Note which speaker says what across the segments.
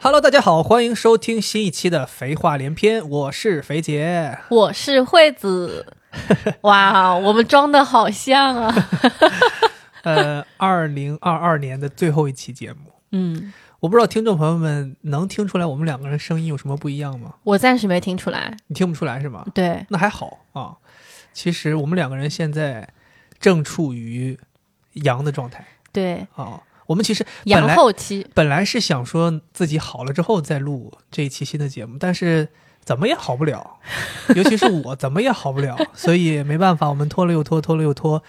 Speaker 1: Hello，大家好，欢迎收听新一期的《肥话连篇》，我是肥姐。
Speaker 2: 我是惠 子。哇，我们装的好像 啊！
Speaker 1: 呃， 二零二二年的最后一期节目，
Speaker 2: 嗯，
Speaker 1: 我不知道听众朋友们能听出来我们两个人声音有什么不一样吗？
Speaker 2: 我暂时没听出来。
Speaker 1: 你听不出来是吗？
Speaker 2: 对，
Speaker 1: 那还好啊。其实我们两个人现在正处于阳的状态
Speaker 2: 对，
Speaker 1: 啊。我们其实本
Speaker 2: 阳
Speaker 1: 来
Speaker 2: 后期
Speaker 1: 本来是想说自己好了之后再录这一期新的节目，但是怎么也好不了，尤其是我怎么也好不了，所以没办法，我们拖了又拖，拖了又拖，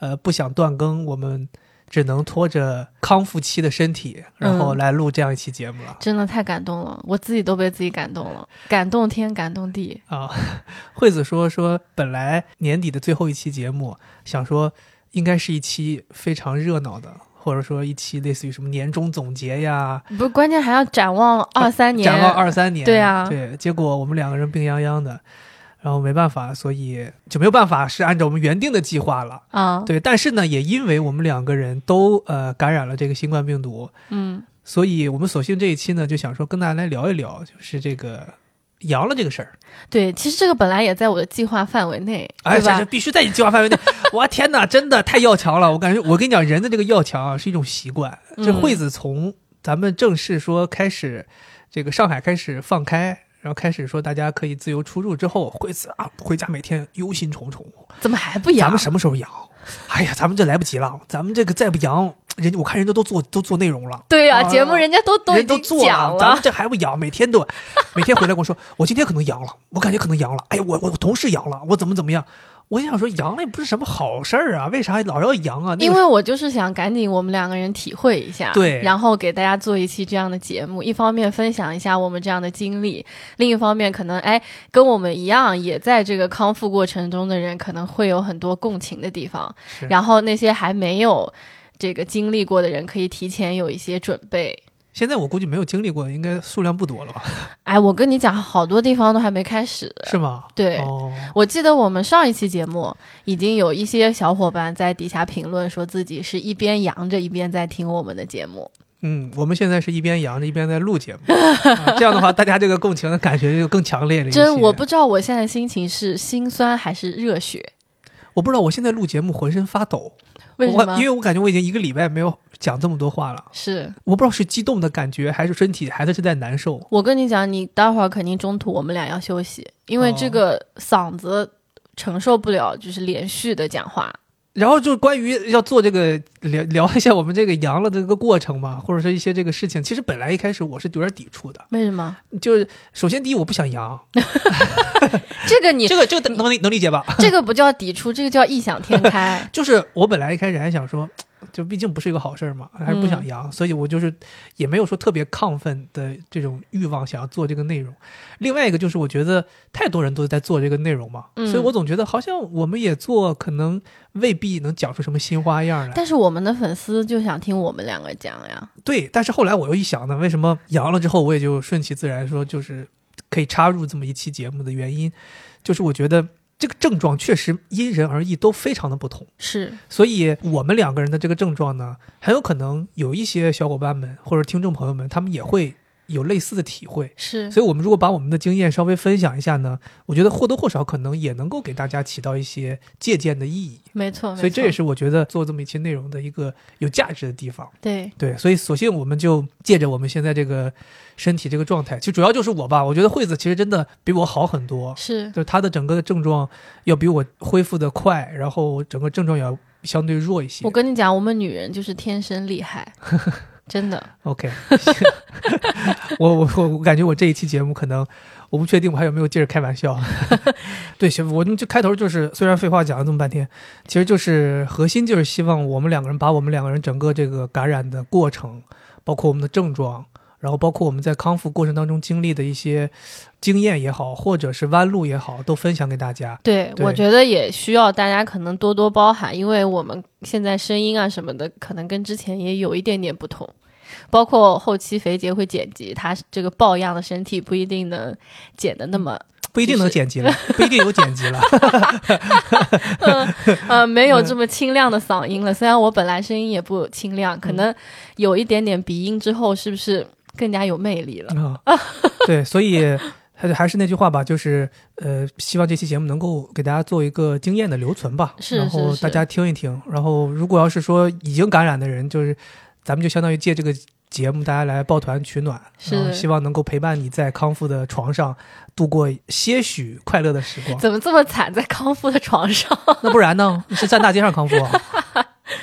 Speaker 1: 呃，不想断更，我们只能拖着康复期的身体，然后
Speaker 2: 嗯
Speaker 1: 来录这样一期节目了。
Speaker 2: 真的太感动了，我自己都被自己感动了，感动天，感动地。
Speaker 1: 啊， 惠子说说，本来年底的最后一期节目，想说应该是一期非常热闹的，或者说一期类似于什么年终总结呀，
Speaker 2: 不是，关键还要啊展望二三年。
Speaker 1: 展望二三年，
Speaker 2: 对啊
Speaker 1: 对，结果我们两个人病殃殃的，然后没办法，所以就没有办法是按照我们原定的计划了，
Speaker 2: 啊，
Speaker 1: 对，但是呢，也因为我们两个人都呃感染了这个新冠病毒，
Speaker 2: 嗯，
Speaker 1: 所以我们索性这一期呢就想说跟大家来聊一聊，就是这个阳了这个事儿，
Speaker 2: 对，其实这个本来也在我的计划范围内，
Speaker 1: 哎，
Speaker 2: 对
Speaker 1: 这这
Speaker 2: 吧？
Speaker 1: 必须在你计划范围内，我天哪，真的太要强了，我感觉我跟你讲，人的这个要强啊是一种习惯，这
Speaker 2: 嗯
Speaker 1: 惠子从咱们正式说开始，这个上海开始放开，然后开始说大家可以自由出入之后，惠子啊回家每天忧心忡忡，
Speaker 2: 怎么还不
Speaker 1: 咱
Speaker 2: 阳
Speaker 1: 们？什么时候阳？哎呀，咱们这来不及了，咱们这个再不阳，人我看人家都做都做内容了。
Speaker 2: 对呀，
Speaker 1: 啊
Speaker 2: 节目人家都都已
Speaker 1: 人都
Speaker 2: 经
Speaker 1: 做
Speaker 2: 讲
Speaker 1: 咱们这还不阳？每天都，每天回来跟我说，我今天可能阳了，我感觉可能阳了，哎呀，我我我同事阳了，我怎么怎么样？我想说，阳了也不是什么好事儿啊，为啥老要阳啊？那个
Speaker 2: 因为我就是想赶紧我们两个人体会一下，
Speaker 1: 对
Speaker 2: 然后给大家做一期这样的节目，一方面分享一下我们这样的经历，另一方面可能哎跟我们一样也在这个康复过程中的人可能会有很多共情的地方
Speaker 1: 是，
Speaker 2: 然后那些还没有这个经历过的人可以提前有一些准备。
Speaker 1: 现在我估计没有经历过，应该数量不多了吧？
Speaker 2: 哎，我跟你讲，好多地方都还没开始。
Speaker 1: 是吗？
Speaker 2: 对
Speaker 1: 哦，
Speaker 2: 我记得我们上一期节目已经有一些小伙伴在底下评论，说自己是一边阳着一边在听我们的节目。
Speaker 1: 嗯，我们现在是一边扬着一边在录节目、啊这样的话，大家这个共情的感觉就更强烈了一些。
Speaker 2: 真我不知道我现在心情是心酸还是热血，
Speaker 1: 我不知道我现在录节目浑身发抖，
Speaker 2: 为什
Speaker 1: 我
Speaker 2: 么
Speaker 1: 因？为我感觉我已经一个礼拜没有讲这么多话了，
Speaker 2: 是
Speaker 1: 我不知道是激动的感觉，还是身体还是在难受。
Speaker 2: 我跟你讲，你待会儿肯定中途我们俩要休息，因为
Speaker 1: 哦
Speaker 2: 这个嗓子承受不了，就是连续的讲话。
Speaker 1: 然后就关于要做这个聊聊一下我们这个阳了的这个过程嘛，或者是一些这个事情。其实本来一开始我是有点抵触的，
Speaker 2: 为 什么？
Speaker 1: 就是首先第一我不想阳，
Speaker 2: 这个你
Speaker 1: 这个这个能能理解 吧？。
Speaker 2: 这个不叫抵触，这个叫异想天开
Speaker 1: 就是我本来一开始还想说，就毕竟不是一个好事儿嘛，还是不想阳，所以我就是也没有说特别亢奋的这种欲望，想要做这个内容。另外一个就是我觉得太多人都在做这个内容嘛，
Speaker 2: 嗯
Speaker 1: 所以我总觉得好像我们也做，可能未必能讲出什么新花样来。
Speaker 2: 但是我们的粉丝就想听我们两个讲呀，
Speaker 1: 对，但是后来我又一想呢，为什么阳了之后我也就顺其自然说，就是可以插入这么一期节目的原因，就是我觉得这个症状确实因人而异，都非常的不同。
Speaker 2: 是
Speaker 1: 所以我们两个人的这个症状呢，很有可能有一些小伙伴们或者听众朋友们，他们也会有类似的体会。
Speaker 2: 是，
Speaker 1: 所以，我们如果把我们的经验稍微分享一下呢，我觉得或多或少可能也能够给大家起到一些借鉴的意义。
Speaker 2: 没错，
Speaker 1: 所以，这也
Speaker 2: 是
Speaker 1: 是我觉得做这么一期内容的一个有价值的地方。
Speaker 2: 对，
Speaker 1: 对，所以索性我们就借着我们现在这个身体这个状态，就主要就是我吧，我觉得惠子其实真的比我好很多。
Speaker 2: 是
Speaker 1: 就是他的整个的症状要比我恢复的快，然后整个症状也要相对弱一些
Speaker 2: 我。跟你讲，我们女人就是天生 厉害，真的。
Speaker 1: OK，我我我我感觉我这一期节目可能我不确定我还有没有劲儿开玩笑。啊对，行，我们就开头就是虽然废话讲了这么半天，其实就是核心就是希望我们两个人把我们两个人整个这个感染的过程，包括我们的症状。然后包括我们在康复过程当中经历的一些经验也好，或者是弯路也好，都分享给大家。
Speaker 2: 对，
Speaker 1: 对
Speaker 2: 我觉得也需要大家可能多多包涵，因为我们现在声音啊什么的，可能跟之前也有一点点不同。包括后期肥姐会剪辑，她这个抱恙的身体不一定能剪的那么，
Speaker 1: 不一定能剪辑了，不一定有剪辑了。
Speaker 2: 呃，没有这么清亮的
Speaker 1: 嗯
Speaker 2: 嗓音了。虽然我本来声音也不清亮，可能有一点点鼻音之后，是不是更加有魅力了。
Speaker 1: 啊、 对，所以还是还是那句话吧，就是呃，希望这期节目能够给大家做一个经验的留存吧，
Speaker 2: 是
Speaker 1: 然
Speaker 2: 是
Speaker 1: 后
Speaker 2: 是
Speaker 1: 大家听一听，然后如果要是说已经感染的人，就是咱们就相当于借这个。节目，大家来抱团取暖，
Speaker 2: 是
Speaker 1: 然后希望能够陪伴你在康复的床上度过些许快乐的时光。
Speaker 2: 怎么这么惨，在康复的床上？
Speaker 1: 那不然呢？你是站大街上康复啊？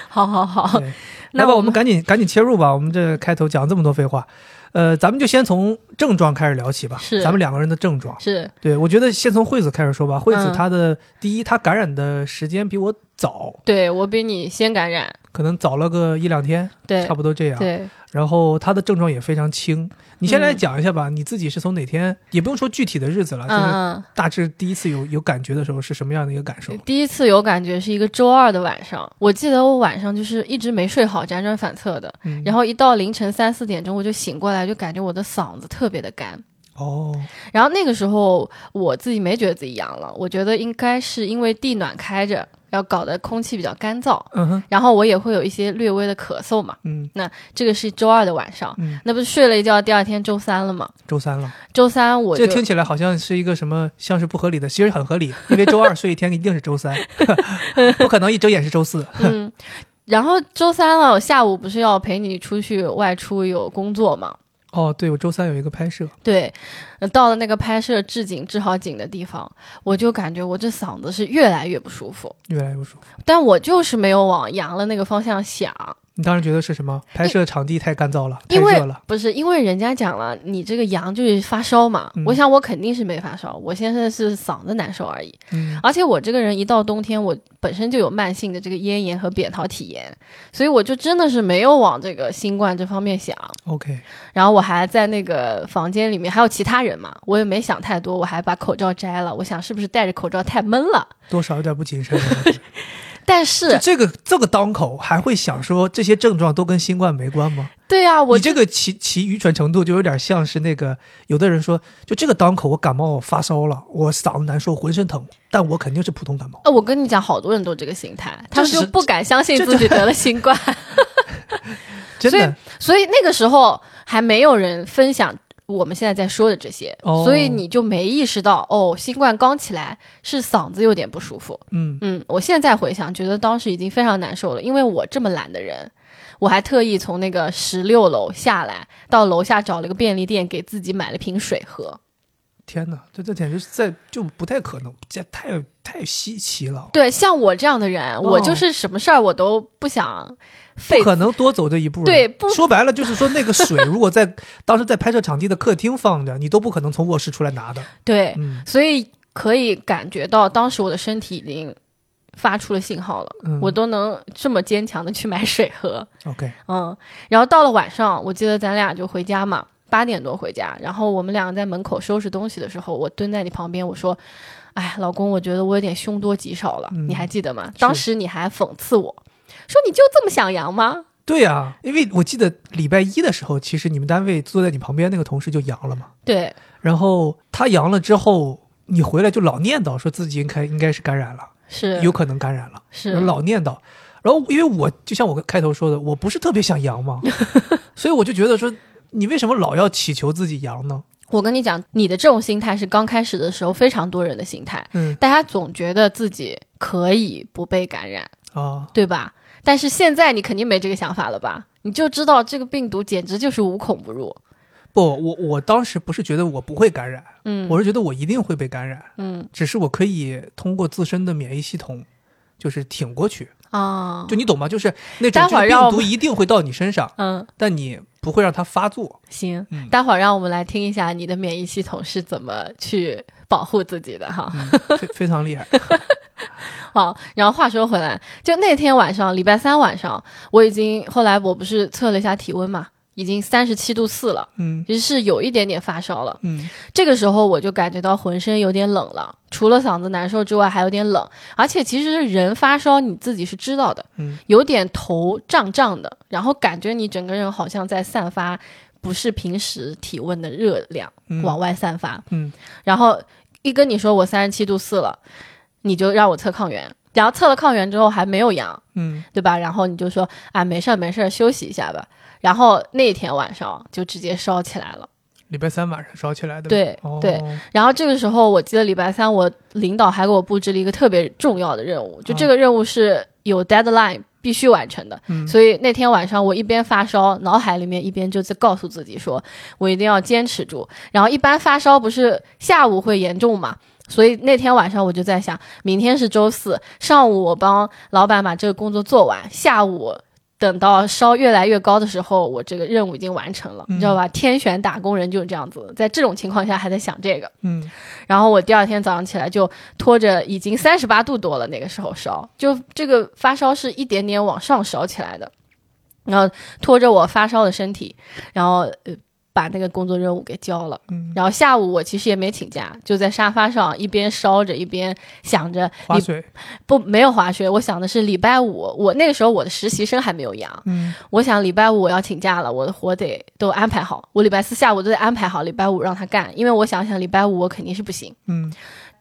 Speaker 2: 好好好，
Speaker 1: 对，
Speaker 2: 哦那
Speaker 1: 来吧，
Speaker 2: 我
Speaker 1: 我们赶紧赶紧切入吧。我们这开头讲这么多废话，呃，咱们就先从症状开始聊起吧。
Speaker 2: 是
Speaker 1: 咱们两个人的症状。
Speaker 2: 是
Speaker 1: 对，我觉得先从惠子开始说吧。惠子
Speaker 2: 嗯
Speaker 1: 她的、第一，她感染的时间比我早，
Speaker 2: 对我比你先感染，
Speaker 1: 可能早了个一两天，
Speaker 2: 对
Speaker 1: 差不多这样。
Speaker 2: 对，
Speaker 1: 然后她的症状也非常轻。你先来
Speaker 2: 嗯
Speaker 1: 讲一下吧，你自己是从哪天，也不用说具体的日子了，就是
Speaker 2: 嗯
Speaker 1: 大致第一次有有感觉的时候是什么样的一个感受
Speaker 2: 嗯，？第一次有感觉是一个周二的晚上，我记得我晚上就是一直没睡好，辗转反侧的，
Speaker 1: 嗯，
Speaker 2: 然后一到凌晨三四点钟我就醒过来，就感觉我的嗓子特别的干。
Speaker 1: 哦，
Speaker 2: 然后那个时候我自己没觉得自己阳了，我觉得应该是因为地暖开着，然后搞得空气比较干燥，
Speaker 1: 嗯哼，
Speaker 2: 然后我也会有一些略微的咳嗽嘛。
Speaker 1: 嗯
Speaker 2: 这个是周二的晚上，
Speaker 1: 嗯，
Speaker 2: 那不是睡了一觉，第二天周三了嘛？
Speaker 1: 周三了，
Speaker 2: 周三我
Speaker 1: 这
Speaker 2: 就
Speaker 1: 听起来好像是一个什么像是不合理的，其实很合理，因为周二睡一天一定是周三， 不可能一睁眼是周四。
Speaker 2: 嗯，然后周三了，我下午不是要陪你出去外出有工作嘛？
Speaker 1: 哦，对，我周三有一个拍摄，
Speaker 2: 对，呃到了那个拍摄置景置好景的地方，我就感觉我这嗓子是越来越不舒服，
Speaker 1: 越来越不舒服。
Speaker 2: 但我就是没有往阳了那个方向想，
Speaker 1: 你当时觉得是什么？拍摄场地太干燥了，太
Speaker 2: 因为
Speaker 1: 热了。
Speaker 2: 不是因为人家讲了你这个阳就是发烧嘛，
Speaker 1: 嗯
Speaker 2: 我想我肯定是没发烧，我现在是嗓子难受而已。
Speaker 1: 嗯，
Speaker 2: 而且我这个人一到冬天，我本身就有慢性的这个咽炎和扁桃体炎，所以我就真的是没有往这个新冠这方面想。
Speaker 1: OK，
Speaker 2: 然后我还在那个房间里面，还有其他人嘛，我也没想太多，我还把口罩摘了。我想是不是戴着口罩太闷了？
Speaker 1: 多少有点不谨慎了。 就
Speaker 2: 但，
Speaker 1: 是这个这个当口还会想说这些症状都跟新冠没关吗？
Speaker 2: 对呀、我
Speaker 1: 你这个其其愚蠢程度就有点像是那个有的人说，就这个当口我感冒我发烧了，我嗓子难受，浑身疼，但我肯定是普通感冒。
Speaker 2: 呃，我跟你讲，好多人都这个心态，他们
Speaker 1: 这
Speaker 2: 就是不敢相信
Speaker 1: 这
Speaker 2: 自己得了 新冠，
Speaker 1: 真
Speaker 2: 所以
Speaker 1: 的，
Speaker 2: 所以那个时候还没有人分享我们现在在说的这些，
Speaker 1: 哦
Speaker 2: 所以你就没意识到哦，新冠刚起来是嗓子有点不舒服。
Speaker 1: 嗯
Speaker 2: 嗯，我现在回想，觉得当时已经非常难受了，因为我这么懒的人，我还特意从那个十六楼下来，到楼下找了个便利店，给自己买了瓶水喝。
Speaker 1: 天哪，这这简直是在就不太可能，这太太稀奇了，
Speaker 2: 对，像我这样的人，我
Speaker 1: 哦
Speaker 2: 就是什么事儿我都不想费
Speaker 1: 不。可能多走这一步。
Speaker 2: 对不
Speaker 1: 说白了就是说那个水如果在当时在拍摄场地的客厅放着，你都不可能从卧室出来拿的。
Speaker 2: 对，
Speaker 1: 嗯
Speaker 2: 所以可以感觉到当时我的身体已经发出了信号了，
Speaker 1: 嗯，
Speaker 2: 我都能这么坚强的去买水喝。
Speaker 1: OK，
Speaker 2: 嗯，然后到了晚上，我记得咱俩就回家嘛，八点多回家。然后我们两个在门口收拾东西的时候，我蹲在你旁边，我说：“哎，老公，我觉得我有点凶多吉少了。
Speaker 1: 嗯
Speaker 2: 你还记得吗？当时你还讽刺我说：“你就这么想阳吗
Speaker 1: 对呀、因为我记得礼拜一的时候，其实你们单位坐在你旁边那个同事就阳了嘛，？”
Speaker 2: 对
Speaker 1: 然后他阳了之后。你回来就老念叨说自己应该应该是感染了，
Speaker 2: 是
Speaker 1: 有可能感染了，
Speaker 2: 是
Speaker 1: 老念叨。然后因为我就像我开头说的，我不是特别想阳 嘛，所以我就觉得说，你为什么老要祈求自己阳呢？
Speaker 2: 我跟你讲，你的这种心态是刚开始的时候非常多人的心态，
Speaker 1: 嗯
Speaker 2: 大家总觉得自己可以不被感染，
Speaker 1: 啊，
Speaker 2: 对吧？但是现在你肯定没这个想法了吧？你就知道这个病毒简直就是无孔不入。
Speaker 1: 不，我我当时不是觉得我不会感染，
Speaker 2: 嗯，
Speaker 1: 我是觉得我一定会被感染，
Speaker 2: 嗯
Speaker 1: 只是我可以通过自身的免疫系统。就是挺过去，
Speaker 2: 啊，
Speaker 1: 就你懂吗？就是那种
Speaker 2: 待
Speaker 1: 就
Speaker 2: 会儿
Speaker 1: 是
Speaker 2: 让
Speaker 1: 病
Speaker 2: 我
Speaker 1: 毒一定会到你身上，
Speaker 2: 嗯，
Speaker 1: 但你不会让它发作。
Speaker 2: 行，
Speaker 1: 嗯
Speaker 2: 待会儿让我们来听一下你的免疫系统是怎么去保护自己的哈。
Speaker 1: 嗯，非非常厉害。
Speaker 2: 好，然后话说回来，就那天晚上，礼拜三晚上，我已经后来我不是测了一下体温嘛，已经三十七度四了。
Speaker 1: 嗯
Speaker 2: 其实是有一点点发烧了，
Speaker 1: 嗯，
Speaker 2: 这个时候我就感觉到浑身有点冷了，除了嗓子难受之外，还有点冷。而且其实人发烧你自己是知道的，
Speaker 1: 嗯，
Speaker 2: 有点头胀胀的，然后感觉你整个人好像在散发不是平时体温的热量
Speaker 1: 嗯
Speaker 2: 往外散发。
Speaker 1: 嗯
Speaker 2: 然后一跟你说我三十七度四了，你就让我测抗原，然后测了抗原之后还没有阳，
Speaker 1: 嗯，
Speaker 2: 对吧？然后你就说啊，没事儿没事儿，休息一下吧。然后那天晚上就直接烧起来了。
Speaker 1: 礼拜三晚上烧起来的，
Speaker 2: 对
Speaker 1: 吧哦、
Speaker 2: 对然后这个时候，我记得礼拜三我领导还给我布置了一个特别重要的任务，就这个任务是有 deadline 必须完成的。
Speaker 1: 嗯
Speaker 2: 所以那天晚上我一边发烧，脑海里面一边就在告诉自己说，我一定要坚持住。然后一般发烧不是下午会严重嘛？所以那天晚上我就在想，明天是周四，上午我帮老板把这个工作做完，下午等到烧越来越高的时候，我这个任务已经完成了，
Speaker 1: 嗯
Speaker 2: 你知道吧？天选打工人就是这样子，在这种情况下还在想这个。
Speaker 1: 嗯
Speaker 2: 然后我第二天早上起来就拖着已经三十八度多了，那个时候烧，就这个发烧是一点点往上烧起来的，然后拖着我发烧的身体，然后呃把那个工作任务给交了。
Speaker 1: 嗯，
Speaker 2: 然后下午我其实也没请假，就在沙发上一边烧着一边想着
Speaker 1: 划
Speaker 2: 礼
Speaker 1: 水，
Speaker 2: 不没有滑雪，我想的是礼拜五，我那个时候我的实习生还没有阳，
Speaker 1: 嗯
Speaker 2: 我想礼拜五我要请假了，我的活得都安排好，我礼拜四下午都得安排好，礼拜五让他干，因为我想想礼拜五我肯定是不行。
Speaker 1: 嗯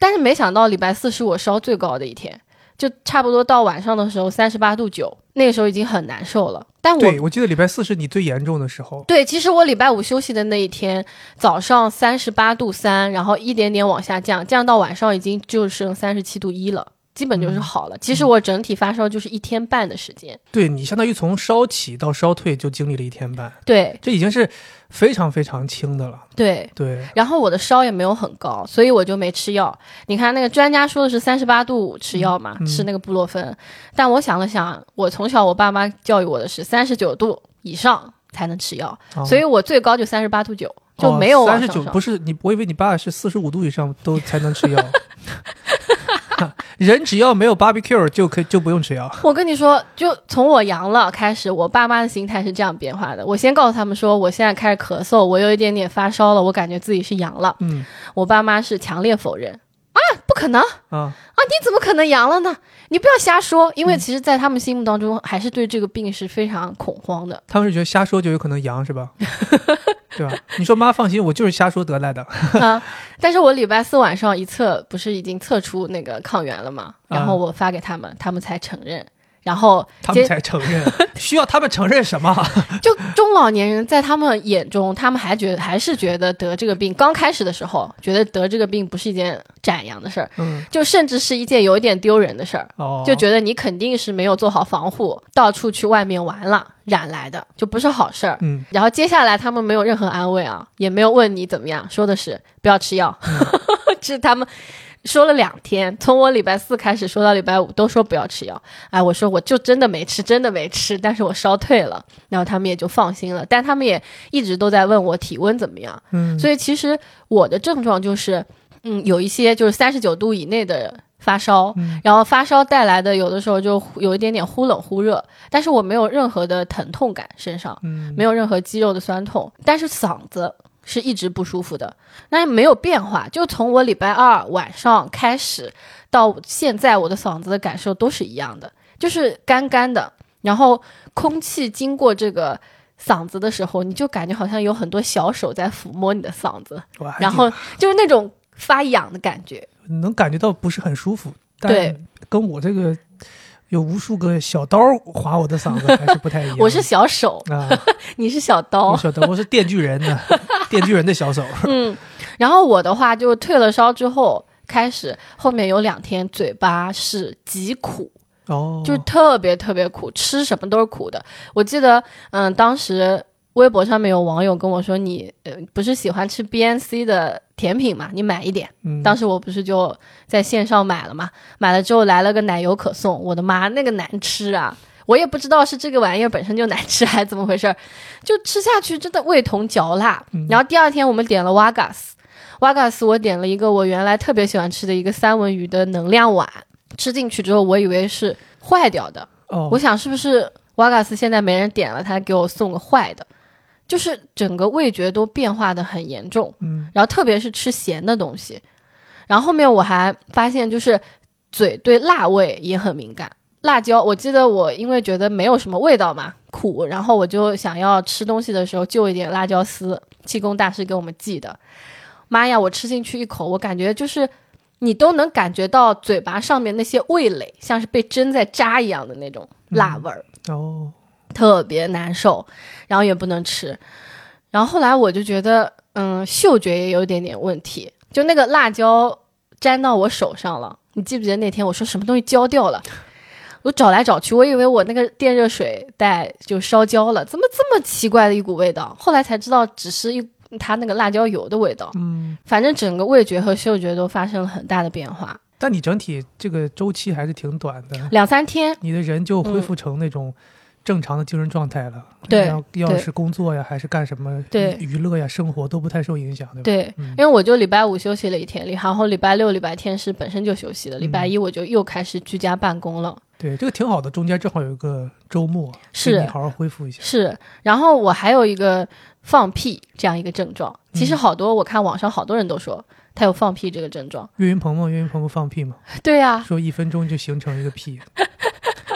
Speaker 2: 但是没想到礼拜四是我烧最高的一天，就差不多到晚上的时候三十八度九，那个时候已经很难受了。但我
Speaker 1: 对，我记得礼拜四是你最严重的时候，
Speaker 2: 对其实我礼拜五休息的那一天，早上三十八度三，然后一点点往下降，降到晚上已经就剩三十七度一了。基本就是好了。其实我整体发烧就是一天半的时间，
Speaker 1: 对你相当于从烧起到烧退就经历了一天半，
Speaker 2: 对
Speaker 1: 这已经是非常非常轻的了。
Speaker 2: 对。
Speaker 1: 对，
Speaker 2: 然后我的烧也没有很高，所以我就没吃药。你看那个专家说的是三十八度五吃药嘛，
Speaker 1: 嗯
Speaker 2: 吃那个布洛芬。但我想了想，我从小我爸妈教育我的是三十九度以上才能吃药，
Speaker 1: 哦
Speaker 2: 所以我最高就三十八度九，就没有往
Speaker 1: 三十
Speaker 2: 上
Speaker 1: 九，
Speaker 2: 升。
Speaker 1: 不是你，我以为你爸是四十五度以上都才能吃药。 人只要没有 barbecue 就可以就不用吃药。
Speaker 2: 我跟你说，就从我阳了开始，我爸妈的心态是这样变化的。我先告诉他们说，我现在开始咳嗽，我有一点点发烧了，我感觉自己是阳了。
Speaker 1: 嗯
Speaker 2: 我爸妈是强烈否认啊，不可能。
Speaker 1: 啊，
Speaker 2: 啊，你怎么可能阳了呢？你不要瞎说，因为其实，在他们心目当中，还是对这个病是非常恐慌的。
Speaker 1: 他们是觉得瞎说就有可能阳是吧？ 对吧？你说妈放心，我就是瞎说得来的。
Speaker 2: 啊，但是我礼拜四晚上一测，不是已经测出那个抗原了吗？然后我发给他们，他们才承认。然后
Speaker 1: 他们
Speaker 2: 接
Speaker 1: 才承认，需要他们承认什么？
Speaker 2: 就中老年人在他们眼中，他们还觉得还是觉得得这个病，刚开始的时候觉得得这个病不是一件展扬的事儿，
Speaker 1: 嗯，
Speaker 2: 就甚至是一件有一点丢人的事儿。
Speaker 1: 哦，
Speaker 2: 就觉得你肯定是没有做好防护，到处去外面玩了，染来的，就不是好事儿。
Speaker 1: 嗯，
Speaker 2: 然后接下来他们没有任何安慰啊，也没有问你怎么样，说的是不要吃药，
Speaker 1: 嗯
Speaker 2: 这 是他们说了两天，从我礼拜四开始说到礼拜五都说不要吃药。哎，我说我就真的没吃，真的没吃，但是我烧退了，然后他们也就放心了。但他们也一直都在问我体温怎么样，
Speaker 1: 嗯，
Speaker 2: 所以其实我的症状就是，嗯，有一些就是三十九度以内的发烧，
Speaker 1: 嗯
Speaker 2: 然后发烧带来的有的时候就忽有一点点忽冷忽热，但是我没有任何的疼痛感，身上
Speaker 1: 嗯
Speaker 2: 没有任何肌肉的酸痛，但是嗓子。是一直不舒服的，那没有变化，就从我礼拜二啊晚上开始到现在，我的嗓子的感受都是一样的，就是干干的，然后空气经过这个嗓子的时候，你就感觉好像有很多小手在抚摸你的嗓子，
Speaker 1: 哇
Speaker 2: 然后就是那种发痒的感觉。
Speaker 1: 能感觉到不是很舒服，但
Speaker 2: 对，。
Speaker 1: 跟我这个有无数个小刀划我的嗓子还是不太一样
Speaker 2: 我是哦小手，
Speaker 1: 啊，
Speaker 2: 你是小
Speaker 1: 我
Speaker 2: 刀，
Speaker 1: 晓得，我是电锯人呢， 电锯人的小手。
Speaker 2: 嗯。然后我的话就退了烧之后，开始后面有两天嘴巴是极苦，
Speaker 1: 哦，
Speaker 2: 就是特别特别苦，吃什么都是苦的。我记得，嗯，当时微博上面有网友跟我说，你呃不是喜欢吃 BNC 的甜品嘛，你买一点。
Speaker 1: 嗯
Speaker 2: 当时我不是就在线上买了嘛，买了之后来了个奶油可颂，我的妈，那个难吃啊！我也不知道是这个玩意儿本身就难吃还是怎么回事儿，就吃下去真的味同嚼蜡。然后第二天我们点了 Wagas。Wagas，我点了一个我原来特别喜欢吃的一个三文鱼的能量碗，吃进去之后，我以为是坏掉的，
Speaker 1: 哦，
Speaker 2: 我想是不是瓦嘎斯现在没人点了，他给我送个坏的，就是整个味觉都变化的很严重，
Speaker 1: 嗯
Speaker 2: 然后特别是吃咸的东西，然后后面我还发现就是嘴对辣味也很敏感。辣椒，我记得我因为觉得没有什么味道嘛，苦，然后我就想要吃东西的时候就一点辣椒丝，气功大师给我们寄的。妈呀，我吃进去一口，我感觉就是你都能感觉到嘴巴上面那些味蕾，像是被针在扎一样的那种辣味儿，
Speaker 1: 哦，
Speaker 2: 特别难受，然后也不能吃。然后后来我就觉得，嗯，嗅觉也有一点点问题，就那个辣椒粘到我手上了。你记不记得那天我说什么东西焦掉了？我找来找去，我以为我那个电热水袋就烧焦了，怎么这么奇怪的一股味道？后来才知道，只是一它那个辣椒油的味道。
Speaker 1: 嗯，
Speaker 2: 反正整个味觉和嗅觉都发生了很大的变化，
Speaker 1: 但你整体这个周期还是挺短的，
Speaker 2: 两三天。
Speaker 1: 你的人就恢复成那种正常的精神状态了。
Speaker 2: 嗯对
Speaker 1: 要要
Speaker 2: 对
Speaker 1: 是工作呀，还是干什么
Speaker 2: 对
Speaker 1: 娱娱乐呀、生活都不太受影响，对吧？
Speaker 2: 对，
Speaker 1: 嗯
Speaker 2: 因为我就礼拜五休息了一天，然后礼拜六、礼拜天是本身就休息的，礼拜
Speaker 1: 嗯
Speaker 2: 一我就又开始居家办公了。
Speaker 1: 对，这个挺好的，中间正好有一个周末，
Speaker 2: 是
Speaker 1: 给你好好恢复一下。
Speaker 2: 是，然后我还有一个放屁这样一个症状，其实
Speaker 1: 嗯
Speaker 2: 好多我看网上好多人都说他有放屁这个症状。
Speaker 1: 岳云鹏嘛，岳云鹏不放屁嘛，
Speaker 2: 对啊呀、
Speaker 1: 说一分钟就形成一个屁。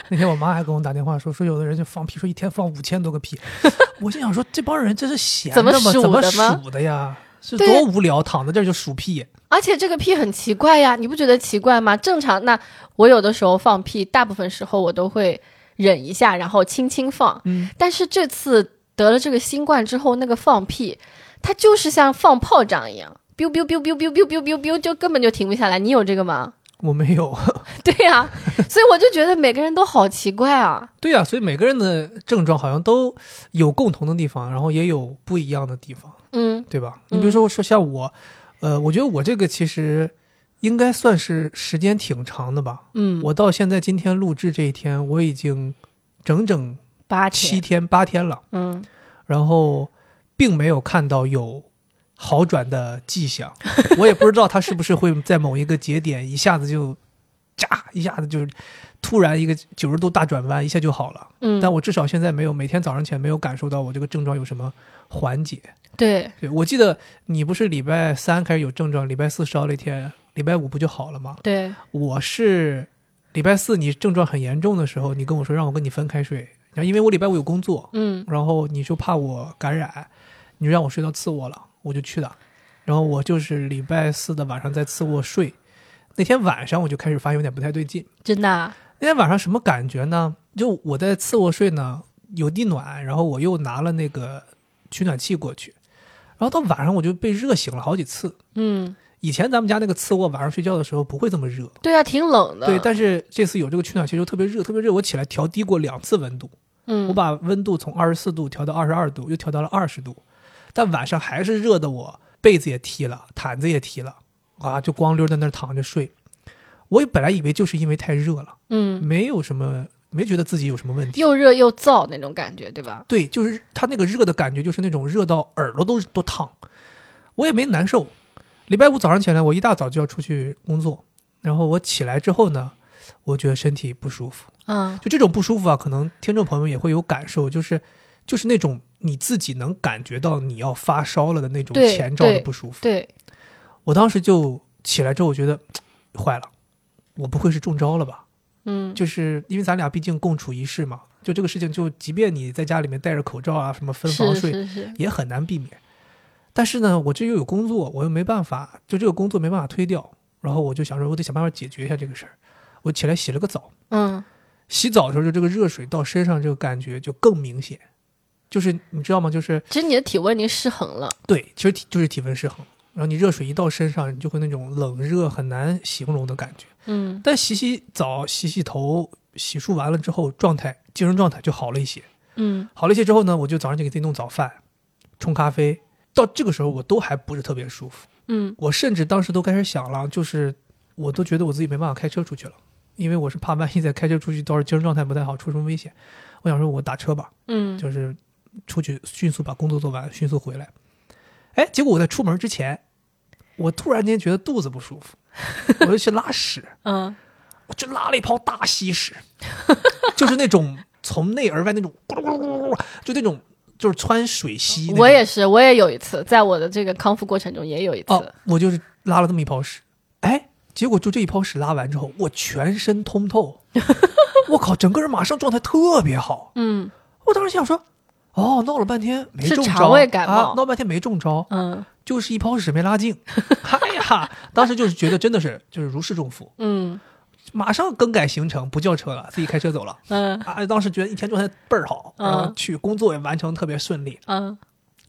Speaker 1: 那天我妈还跟我打电话说，说有的人就放屁，说一天放五千多个屁。 我心想说，这帮人这是闲的
Speaker 2: 怎么
Speaker 1: 吗？
Speaker 2: 数
Speaker 1: 怎么
Speaker 2: 的吗
Speaker 1: 数的呀？是
Speaker 2: 对
Speaker 1: 多无聊，躺在这儿就数屁。
Speaker 2: 而且这个屁很奇怪呀，你不觉得奇怪吗？正常，那我有的时候放屁，大部分时候我都会忍一下，然后轻轻放。
Speaker 1: 嗯，
Speaker 2: 但是这次得了这个新冠之后，那个放屁，它就是像放炮仗一样，biu biu biu biu biu biu biu biu biu，就根本就停不下来。你有这个吗？
Speaker 1: 我没有。
Speaker 2: 对呀、所以我就觉得每个人都好奇怪啊。
Speaker 1: 对呀、所以每个人的症状好像都有共同的地方，然后也有不一样的地方，
Speaker 2: 嗯
Speaker 1: 对吧？你比如说说像我，呃，我觉得我这个其实应该算是时间挺长的吧。
Speaker 2: 嗯，
Speaker 1: 我到现在今天录制这一天，我已经整整
Speaker 2: 八
Speaker 1: 七
Speaker 2: 天，
Speaker 1: 天八天了。
Speaker 2: 嗯，
Speaker 1: 然后并没有看到有好转的迹象。我也不知道它是不是会在某一个节点一下子就炸，一下子就突然一个九十度大转弯，一下就好了。
Speaker 2: 嗯
Speaker 1: 但我至少现在没有每天早上起来没有感受到我这个症状有什么缓解。
Speaker 2: 对，
Speaker 1: 对我记得你不是礼拜三开始有症状，礼拜四烧了一天，礼拜五不就好了吗？
Speaker 2: 对，
Speaker 1: 我是礼拜四你症状很严重的时候，你跟我说让我跟你分开睡，然后因为我礼拜五有工作，
Speaker 2: 嗯，
Speaker 1: 然后你就怕我感染，你就让我睡到次卧了，我就去的。然后我就是礼拜四的晚上在次卧睡，那天晚上我就开始发现有点不太对劲。
Speaker 2: 真的啊，
Speaker 1: 那天晚上什么感觉呢？就我在次卧睡呢，有地暖，然后我又拿了那个取暖器过去，然后到晚上我就被热醒了好几次。
Speaker 2: 嗯，
Speaker 1: 以前咱们家那个次卧晚上睡觉的时候不会这么热，
Speaker 2: 对啊，挺冷的，
Speaker 1: 对，但是这次有这个取暖器就特别热，特别热，我起来调低过两次温度。
Speaker 2: 嗯，
Speaker 1: 我把温度从二十四度调到二十二度，又调到了二十度，但晚上还是热的我，被子也踢了，毯子也踢了，啊，就光溜在那儿躺着睡。我也本来以为就是因为太热了，
Speaker 2: 嗯，
Speaker 1: 没有什么，没觉得自己有什么问题。
Speaker 2: 又热又燥那种感觉，对吧？
Speaker 1: 对，就是它那个热的感觉，就是那种热到耳朵都都烫，我也没难受。礼拜五早上起来，我一大早就要出去工作，然后我起来之后呢，我觉得身体不舒服。
Speaker 2: 嗯，
Speaker 1: 就这种不舒服啊，可能听众朋友也会有感受，就是就是那种你自己能感觉到你要发烧了的那种
Speaker 2: 对
Speaker 1: 前兆的
Speaker 2: 对
Speaker 1: 不舒服。
Speaker 2: 对，
Speaker 1: 我当时就起来之后，我觉得坏了，我不会是中招了吧？
Speaker 2: 嗯，
Speaker 1: 就是因为咱俩毕竟共处一室嘛，就这个事情，就即便你在家里面戴着口罩啊，什么分
Speaker 2: 是
Speaker 1: 房睡，
Speaker 2: 是是，
Speaker 1: 也很难避免。但是呢，我这又有工作，我又没办法，就这个工作没办法推掉，然后我就想说，我得想办法解决一下这个事儿。我起来洗了个澡，
Speaker 2: 嗯
Speaker 1: 洗澡的时候，就这个热水到身上这个感觉就更明显，就是你知道吗？就是，
Speaker 2: 其实你的体温已经失衡了，
Speaker 1: 对，其实体就是体温失衡，然后你热水一到身上，你就会那种冷热很难形容的感觉。
Speaker 2: 嗯
Speaker 1: 但洗洗澡、洗洗头、洗漱完了之后，状态精神状态就好了一些。
Speaker 2: 嗯
Speaker 1: 好了一些之后呢，我就早上就给自己弄早饭，冲咖啡。到这个时候，我都还不是特别舒服，
Speaker 2: 嗯
Speaker 1: 我甚至当时都开始想了，就是我都觉得我自己没办法开车出去了，因为我是怕万一再开车出去，到时候精神状态不太好，出什么危险。我想说，我打车吧，
Speaker 2: 嗯
Speaker 1: 就是出去迅速把工作做完，迅速回来。哎，结果我在出门之前，我突然间觉得肚子不舒服，我就去拉屎，
Speaker 2: 嗯，
Speaker 1: 我就拉了一泡大稀屎，就是那种从内而外那种咕噜咕噜咕噜咕噜，就那种就是穿水稀那种。
Speaker 2: 我也是，我也有一次，在我的这个康复过程中也有一
Speaker 1: 哦
Speaker 2: 次，，
Speaker 1: 我就是拉了这么一泡屎，哎，结果就这一泡屎拉完之后，我全身通透， 我靠，整个人马上状态特别好。
Speaker 2: 嗯
Speaker 1: 我当时想说，哦，闹了半天没
Speaker 2: 是
Speaker 1: 中招，
Speaker 2: 肠胃感冒
Speaker 1: 啊，闹半天没中招。
Speaker 2: 嗯
Speaker 1: 就是一泡屎没拉净。 哎呀，当时就是觉得真的是就是如释重负，
Speaker 2: 嗯
Speaker 1: 马上更改行程，不叫车了，自己开车走了。
Speaker 2: 嗯
Speaker 1: 啊，当时觉得一天状态倍儿好，然后
Speaker 2: 嗯
Speaker 1: 去工作也完成特别顺利，
Speaker 2: 嗯，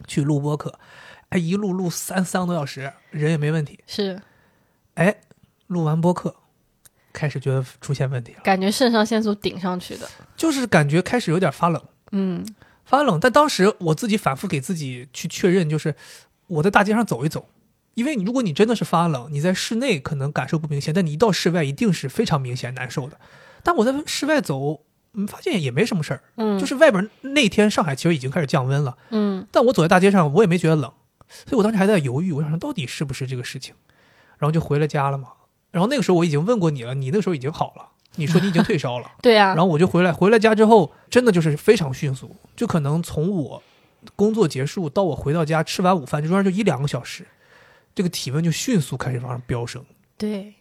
Speaker 1: 去录播客，哎，一路录三三个多小时，人也没问题。
Speaker 2: 是，
Speaker 1: 哎，录完播客，开始觉得出现问题了，
Speaker 2: 感觉肾上腺素顶上去的。
Speaker 1: 就是感觉开始有点发冷，
Speaker 2: 嗯
Speaker 1: 发冷。但当时我自己反复给自己去确认，就是我在大街上走一走，因为你如果你真的是发冷，你在室内可能感受不明显，但你一到室外一定是非常明显难受的。但我在室外走，嗯，发现也没什么事儿，
Speaker 2: 嗯，
Speaker 1: 就是外边那天上海其实已经开始降温了，
Speaker 2: 嗯
Speaker 1: 但我走在大街上，我也没觉得冷，所以我当时还在犹豫，我想说到底是不是这个事情，然后就回了家了嘛。然后那个时候我已经问过你了，你那个时候已经好了，你说你已经退烧了，
Speaker 2: 对 啊
Speaker 1: 然，后我就回来，回了家之后，真的就是非常迅速，就可能从我工作结束到我回到家吃完午饭，这中间就一两个小时，这个体温就迅速开始往上飙升，
Speaker 2: 对，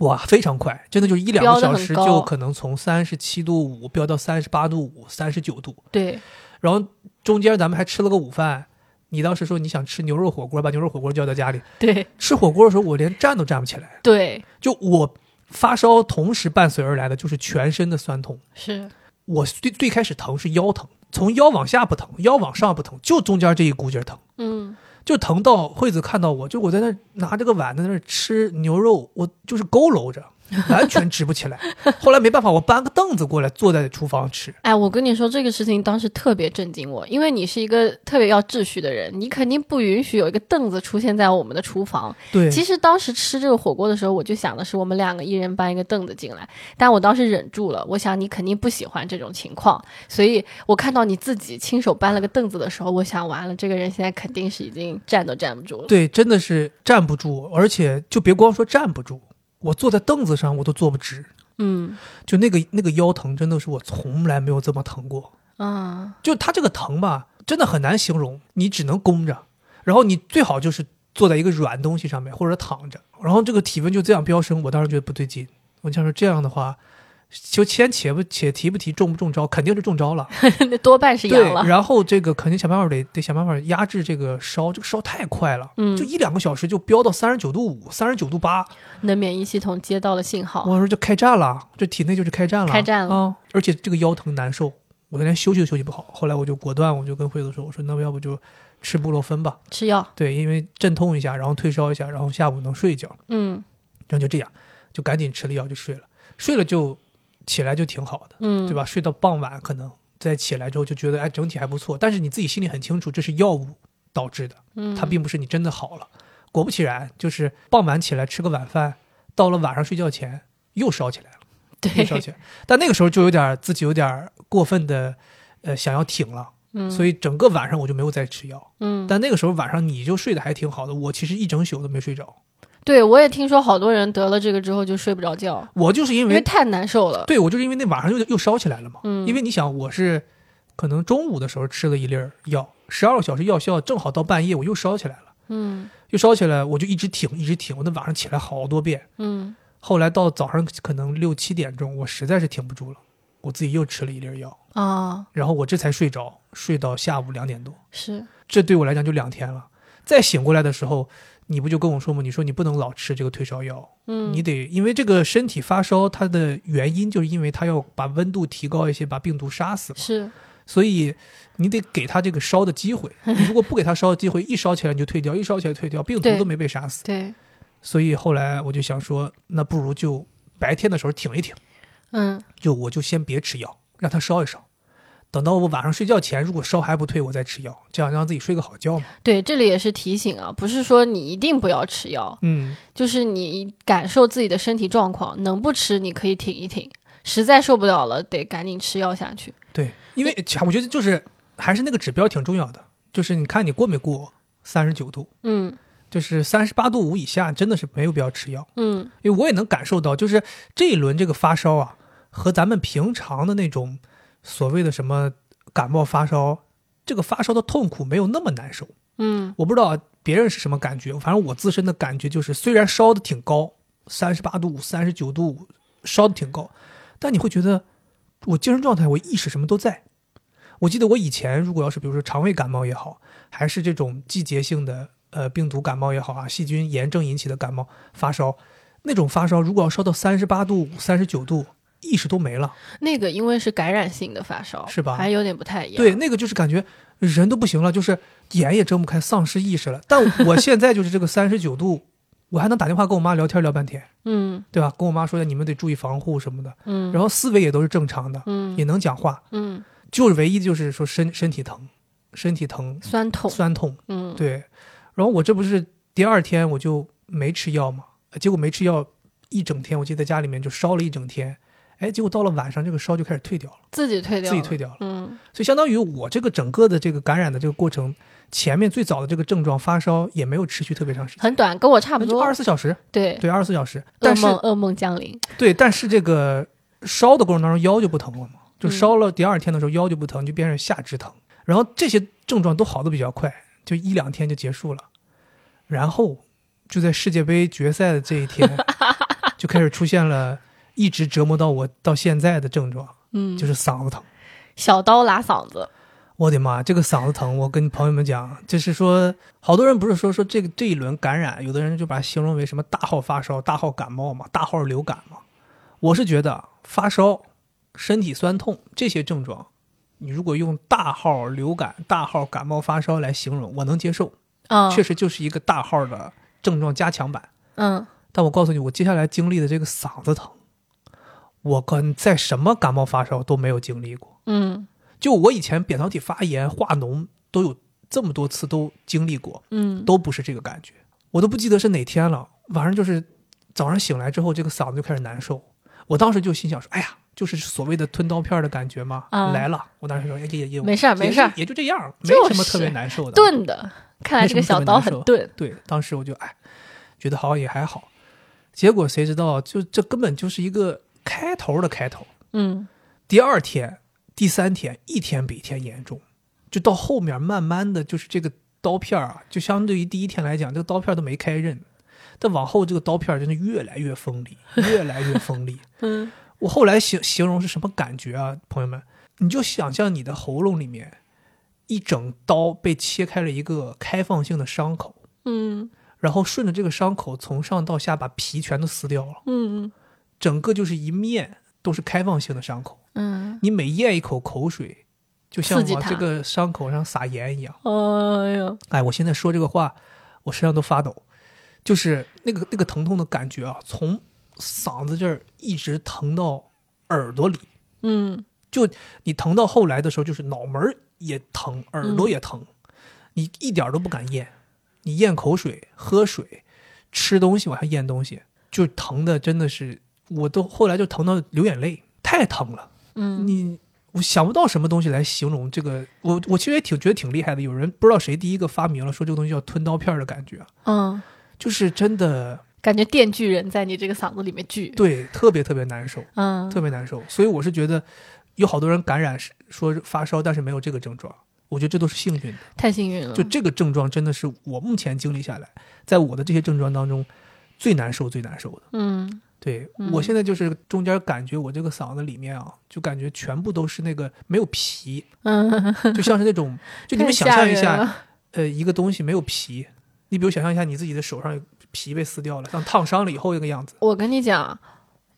Speaker 1: 哇，非常快，真的就是一两
Speaker 2: 飙
Speaker 1: 个
Speaker 2: 得
Speaker 1: 小
Speaker 2: 很
Speaker 1: 时
Speaker 2: 高
Speaker 1: 就可能从三十七度五飙到三十八度五、三十九度，
Speaker 2: 对，
Speaker 1: 然后中间咱们还吃了个午饭。你当时说你想吃牛肉火锅，把牛肉火锅叫到家里。
Speaker 2: 对，
Speaker 1: 吃火锅的时候，我连站都站不起来，
Speaker 2: 对，
Speaker 1: 就我发烧同时伴随而来的就是全身的酸痛。
Speaker 2: 是，
Speaker 1: 我最最开始疼是腰疼，从腰往下不疼，腰往上不疼，就中间这一股劲儿疼，
Speaker 2: 嗯
Speaker 1: 就疼到惠子看到我，就我在那儿拿着个碗在那儿吃牛肉，我就是佝偻着，完全直不起来。后来没办法，我搬个凳子过来坐在厨房吃。
Speaker 2: 哎，我跟你说这个事情当时特别震惊我，因为你是一个特别要秩序的人，你肯定不允许有一个凳子出现在我们的厨房。
Speaker 1: 对，
Speaker 2: 其实当时吃这个火锅的时候，我就想的是我们两个一人搬一个凳子进来，但我当时忍住了，我想你肯定不喜欢这种情况，所以我看到你自己亲手搬了个凳子的时候，我想完了，这个人现在肯定是已经站都站不 住了。
Speaker 1: 对，真的是站不住，而且就别光说站不住，我坐在凳子上我都坐不直，
Speaker 2: 嗯
Speaker 1: 就那个那个腰疼，真的是我从来没有这么疼过。
Speaker 2: 啊
Speaker 1: 就它这个疼吧，真的很难形容，你只能弓着，然后你最好就是坐在一个软东西上面或者躺着，然后这个体温就这样飙升，我当时觉得不对劲，我就想说这样的话，就先且不且提不提中不中招，肯定是中招了，
Speaker 2: 那多半是
Speaker 1: 对
Speaker 2: 阳，了。
Speaker 1: 然后这个肯定想办法得得想办法压制这个烧，这个烧太快了，
Speaker 2: 嗯
Speaker 1: 就一两个小时就飙到三十九度五、三十九度八，
Speaker 2: 你的免疫系统接到了信号，
Speaker 1: 我说就开战了，这体内就是开战了，
Speaker 2: 哦开战了
Speaker 1: 啊、而且这个腰疼难受，我连休息都休息不好。后来我就果断，我就跟惠子说，我说那要不就吃布洛芬吧，
Speaker 2: 吃药。
Speaker 1: 对，因为镇痛一下，然后退烧一下，然后下午能睡一觉，
Speaker 2: 嗯
Speaker 1: 然后就这样，就赶紧吃了药就睡了，睡了就起来就挺好的，
Speaker 2: 嗯，
Speaker 1: 对吧？睡到傍晚可能再起来之后就觉得哎整体还不错，但是你自己心里很清楚这是药物导致的，
Speaker 2: 嗯？
Speaker 1: 它并不是你真的好了。果不其然，就是傍晚起来吃个晚饭，到了晚上睡觉前又烧起来了。
Speaker 2: 对
Speaker 1: 又，烧起 来。但那个时候就有点儿自己有点儿过分的，呃，想要挺了，
Speaker 2: 嗯，
Speaker 1: 所以整个晚上我就没有再吃药。
Speaker 2: 嗯，
Speaker 1: 但那个时候晚上你就睡得还挺好的，我其实一整宿都没睡着。
Speaker 2: 对我也听说好多人得了这个之后就睡不着觉，
Speaker 1: 我就是因
Speaker 2: 因
Speaker 1: 为
Speaker 2: 为太难受了。
Speaker 1: 对我就是因为那晚上又又烧起来了嘛。
Speaker 2: 嗯，
Speaker 1: 因为你想，我是可能中午的时候吃了一粒儿药，十二个小时药效正好到半夜我又烧起来了，
Speaker 2: 嗯
Speaker 1: 又烧起来我就一直挺一直挺，我那晚上起来好多遍。
Speaker 2: 嗯
Speaker 1: 后来到早上可能六七点钟，我实在是挺不住了，我自己又吃了一粒儿药，
Speaker 2: 啊
Speaker 1: 然后我这才睡着，睡到下午两点多。
Speaker 2: 是
Speaker 1: 这对我来讲就两天了。再醒过来的时候，你不就跟我说吗？你说你不能老吃这个退烧药，
Speaker 2: 嗯
Speaker 1: 你得因为这个身体发烧，它的原因就是因为它要把温度提高一些，把病毒杀死嘛，
Speaker 2: 是
Speaker 1: 所以你得给它这个烧的机会。 你如果不给它烧的机会，一烧起来你就退掉，一烧起来退掉，病毒
Speaker 2: 对
Speaker 1: 都没被杀死。
Speaker 2: 对
Speaker 1: 所以后来我就想说，那不如就白天的时候挺一挺，
Speaker 2: 嗯
Speaker 1: 就我就先别吃药，让它烧一烧。等到我晚上睡觉前，如果烧还不退，我再吃药，这样让自己睡个好 觉嘛。
Speaker 2: 对，这里也是提醒啊，不是说你一定不要吃药，
Speaker 1: 嗯，
Speaker 2: 就是你感受自己的身体状况，能不吃你可以挺一挺，实在受不了了得赶紧吃药下去。
Speaker 1: 对，因为其实我觉得就是还是那个指标挺重要的，就是你看你过没过三十九度，
Speaker 2: 嗯
Speaker 1: 就是三十八度五以下，真的是没有必要吃药。
Speaker 2: 嗯
Speaker 1: 因为我也能感受到，就是这一轮这个发烧啊，和咱们平常的那种所谓的什么感冒发烧，这个发烧的痛苦没有那么难受。
Speaker 2: 嗯
Speaker 1: 我不知道别人是什么感觉，反正我自身的感觉就是，虽然烧的挺高，三十八度五、三十九度五，烧的挺高，但你会觉得我精神状态、我意识什么都在。我记得我以前如果要是比如说肠胃感冒也好，还是这种季节性的呃病毒感冒也好啊，细菌炎症引起的感冒发烧，那种发烧如果要烧到三十八度、三十九度，意识都没了。
Speaker 2: 那个因为是感染性的发烧，
Speaker 1: 是吧
Speaker 2: 还有点不太一样。
Speaker 1: 对，，那个就是感觉人都不行了，就是眼也睁不开，丧失意识了。但我现在就是这个三十九度，我还能打电话跟我妈聊天聊半天，
Speaker 2: 嗯
Speaker 1: 对吧？跟我妈说你们得注意防护什么的，
Speaker 2: 嗯，
Speaker 1: 然后思维也都是正常的，
Speaker 2: 嗯
Speaker 1: 也能讲话，
Speaker 2: 嗯，
Speaker 1: 就是唯一就是说身身体疼，身体疼
Speaker 2: 酸痛，
Speaker 1: 酸痛，
Speaker 2: 嗯，
Speaker 1: 对。然后我这不是第二天我就没吃药嘛，呃结果没吃药一整天，我记得在家里面就烧了一整天，哎，结果到了晚上这个烧就开始退掉了，
Speaker 2: 自己退掉，
Speaker 1: 自己退，掉了。
Speaker 2: 嗯
Speaker 1: 所以相当于我这个整个的这个感染的这个过程，前面最早的这个症状发烧也没有持续特别长时间，
Speaker 2: 很短，跟我差
Speaker 1: 差
Speaker 2: 不
Speaker 1: 二
Speaker 2: 多
Speaker 1: 十。四小时，
Speaker 2: 对，
Speaker 1: 对，二十四小时。但
Speaker 2: 噩
Speaker 1: 是
Speaker 2: 梦噩梦降临，
Speaker 1: 对，但是这个烧的过程当中腰就不疼了嘛，就
Speaker 2: 嗯
Speaker 1: 烧了第二天的时候腰就不疼，就变成下肢疼。然后这些症状都好的比较快，就一两天就结束了。然后就在世界杯决赛的这一 天，就开始出现了一直折磨到我到现在的症状，
Speaker 2: 嗯，
Speaker 1: 就是嗓子疼。
Speaker 2: 小刀拉嗓子，
Speaker 1: 我的妈，这个嗓子疼！我跟朋友们讲，就是说，好多人不是说说这个这一轮感染，有的人就把它形容为什么大号发烧、大号感冒嘛、大号流感嘛。我是觉得发烧、身体酸痛这些症状，你如果用大号流感、大号感冒发烧来形容，我能接受，
Speaker 2: 嗯，
Speaker 1: 确实就是一个大号的症状加强版。
Speaker 2: 嗯，
Speaker 1: 但我告诉你，我接下来经历的这个嗓子疼，我跟在什么感冒发烧都没有经历过。
Speaker 2: 嗯
Speaker 1: 就我以前扁桃体发炎、化脓都有这么多次都经历过，
Speaker 2: 嗯
Speaker 1: 都不是这个感觉，我都不记得是哪天了。晚上就是早上醒来之后，这个嗓子就开始难受。我当时就心想说：“哎呀，就是所谓的吞刀片的感觉嘛，
Speaker 2: 啊
Speaker 1: 来了。”我当时说：“哎也也
Speaker 2: 没事儿没事儿
Speaker 1: 也就也就这样，没
Speaker 2: 就是
Speaker 1: 什么特别难受的。
Speaker 2: 钝的，看来这个小刀很钝，
Speaker 1: 对，当时我就哎，觉得好像也还好。结果谁知道，就这根本就是一个开头的开头。
Speaker 2: 嗯
Speaker 1: 第二天、第三天，一天比一天严重，就到后面慢慢的就是这个刀片儿啊，就相对于第一天来讲，这个刀片儿都没开刃，但往后这个刀片儿真的越来越锋利，越来越锋利。
Speaker 2: 嗯
Speaker 1: 我后来形形容是什么感觉啊，朋友们，你就想象你的喉咙里面一整刀被切开了一个开放性的伤口，
Speaker 2: 嗯
Speaker 1: 然后顺着这个伤口从上到下把皮全都撕掉了，
Speaker 2: 嗯
Speaker 1: 整个就是一面都是开放性的伤口。
Speaker 2: 嗯，
Speaker 1: 你每咽一口口水，就像
Speaker 2: 刺激
Speaker 1: 往
Speaker 2: 它
Speaker 1: 这个伤口上撒盐一样。
Speaker 2: 哎呦，
Speaker 1: 哎，我现在说这个话，我身上都发抖，就是那个那个疼痛的感觉啊，从嗓子这儿一直疼到耳朵里。
Speaker 2: 嗯
Speaker 1: 就你疼到后来的时候，就是脑门儿也疼，耳
Speaker 2: 嗯
Speaker 1: 朵也疼，你一点儿都不敢咽，你咽口水、喝水、吃东西往下咽东西，就疼的真的是，我都后来就疼到流眼泪，太疼了。
Speaker 2: 嗯
Speaker 1: 你我想不到什么东西来形容这个，我我其实也挺觉得挺厉害的。有人不知道谁第一个发明了，说这个东西叫吞刀片儿的感觉，啊
Speaker 2: 嗯，
Speaker 1: 就是真的
Speaker 2: 感觉电锯人在你这个嗓子里面锯，
Speaker 1: 对特别特别难受，
Speaker 2: 嗯
Speaker 1: 特别难受。所以我是觉得有好多人感染是说是发烧，但是没有这个症状。我觉得这都是幸运的，
Speaker 2: 太幸运了，
Speaker 1: 就这个症状真的是我目前经历下来，在我的这些症状当中最难受、最难受的。
Speaker 2: 嗯
Speaker 1: 对、
Speaker 2: 嗯
Speaker 1: 我现在就是中间感觉我这个嗓子里面啊，就感觉全部都是那个没有皮，
Speaker 2: 嗯，
Speaker 1: 就像是那种，就你们
Speaker 2: 太
Speaker 1: 想
Speaker 2: 吓
Speaker 1: 象一
Speaker 2: 人
Speaker 1: 下，
Speaker 2: 了，
Speaker 1: 呃，一个东西没有皮，你比如想象一下你自己的手上皮被撕掉了，像烫伤了以后那个样子。
Speaker 2: 我跟你讲。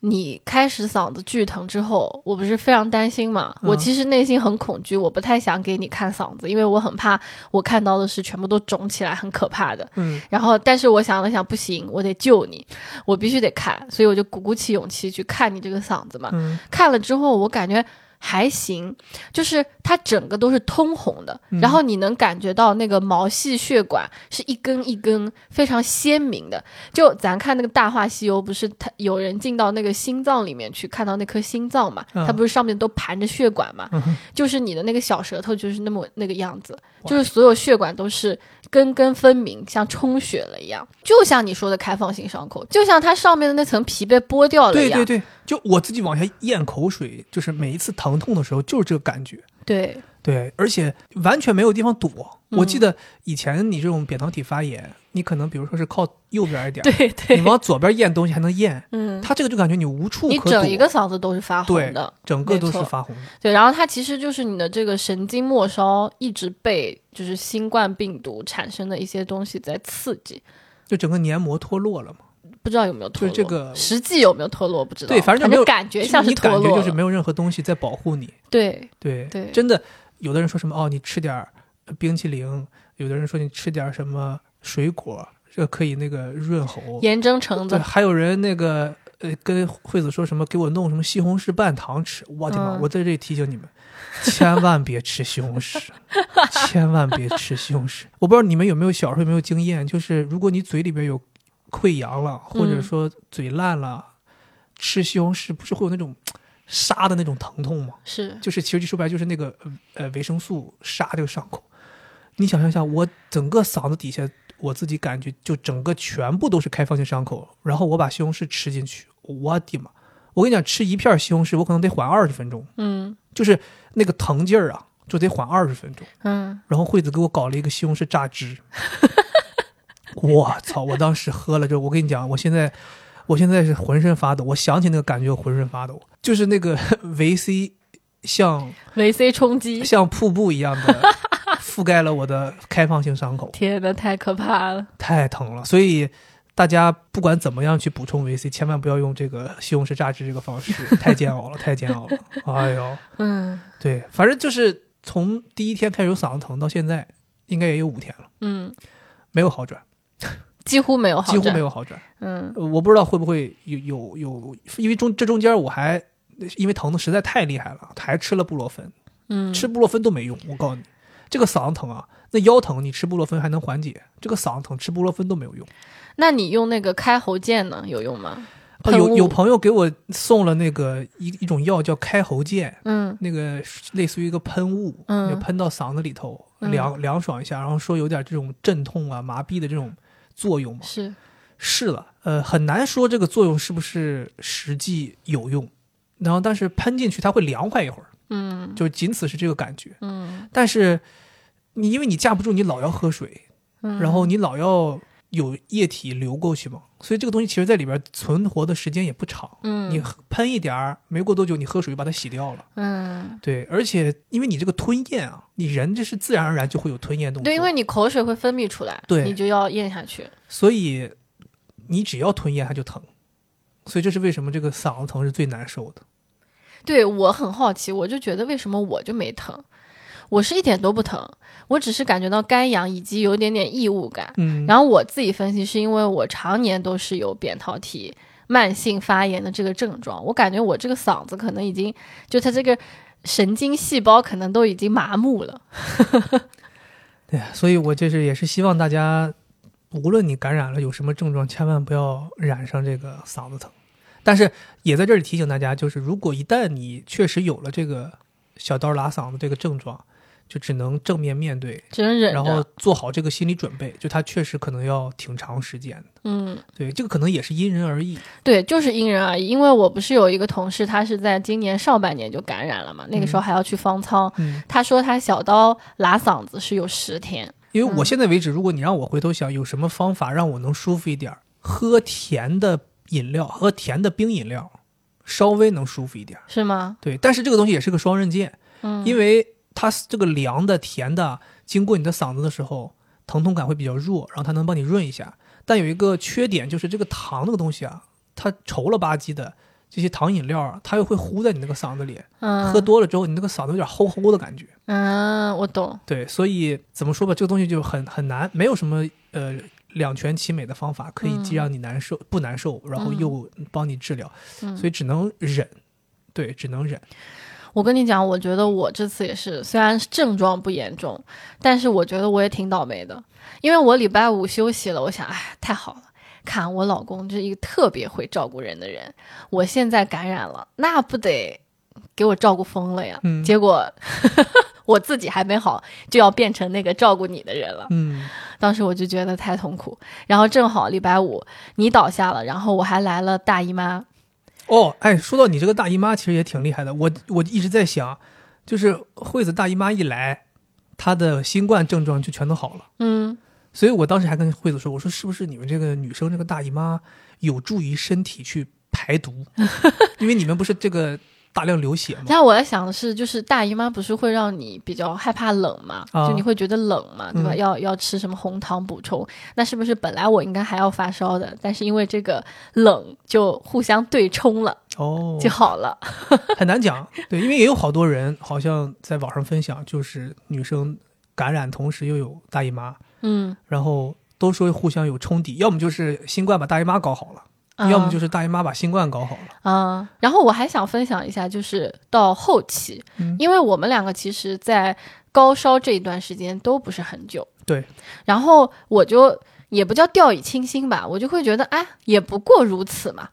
Speaker 2: 你开始嗓子剧疼之后，我不是非常担心嘛？
Speaker 1: 嗯
Speaker 2: 我其实内心很恐惧，我不太想给你看嗓子，因为我很怕我看到的是全部都肿起来，很可怕的。
Speaker 1: 嗯，
Speaker 2: 然后，但是我想了想，不行，我得救你，我必须得看，所以我就鼓鼓起勇气去看你这个嗓子嘛。
Speaker 1: 嗯
Speaker 2: 看了之后，我感觉还行，就是它整个都是通红的，
Speaker 1: 嗯
Speaker 2: 然后你能感觉到那个毛细血管是一根一根非常鲜明的。就咱看那个《大话西游》，不是它有人进到那个心脏里面去，看到那颗心脏嘛，
Speaker 1: 嗯
Speaker 2: 它不是上面都盘着血管嘛，
Speaker 1: 嗯哼
Speaker 2: 就是你的那个小舌头就是那么那个样子，
Speaker 1: 哇
Speaker 2: 就是所有血管都是根根分明，像充血了一样，就像你说的开放性伤口，就像它上面的那层皮被剥掉了
Speaker 1: 对
Speaker 2: 一样
Speaker 1: 对。对，就我自己往下咽口水，就是每一次疼痛的时候就是这个感觉。
Speaker 2: 对
Speaker 1: 对，而且完全没有地方躲。
Speaker 2: 嗯
Speaker 1: 我记得以前你这种扁桃体发炎，你可能比如说是靠右边一点儿，
Speaker 2: 对对
Speaker 1: 你，往左边咽东西还能咽，
Speaker 2: 嗯，
Speaker 1: 它这个就感觉你无处
Speaker 2: 你
Speaker 1: 可
Speaker 2: 整一
Speaker 1: 躲，
Speaker 2: 个嗓子都是发
Speaker 1: 对
Speaker 2: 红的，
Speaker 1: 整个
Speaker 2: 没
Speaker 1: 都是
Speaker 2: 错
Speaker 1: 发红的。
Speaker 2: 对，然后它其实就是你的这个神经末梢一直被就是新冠病毒产生的一些东西在刺激，
Speaker 1: 就整个黏膜脱落了嘛。
Speaker 2: 不知道有没有脱
Speaker 1: 就是
Speaker 2: 落，
Speaker 1: 这个
Speaker 2: 实际有没有脱落不知道，
Speaker 1: 对反正就没有
Speaker 2: 感觉像
Speaker 1: 你
Speaker 2: 脱
Speaker 1: 感
Speaker 2: 落
Speaker 1: 觉
Speaker 2: 了，
Speaker 1: 就是没有任何东西在保护你。
Speaker 2: 对
Speaker 1: 对
Speaker 2: 对
Speaker 1: 真的，有的人说什么哦，你吃点儿冰淇淋，有的人说你吃点儿什么水果，这可以那个润喉。
Speaker 2: 盐蒸橙
Speaker 1: 对，啊
Speaker 2: 子，
Speaker 1: 还有人那个呃跟惠子说什么给我弄什么西红柿拌糖吃，我的妈！
Speaker 2: 嗯
Speaker 1: 我在这里提醒你们，千万别吃西红 柿，千万别吃西红柿。我不知道你们有没有小时候有没有经验，就是如果你嘴里边有溃疡了，或者
Speaker 2: 嗯
Speaker 1: 说嘴烂了，吃西红柿不是会有那种杀的那种疼痛吗？
Speaker 2: 是
Speaker 1: 就是其实说白了就是那个呃呃维生素杀这个伤口。你想象一下，我整个嗓子底下，我自己感觉就整个全部都是开放性伤口，然后我把西红柿吃进去，我的妈！我跟你讲，吃一片西红柿，我可能得缓二十分钟，
Speaker 2: 嗯
Speaker 1: 就是那个疼劲儿啊，就得缓二十分钟。
Speaker 2: 嗯，
Speaker 1: 然后惠子给我搞了一个西红柿榨汁，我操！我当时喝了之后，我跟你讲，我现在我现在是浑身发抖，我想起那个感觉，我浑身发抖，就是那个 维 C 像
Speaker 2: 维 C 冲击，
Speaker 1: 像瀑布一样 的覆盖了我的开放性伤口，
Speaker 2: 天呐，太可怕了，
Speaker 1: 太疼了。所以大家不管怎么样去补充维 C，千万不要用这个西红柿榨汁这个方式， 太煎熬了，太煎熬了。哎呦，
Speaker 2: 嗯
Speaker 1: 对，反正就是从第一天开始有嗓子疼到现在，应该也有五天了，
Speaker 2: 嗯，
Speaker 1: 没有好转，
Speaker 2: 几乎没有好
Speaker 1: 几乎
Speaker 2: 转
Speaker 1: 没，有好转。
Speaker 2: 嗯
Speaker 1: 呃我不知道会不会有有有，因为中这中间我还因为疼的实在太厉害了，还吃了布洛芬。
Speaker 2: 嗯，
Speaker 1: 吃布洛芬都没用。我告诉你，这个嗓子疼啊，那腰疼你吃布洛芬还能缓解，这个嗓子疼吃布洛芬都没有用。
Speaker 2: 那你用那个开喉键呢，有用吗？
Speaker 1: 啊、
Speaker 2: 喷
Speaker 1: 有
Speaker 2: 雾
Speaker 1: 有朋友给我送了那个一一种药叫开喉健，
Speaker 2: 嗯
Speaker 1: 那个类似于一个喷雾，
Speaker 2: 嗯
Speaker 1: 就喷到嗓子里头
Speaker 2: 嗯
Speaker 1: 凉凉爽一下，然后说有点这种镇痛啊、麻痹的这种作用嘛。
Speaker 2: 是，
Speaker 1: 试了，呃，很难说这个作用是不是实际有用。然后，但是喷进去它会凉快一会儿，
Speaker 2: 嗯
Speaker 1: 就仅此是这个感觉。
Speaker 2: 嗯
Speaker 1: 但是你因为你架不住你老要喝水，
Speaker 2: 嗯，
Speaker 1: 然后你老要有液体流过去嘛，所以这个东西其实在里边存活的时间也不长。
Speaker 2: 嗯
Speaker 1: 你喝喷一点儿，没过多久你喝水就把它洗掉了。
Speaker 2: 嗯。
Speaker 1: 对，而且因为你这个吞咽啊，你人这是自然而然就会有吞咽动作，
Speaker 2: 对，因为你口水会分泌出来，
Speaker 1: 对
Speaker 2: 你就要咽下去。
Speaker 1: 所以你只要吞咽它就疼，所以这是为什么这个嗓子疼是最难受的。
Speaker 2: 对我很好奇，我就觉得为什么我就没疼？我是一点都不疼，我只是感觉到干痒以及有一点点异物感。
Speaker 1: 嗯，
Speaker 2: 然后我自己分析，是因为我常年都是有扁桃体慢性发炎的这个症状，我感觉我这个嗓子可能已经就它这个神经细胞可能都已经麻木了。
Speaker 1: 对，啊所以我就是也是希望大家，无论你感染了有什么症状，千万不要染上这个嗓子疼。但是也在这里提醒大家，就是如果一旦你确实有了这个小刀拉嗓子这个症状，就只能正面面对，
Speaker 2: 只能忍
Speaker 1: 然
Speaker 2: 着。
Speaker 1: 后做好这个心理准备，就它确实可能要挺长时间的。
Speaker 2: 嗯，
Speaker 1: 对，这个可能也是因人而异。
Speaker 2: 对，就是因人而异。因为我不是有一个同事，他是在今年上半年就感染了嘛，那个时候还要去方舱，
Speaker 1: 嗯，
Speaker 2: 他说他小刀拉嗓子是有十天，
Speaker 1: 因为我现在为止，如果你让我回头想有什么方法让我能舒服一点儿，喝甜的饮料，喝甜的冰饮料，稍微能舒服一点儿。
Speaker 2: 是吗？
Speaker 1: 对，但是这个东西也是个双刃剑，
Speaker 2: 嗯，
Speaker 1: 因为它是这个凉的、甜的经过你的嗓子的时候，疼痛感会比较弱，然后它能帮你润一下。但有一个缺点就是这个糖那个东西啊，它稠了吧唧的这些糖饮料啊，它又会糊在你那个嗓子里，
Speaker 2: 嗯
Speaker 1: 喝多了之后，你那个嗓子有点齁齁的感觉。
Speaker 2: 嗯，我懂。
Speaker 1: 对，所以怎么说吧，这个东西就很很难，没有什么呃两全其美的方法可以既
Speaker 2: 嗯
Speaker 1: 让你难受、不难受，然后
Speaker 2: 嗯
Speaker 1: 又帮你治疗，
Speaker 2: 嗯
Speaker 1: 所以只能忍。对，只能忍。
Speaker 2: 我跟你讲，我觉得我这次也是，虽然症状不严重，但是我觉得我也挺倒霉的，因为我礼拜五休息了，我想，哎，太好了。看我老公这一个特别会照顾人的人，我现在感染了，那不得给我照顾疯了呀？
Speaker 1: 嗯
Speaker 2: 结果 我自己还没好，就要变成那个照顾你的人了。
Speaker 1: 嗯
Speaker 2: 当时我就觉得太痛苦。然后正好礼拜五你倒下了，然后我还来了大姨妈。
Speaker 1: 哦，哎，说到你这个大姨妈，其实也挺厉害的。我我一直在想，就是惠子大姨妈一来，她的新冠症状就全都好了。
Speaker 2: 嗯，
Speaker 1: 所以我当时还跟惠子说，我说是不是你们这个女生这个大姨妈有助于身体去排毒？ 因为你们不是这个大量流血吗？
Speaker 2: 但我在想的是，就是大姨妈不是会让你比较害怕冷嘛？
Speaker 1: 啊
Speaker 2: 就你会觉得冷嘛，对吧？
Speaker 1: 嗯
Speaker 2: 要要吃什么红糖补充？那是不是本来我应该还要发烧的，但是因为这个冷就互相对冲了，
Speaker 1: 哦，
Speaker 2: 就好了。
Speaker 1: 很难讲。对，因为也有好多人好像在网上分享，就是女生感染同时又有大姨妈，
Speaker 2: 嗯，
Speaker 1: 然后都说互相有冲抵，要么就是新冠把大姨妈搞好了，要么就是是大姨妈把新冠搞好了。
Speaker 2: 啊、然后我还想分享一下，就是到后期，
Speaker 1: 嗯
Speaker 2: 因为我们两个其实，在高烧这一段时间都不是很久。
Speaker 1: 对。
Speaker 2: 然后我就也不叫掉以轻心吧，我就会觉得，哎，也不过如此嘛。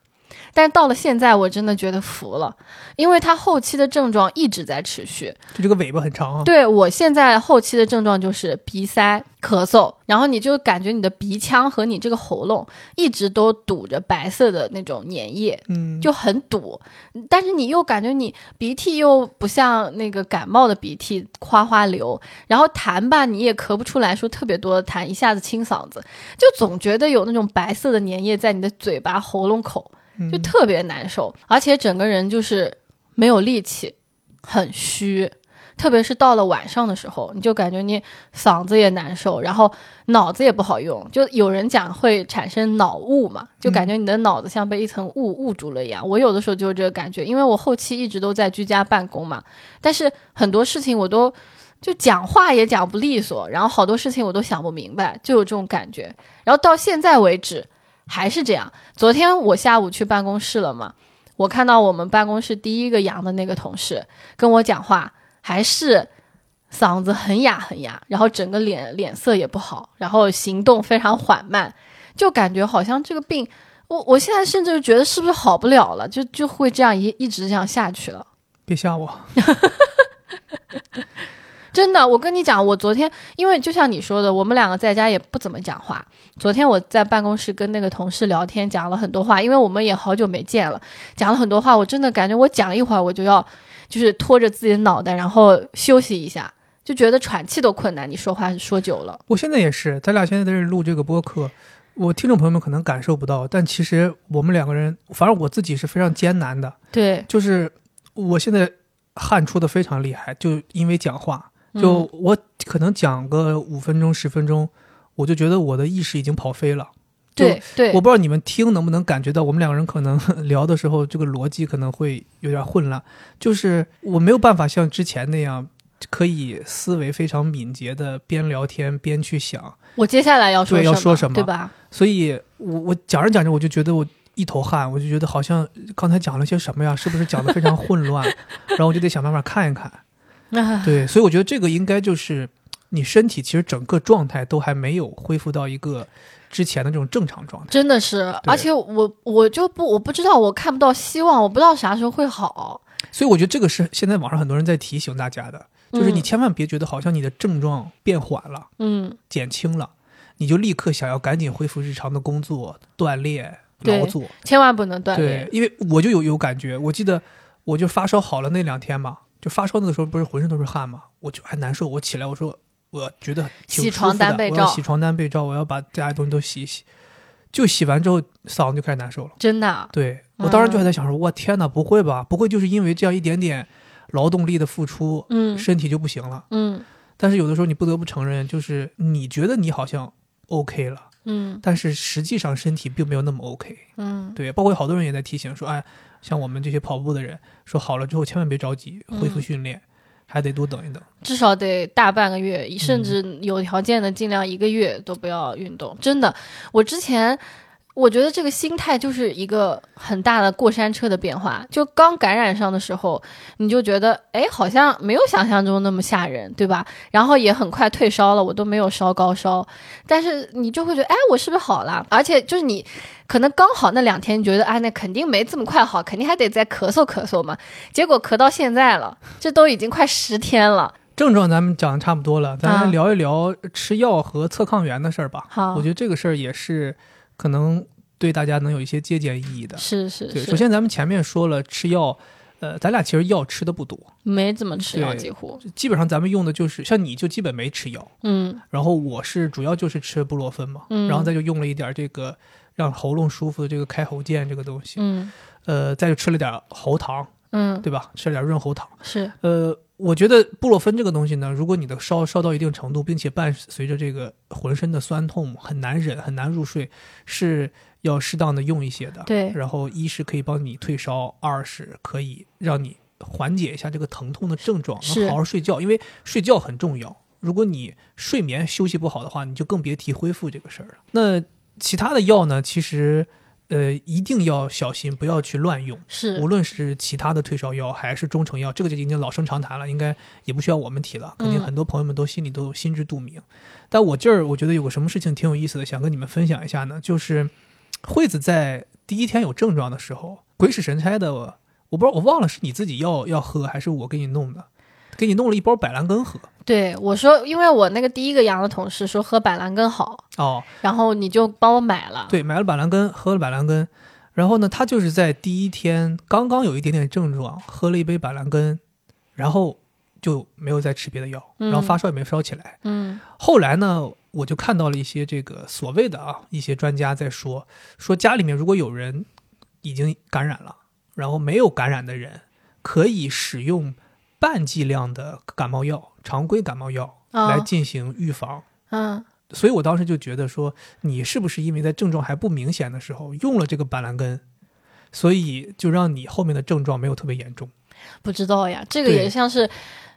Speaker 2: 但是到了现在，我真的觉得服了，因为他后期的症状一直在持续。
Speaker 1: 就这个尾巴很长啊。
Speaker 2: 对我现在后期的症状就是鼻塞、咳嗽，然后你就感觉你的鼻腔和你这个喉咙一直都堵着白色的那种粘液，
Speaker 1: 嗯，
Speaker 2: 就很堵，但是你又感觉你鼻涕又不像那个感冒的鼻涕哗哗流，然后痰吧你也咳不出来说特别多的痰，一下子清嗓子，就总觉得有那种白色的粘液在你的嘴巴、喉咙口，就
Speaker 1: 嗯
Speaker 2: 特别难受，而且整个人就是没有力气，很虚。特别是到了晚上的时候，你就感觉你嗓子也难受，然后脑子也不好用。就有人讲会产生脑雾嘛，就感觉你的脑子像被一层雾雾住了一样。我有的时候就有这个感觉，因为我后期一直都在居家办公嘛，但是很多事情我都就讲话也讲不利索，然后好多事情我都想不明白，就有这种感觉。然后到现在为止还是这样。昨天我下午去办公室了嘛，我看到我们办公室第一个阳的那个同事跟我讲话，还是嗓子很哑很哑，然后整个脸脸色也不好，然后行动非常缓慢，就感觉好像这个病，我我现在甚至觉得是不是好不了了，就就会这样一一直这样下去了。
Speaker 1: 别吓我。
Speaker 2: 真的，我跟你讲，我昨天因为就像你说的，我们两个在家也不怎么讲话。昨天我在办公室跟那个同事聊天，讲了很多话，因为我们也好久没见了，讲了很多话。我真的感觉我讲一会儿我就要，就是拖着自己的脑袋，然后休息一下，就觉得喘气都困难。你说话说久了，
Speaker 1: 我现在也是，咱俩现在在这录这个播客，我听众朋友们可能感受不到，但其实我们两个人，反正我自己是非常艰难的，
Speaker 2: 对，
Speaker 1: 就是我现在汗出的非常厉害，就因为讲话，
Speaker 2: 嗯
Speaker 1: 就我可能讲个五分钟十分钟，我就觉得我的意识已经跑飞了。
Speaker 2: 对对，
Speaker 1: 我不知道你们听能不能感觉到，我们两个人可能 聊的时候，这个逻辑可能会有点混乱，就是我没有办法像之前那样。可以思维非常敏捷的边聊天边去想，
Speaker 2: 我接下来要说
Speaker 1: 对
Speaker 2: 什
Speaker 1: 要
Speaker 2: 么，
Speaker 1: 说什么
Speaker 2: 对吧？
Speaker 1: 所以我我讲着讲着，我就觉得我一头汗，我就觉得好像刚才讲了些什么呀？是不是讲的非常混乱？然后我就得想办法看一看。
Speaker 2: 啊，
Speaker 1: 对，所以我觉得这个应该就是你身体其实整个状态都还没有恢复到一个之前的这种正常状态。
Speaker 2: 真的是，而且我我就不我不知道，我看不到希望，我不知道啥时候会好。
Speaker 1: 所以我觉得这个是现在网上很多人在提醒大家的，就是你
Speaker 2: 嗯
Speaker 1: 千万别觉得好像你的症状变缓了、
Speaker 2: 嗯
Speaker 1: 减轻了，你就立刻想要赶紧恢复日常的工作、锻炼、
Speaker 2: 对
Speaker 1: 劳作。
Speaker 2: 千万不能锻
Speaker 1: 对。，
Speaker 2: 炼
Speaker 1: 因为我就有有感觉，我记得我就发烧好了那两天嘛，就发烧的时候不是浑身都是汗嘛，我就还难受，我起来我说我觉得挺
Speaker 2: 洗
Speaker 1: 舒
Speaker 2: 床
Speaker 1: 服
Speaker 2: 单
Speaker 1: 的
Speaker 2: 被
Speaker 1: 我要
Speaker 2: 罩
Speaker 1: 洗床单被罩，我要把家里东西都洗一洗，就洗完之后嗓子就开始难受了。
Speaker 2: 真的啊，
Speaker 1: 对我当时就还
Speaker 2: 嗯
Speaker 1: 在想说，我天哪，不会吧？不会就是因为这样一点点劳动力的付出，
Speaker 2: 嗯
Speaker 1: 身体就不行了？
Speaker 2: 嗯
Speaker 1: 但是有的时候你不得不承认，就是你觉得你好像 OK 了，
Speaker 2: 嗯
Speaker 1: 但是实际上身体并没有那么 OK。
Speaker 2: 嗯，
Speaker 1: 对，包括有好多人也在提醒说，哎，像我们这些跑步的人，说好了之后千万别着急恢复
Speaker 2: 嗯
Speaker 1: 训练，还得多等一等。
Speaker 2: 至少得大半个月，甚至有条件的尽量一个月都不要运动。真的，我之前。我觉得这个心态就是一个很大的过山车的变化。就刚感染上的时候，你就觉得，哎，好像没有想象中那么吓人，对吧？然后也很快退烧了，我都没有烧高烧，但是你就会觉得，哎，我是不是好了？而且就是你，可能刚好那两天你觉得，哎，那肯定没这么快好，肯定还得再咳嗽咳嗽嘛。结果咳到现在了，这都已经快十天了。
Speaker 1: 症状咱们讲的差不多了，咱
Speaker 2: 啊
Speaker 1: 们聊一聊吃药和测抗原的事儿吧。
Speaker 2: 好
Speaker 1: 我觉得这个事儿也是可能对大家能有一些借鉴意义的。
Speaker 2: 是是
Speaker 1: 对，
Speaker 2: 是，
Speaker 1: 首先咱们前面说了吃药，呃，咱俩其实药吃的不多，
Speaker 2: 没怎么吃药，
Speaker 1: 对
Speaker 2: 几乎，
Speaker 1: 基本上咱们用的就是像你就基本没吃药，
Speaker 2: 嗯
Speaker 1: 然后我是主要就是吃布洛芬嘛，
Speaker 2: 嗯
Speaker 1: 然后再就用了一点儿这个让喉咙舒服的这个开喉剑这个东西，
Speaker 2: 嗯
Speaker 1: 呃，再就吃了点儿喉糖，
Speaker 2: 嗯，
Speaker 1: 对吧？吃了点儿润喉糖。
Speaker 2: 是，
Speaker 1: 呃，我觉得布洛芬这个东西呢，如果你的烧烧到一定程度，并且伴随着这个浑身的酸痛，很难忍，很难入睡，是要适当的用一些的。
Speaker 2: 对
Speaker 1: 然后一是可以帮你退烧，二是可以让你缓解一下这个疼痛的症状，
Speaker 2: 是
Speaker 1: 能好好睡觉，因为睡觉很重要。如果你睡眠休息不好的话，你就更别提恢复这个事儿了。那其他的药呢，其实呃一定要小心，不要去乱用。
Speaker 2: 是
Speaker 1: 无，论是其他的退烧药还是中成药，这个就已经老生常谈了，应该也不需要我们提了，肯定
Speaker 2: 嗯
Speaker 1: 很多朋友们都心里都心知肚明。但我这儿我觉得有个什么事情挺有意思的，想跟你们分享一下呢，就是惠子在第一天有症状的时候，鬼使神差的，我我不知道我忘了是你自己要要喝还是我给你弄的，给你弄了一包百兰根喝
Speaker 2: 对我说，因为我那个第一个阳的同事说喝板蓝根好，
Speaker 1: 哦，
Speaker 2: 然后你就帮我买了，
Speaker 1: 对，买了板蓝根，喝了板蓝根，然后呢，他就是在第一天刚刚有一点点症状，喝了一杯板蓝根，然后就没有再吃别的药，然后
Speaker 2: 嗯
Speaker 1: 发烧也没烧起来。
Speaker 2: 嗯
Speaker 1: 后来呢，我就看到了一些这个所谓的啊，一些专家在说，说家里面如果有人已经感染了，然后没有感染的人，可以使用半剂量的感冒药，常规感冒药来
Speaker 2: 啊
Speaker 1: 进行预防。
Speaker 2: 嗯
Speaker 1: 所以我当时就觉得说，你是不是因为在症状还不明显的时候用了这个板蓝根，所以就让你后面的症状没有特别严重？
Speaker 2: 不知道呀，这个
Speaker 1: 对
Speaker 2: 也像是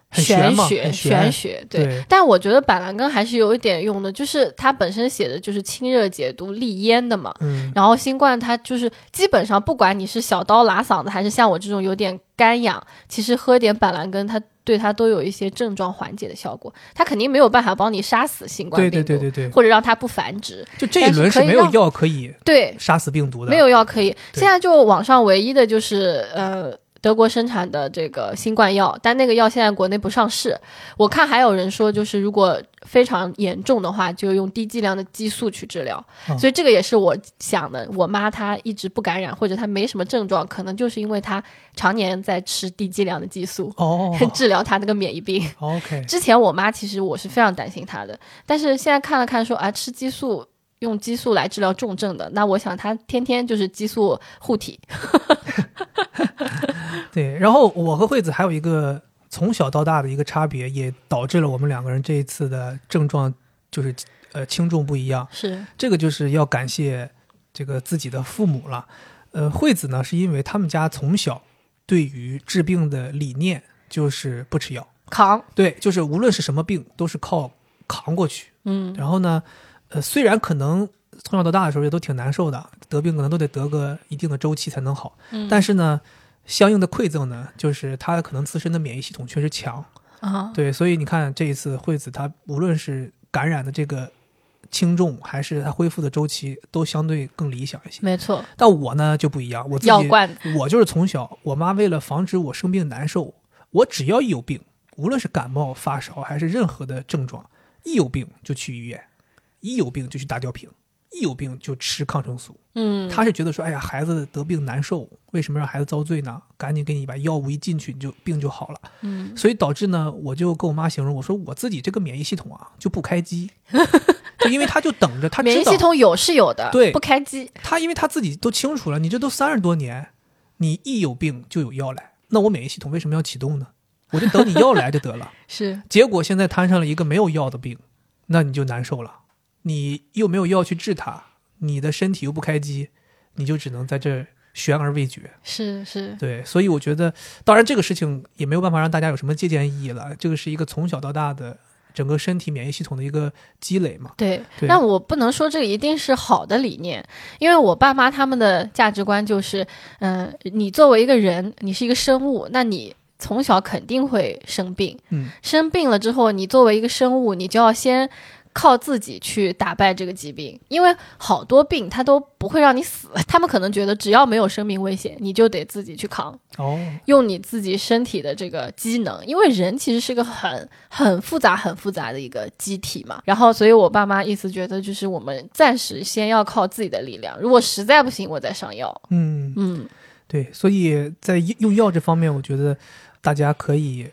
Speaker 1: 很玄嘛
Speaker 2: 学
Speaker 1: 很玄
Speaker 2: 玄学，对。但我觉得板蓝根还是有一点用的，就是它本身写的就是清热解毒、利咽的嘛。
Speaker 1: 嗯，
Speaker 2: 然后新冠它就是基本上不管你是小刀拉嗓子，还是像我这种有点干痒，其实喝点板蓝根，它对它都有一些症状缓解的效果。它肯定没有办法帮你杀死新冠
Speaker 1: 对
Speaker 2: 病毒，
Speaker 1: 对对对对，
Speaker 2: 或者让它不繁殖。
Speaker 1: 就这一轮是没有药可以
Speaker 2: 对，
Speaker 1: 杀死病毒的，
Speaker 2: 没有药可以。
Speaker 1: 对
Speaker 2: 现在就网上唯一的就是呃。德国生产的这个新冠药，但那个药现在国内不上市。我看还有人说，就是如果非常严重的话，就用低剂量的激素去治疗。
Speaker 1: 嗯
Speaker 2: 所以这个也是我想的。我妈她一直不感染，或者她没什么症状，可能就是因为她常年在吃低剂量的激素，
Speaker 1: 哦
Speaker 2: 治疗她那个免疫病。
Speaker 1: ，OK，
Speaker 2: 之前我妈其实我是非常担心她的，但是现在看了看说啊，吃激素用激素来治疗重症的，那我想她天天就是激素护体。
Speaker 1: 对。然后我和惠子还有一个从小到大的一个差别，也导致了我们两个人这一次的症状就是呃轻重不一样。
Speaker 2: 是，
Speaker 1: 这个就是要感谢这个自己的父母了。呃，惠子呢，是因为他们家从小对于治病的理念就是不吃药，
Speaker 2: 扛，
Speaker 1: 对，就是无论是什么病都是靠扛过去。
Speaker 2: 嗯
Speaker 1: 然后呢，呃，虽然可能从小到大的时候也都挺难受的，得病可能都得得个一定的周期才能好，
Speaker 2: 嗯
Speaker 1: 但是呢。相应的馈赠呢，就是他可能自身的免疫系统确实强，
Speaker 2: 啊，
Speaker 1: 对，所以你看这一次惠子她无论是感染的这个轻重，还是她恢复的周期，都相对更理想一些。
Speaker 2: 没错，
Speaker 1: 但我呢就不一样，我自
Speaker 2: 药
Speaker 1: 己
Speaker 2: 罐，
Speaker 1: 我就是从小，我妈为了防止我生病难受，我只要一有病，无论是感冒、发烧还是任何的症状，一有病就去医院，一有病就去打吊瓶，一有病就吃抗生素。
Speaker 2: 嗯，
Speaker 1: 他是觉得说，哎呀，孩子得病难受，为什么让孩子遭罪呢？赶紧给你把药物一进去，你就病就好了。
Speaker 2: 嗯，
Speaker 1: 所以导致呢，我就跟我妈形容，我说我自己这个免疫系统啊就不开 机，就因为他就等着，他
Speaker 2: 免
Speaker 1: 知
Speaker 2: 疫系
Speaker 1: 道
Speaker 2: 统有是有的，
Speaker 1: 对
Speaker 2: 不开机，
Speaker 1: 他因为他自己都清楚了，你这都三十多年，你一有病就有药来，那我免疫系统为什么要启动呢？我就等你药来就得 了。
Speaker 2: 是
Speaker 1: 结果现在摊上了一个没有药的病，那你就难受了。你又没有药去治它，你的身体又不开机，你就只能在这儿悬而未决。
Speaker 2: 是是，
Speaker 1: 对，所以我觉得，当然这个事情也没有办法让大家有什么借鉴意义了，这个是一个从小到大的整个身体免疫系统的一个积累嘛。
Speaker 2: 对，
Speaker 1: 对，
Speaker 2: 那我不能说这一定是好的理念，因为我爸妈他们的价值观就是，嗯、你作为一个人，你是一个生物，那你从小肯定会生病，
Speaker 1: 嗯，
Speaker 2: 生病了之后，你作为一个生物，你就要先。靠自己去打败这个疾病，因为好多病它都不会让你死，他们可能觉得只要没有生命危险，你就得自己去扛。
Speaker 1: 哦，
Speaker 2: 用你自己身体的这个机能，因为人其实是个很很复杂、很复杂的一个机体嘛。然后，所以我爸妈意思觉得，就是我们暂时先要靠自己的力量，如果实在不行，我再上药。
Speaker 1: 嗯，
Speaker 2: 嗯，
Speaker 1: 对，所以在用用药这方面，我觉得大家可以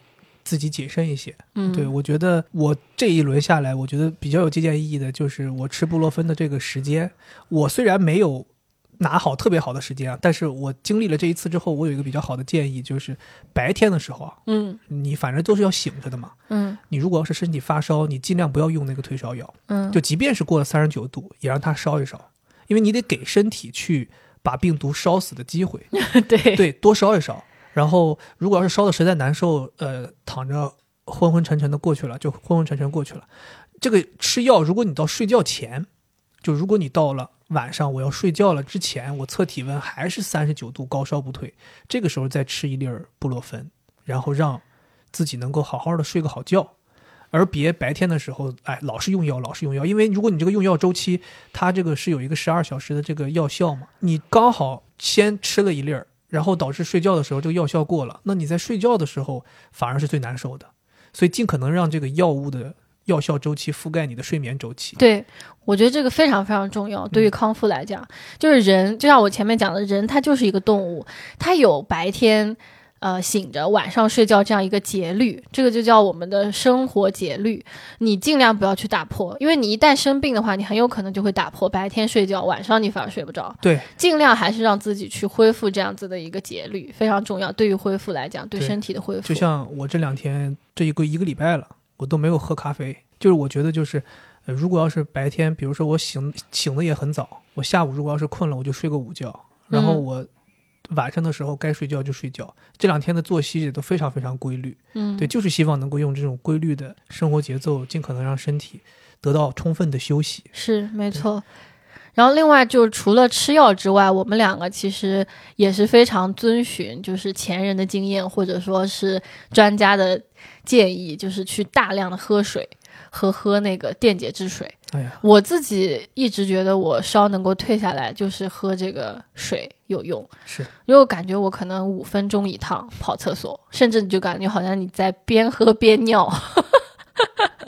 Speaker 1: 自己谨慎一些。
Speaker 2: 嗯，
Speaker 1: 对，我觉得我这一轮下来，我觉得比较有借鉴意义的就是我吃布洛芬的这个时间。我虽然没有拿好特别好的时间啊，但是我经历了这一次之后，我有一个比较好的建议，就是白天的时候啊，
Speaker 2: 嗯
Speaker 1: 你反正都是要醒着的嘛。
Speaker 2: 嗯
Speaker 1: 你如果要是身体发烧，你尽量不要用那个退烧药，
Speaker 2: 嗯，
Speaker 1: 就即便是过了三十九度，也让它烧一烧，因为你得给身体去把病毒烧死的机会。
Speaker 2: 对
Speaker 1: 对，多烧一烧。然后，如果要是烧的实在难受，呃，躺着昏昏沉沉的过去了，就昏昏沉沉过去了。这个吃药，如果你到睡觉前，就如果你到了晚上我要睡觉了之前，我测体温还是三十九度，高烧不退，这个时候再吃一粒儿布洛芬，然后让自己能够好好的睡个好觉，而别白天的时候，哎，老是用药，老是用药，因为如果你这个用药周期，它这个是有一个十二小时的这个药效嘛，你刚好先吃了一粒儿，然后导致睡觉的时候这个药效过了，那你在睡觉的时候反而是最难受的，所以尽可能让这个药物的药效周期覆盖你的睡眠周期。
Speaker 2: 对，我觉得这个非常非常重要。
Speaker 1: 嗯
Speaker 2: 对于康复来讲，就是人，就像我前面讲的，人他就是一个动物，他有白天呃醒着，晚上睡觉这样一个节律，这个就叫我们的生活节律。你尽量不要去打破，因为你一旦生病的话，你很有可能就会打破白天睡觉，晚上你反而睡不着。
Speaker 1: 对，
Speaker 2: 尽量还是让自己去恢复这样子的一个节律，非常重要。对于恢复来讲，对
Speaker 1: 对
Speaker 2: 身体的恢复，
Speaker 1: 就像我这两天这一个一个礼拜了，我都没有喝咖啡。就是我觉得就是，呃，如果要是白天，比如说我醒醒的也很早，我下午如果要是困了，我就睡个午觉，然后
Speaker 2: 嗯
Speaker 1: 我晚上的时候该睡觉就睡觉。这两天的作息也都非常非常规律。
Speaker 2: 嗯，
Speaker 1: 对，就是希望能够用这种规律的生活节奏，尽可能让身体得到充分的休息。
Speaker 2: 是没错。然后另外就是除了吃药之外，我们两个其实也是非常遵循就是前人的经验，或者说是专家的建议，就是去大量的喝水和喝那个电解质水。
Speaker 1: 哎呀，
Speaker 2: 我自己一直觉得我烧能够退下来，就是喝这个水有用，
Speaker 1: 是
Speaker 2: 因为我感觉我可能五分钟一趟跑厕所，甚至你就感觉好像你在边喝边尿，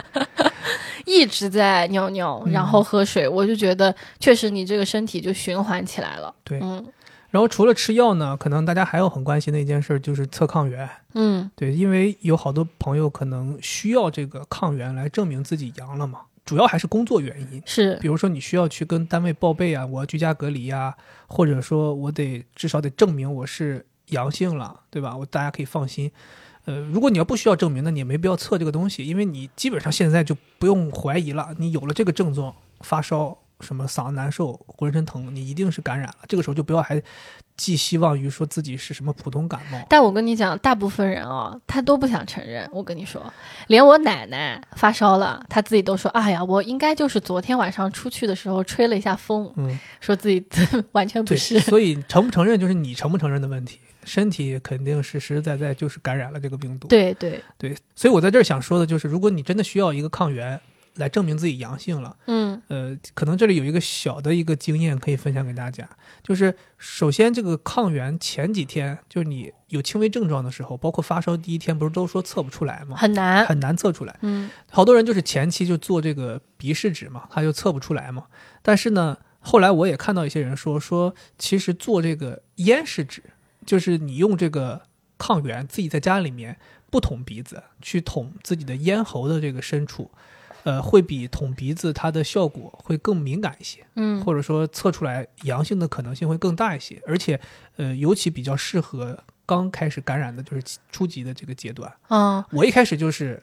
Speaker 2: 一直在尿尿，
Speaker 1: 嗯
Speaker 2: 然后喝水，我就觉得确实你这个身体就循环起来了。
Speaker 1: 对
Speaker 2: 嗯
Speaker 1: 然后除了吃药呢，可能大家还有很关心的一件事儿就是测抗原。
Speaker 2: 嗯
Speaker 1: 对，因为有好多朋友可能需要这个抗原来证明自己阳了嘛，主要还是工作原因。
Speaker 2: 是
Speaker 1: 比如说你需要去跟单位报备啊，我要居家隔离啊，或者说我得至少得证明我是阳性了，对吧？我大家可以放心。呃，如果你要不需要证明，那你也没必要测这个东西，因为你基本上现在就不用怀疑了，你有了这个症状，发烧、什么嗓子难受、浑身疼，你一定是感染了。这个时候就不要还寄希望于说自己是什么普通感冒。
Speaker 2: 但我跟你讲，大部分人哦，他都不想承认。我跟你说，连我奶奶发烧了，她自己都说：“哎呀，我应该就是昨天晚上出去的时候吹了一下风，
Speaker 1: 嗯。
Speaker 2: 说自己 完全不
Speaker 1: 对，
Speaker 2: 是。
Speaker 1: 所以承不承认就是你承不承认的问题，身体肯定是实实在在就是感染了这个病毒。
Speaker 2: 对”对
Speaker 1: 对所以我在这儿想说的就是，如果你真的需要一个抗原来证明自己阳性了，
Speaker 2: 嗯
Speaker 1: 呃，可能这里有一个小的一个经验可以分享给大家，就是首先这个抗原前几天，就是你有轻微症状的时候，包括发烧第一天，不是都说测不出来吗？
Speaker 2: 很难。
Speaker 1: 很难测出来。
Speaker 2: 嗯
Speaker 1: 好多人就是前期就做这个鼻试纸嘛，他就测不出来嘛。但是呢，后来我也看到一些人说，说其实做这个咽试纸，就是你用这个抗原自己在家里面不捅鼻子，去捅自己的咽喉的这个深处，呃，会比捅鼻子它的效果会更敏感一些，
Speaker 2: 嗯，
Speaker 1: 或者说测出来阳性的可能性会更大一些，而且呃，尤其比较适合刚开始感染的就是初级的这个阶段。
Speaker 2: 嗯，
Speaker 1: 我一开始就是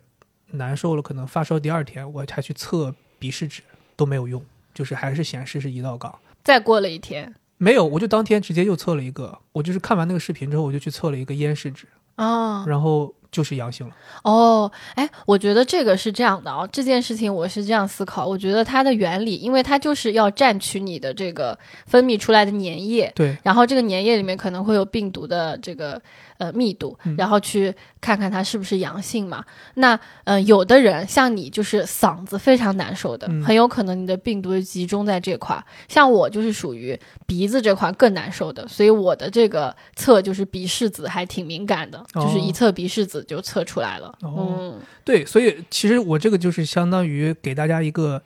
Speaker 1: 难受了，可能发烧第二天，我还去测鼻试纸都没有用，就是还是显示是胰岛杠。
Speaker 2: 再过了一天
Speaker 1: 没有，我就当天直接又测了一个，我就是看完那个视频之后，我就去测了一个咽试纸，
Speaker 2: 啊，
Speaker 1: 然后就是阳性了。
Speaker 2: 哦，哎，我觉得这个是这样的啊、这件事情我是这样思考，我觉得它的原理，因为它就是要占取你的这个分泌出来的粘液。
Speaker 1: 对，
Speaker 2: 然后这个粘液里面可能会有病毒的这个呃密度
Speaker 1: 嗯，
Speaker 2: 然后去看看它是不是阳性嘛。那呃，有的人像你就是嗓子非常难受的，
Speaker 1: 嗯
Speaker 2: 很有可能你的病毒就集中在这块儿。像我就是属于鼻子这块更难受的，所以我的这个测就是鼻拭子还挺敏感的，
Speaker 1: 哦
Speaker 2: 就是一测鼻拭子就测出来了。
Speaker 1: 哦
Speaker 2: 嗯，
Speaker 1: 对，所以其实我这个就是相当于给大家一个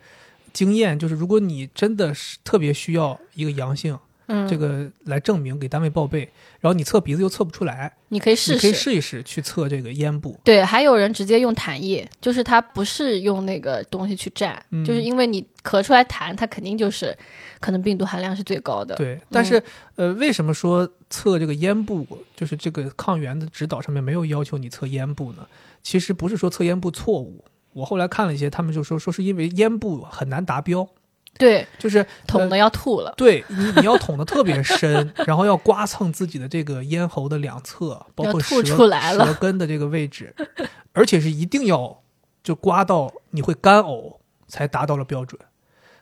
Speaker 1: 经验，就是如果你真的是特别需要一个阳性，
Speaker 2: 嗯，
Speaker 1: 这个来证明给单位报备。然后你测鼻子又测不出来，
Speaker 2: 你可以试
Speaker 1: 你可以
Speaker 2: 试。
Speaker 1: 试一试去测这个咽部。
Speaker 2: 对，还有人直接用痰液，就是他不是用那个东西去蘸，
Speaker 1: 嗯
Speaker 2: 就是因为你咳出来痰，它肯定就是可能病毒含量是最高的。
Speaker 1: 对，但是、呃，为什么说测这个咽部，就是这个抗原的指导上面没有要求你测咽部呢？其实不是说测咽部错误，我后来看了一些，他们就说说是因为咽部很难达标，
Speaker 2: 对，
Speaker 1: 就是
Speaker 2: 捅
Speaker 1: 呃
Speaker 2: 的要吐了。
Speaker 1: 对你你要捅的特别深，然后要刮蹭自己的这个咽喉的两侧，包
Speaker 2: 要
Speaker 1: 括
Speaker 2: 吐
Speaker 1: 舌
Speaker 2: 出来了
Speaker 1: 舌根的这个位置，而且是一定要就刮到你会干呕才达到了标准。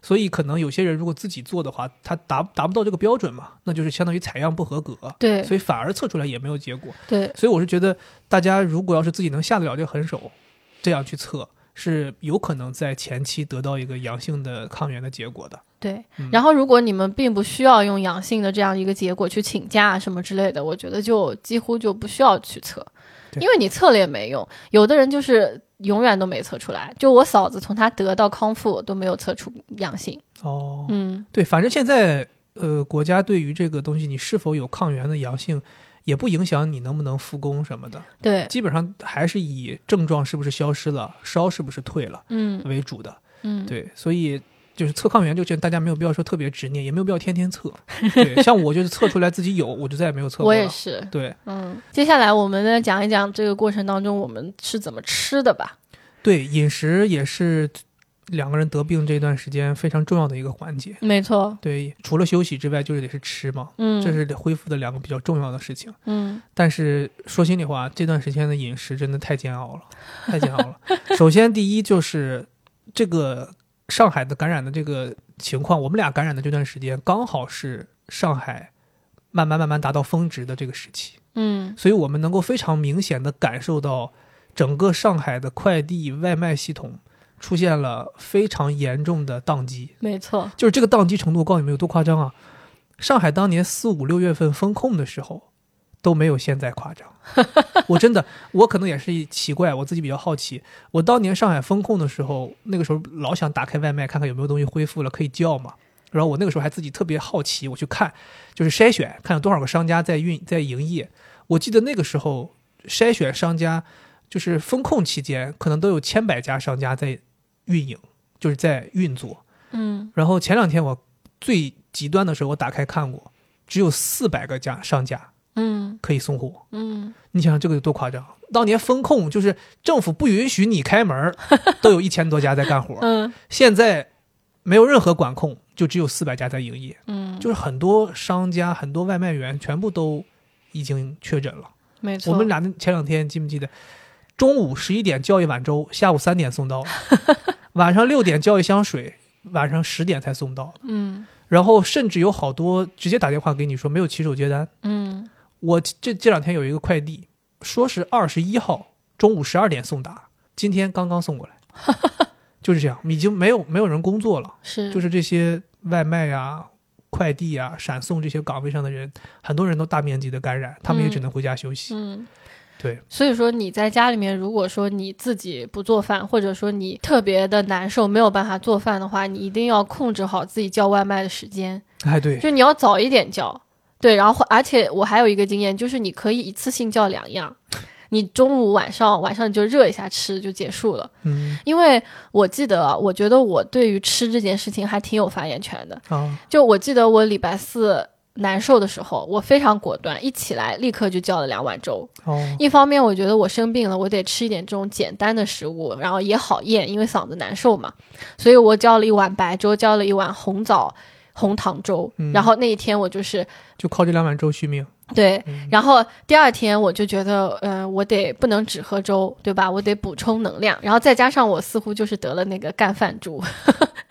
Speaker 1: 所以可能有些人如果自己做的话，他达达不到这个标准嘛，那就是相当于采样不合格，
Speaker 2: 对
Speaker 1: 所以反而测出来也没有结果。
Speaker 2: 对，
Speaker 1: 所以我是觉得，大家如果要是自己能下得了这个狠手，这样去测是有可能在前期得到一个阳性的抗原的结果的。
Speaker 2: 对
Speaker 1: 嗯，
Speaker 2: 然后如果你们并不需要用阳性的这样一个结果去请假啊什么之类的，我觉得就几乎就不需要去测，
Speaker 1: 对
Speaker 2: 因为你测了也没用。有的人就是永远都没测出来，就我嫂子从她得到康复都没有测出阳性。
Speaker 1: 哦，
Speaker 2: 嗯，
Speaker 1: 对，反正现在呃，国家对于这个东西你是否有抗原的阳性，也不影响你能不能复工什么的，
Speaker 2: 对，
Speaker 1: 基本上还是以症状是不是消失了、烧是不是退了
Speaker 2: 嗯
Speaker 1: 为主的。
Speaker 2: 嗯，
Speaker 1: 对，所以。就是测抗原这个事情，大家没有必要说特别执念，也没有必要天天 测。对，像我就是测出来自己有，我就再也没有测过
Speaker 2: 我
Speaker 1: 了。
Speaker 2: 也是。
Speaker 1: 对
Speaker 2: 嗯，接下来我们呢讲一讲这个过程当中我们是怎么吃的吧。
Speaker 1: 对，饮食也是两个人得病这段时间非常重要的一个环节。
Speaker 2: 没错，
Speaker 1: 对，除了休息之外，就是得是吃嘛，
Speaker 2: 嗯，
Speaker 1: 这是得恢复的两个比较重要的事情。
Speaker 2: 嗯
Speaker 1: 但是说心里话，这段时间的饮食真的太煎熬了， 太煎熬了。首先，第一就是这个上海的感染的这个情况，我们俩感染的这段时间刚好是上海慢慢慢慢达到峰值的这个时期，
Speaker 2: 嗯
Speaker 1: 所以我们能够非常明显的感受到整个上海的快递外卖系统出现了非常严重的宕机。
Speaker 2: 没错，
Speaker 1: 就是这个宕机程度，我告诉你们有多夸张啊！上海当年四五六月份封控的时候，都没有现在夸张。我真的，我可能也是奇怪，我自己比较好奇。我当年上海封控的时候，那个时候老想打开外卖看看有没有东西恢复了可以叫嘛。然后我那个时候还自己特别好奇，我去看，就是筛选，看有多少个商家在运在营业。我记得那个时候筛选商家，就是封控期间，可能都有千百家商家在运营，就是在运作。
Speaker 2: 嗯
Speaker 1: 然后前两天我最极端的时候，我打开看过，只有四百个家商家
Speaker 2: 嗯
Speaker 1: 可以送货。
Speaker 2: 嗯，
Speaker 1: 你想想这个有多夸张？当年风控就是政府不允许你开门儿，都有一千多家在干 活儿。
Speaker 2: 嗯
Speaker 1: 现在没有任何管控，就只有四百家在营业，
Speaker 2: 嗯，
Speaker 1: 就是很多商家、很多外卖员全部都已经确诊了。
Speaker 2: 没错，
Speaker 1: 我们俩那前两天记不记得，中午十一点叫一碗粥，下午三点送到，晚上六点叫一箱水，晚上十点才送到。
Speaker 2: 嗯
Speaker 1: 然后甚至有好多直接打电话给你说没有骑手接单。
Speaker 2: 嗯
Speaker 1: 我这这两天有一个快递，说是二十一号中午十二点送达，今天刚刚送过 来，就是这样，已经没有没有人工作了，
Speaker 2: 是，
Speaker 1: 就是这些外卖呀、快递呀、闪送这些岗位上的人，很多人都大面积的感染，他们也只能回家休息。
Speaker 2: 嗯。
Speaker 1: 对，
Speaker 2: 所以说你在家里面，如果说你自己不做饭，或者说你特别的难受，没有办法做饭的话，你一定要控制好自己叫外卖的时间，
Speaker 1: 哎，对，
Speaker 2: 就你要早一点叫。对，然后而且我还有一个经验，就是你可以一次性叫两样，你中午、晚上，晚上你就热一下吃就结束了。
Speaker 1: 嗯
Speaker 2: 因为我记得啊，我觉得我对于吃这件事情还挺有发言权的。
Speaker 1: 啊，
Speaker 2: 就我记得我礼拜四难受的时候，我非常果断，一起来立刻就叫了两碗粥。
Speaker 1: 哦，
Speaker 2: 一方面，我觉得我生病了，我得吃一点这种简单的食物，然后也好咽，因为嗓子难受嘛。所以我叫了一碗白粥，叫了一碗红枣红糖粥。
Speaker 1: 嗯
Speaker 2: 然后那一天我就是
Speaker 1: 就靠这两碗粥续命。
Speaker 2: 对，
Speaker 1: 嗯
Speaker 2: 然后第二天我就觉得，呃，我得不能只喝粥，对吧？我得补充能量。然后再加上我似乎就是得了那个干饭猪，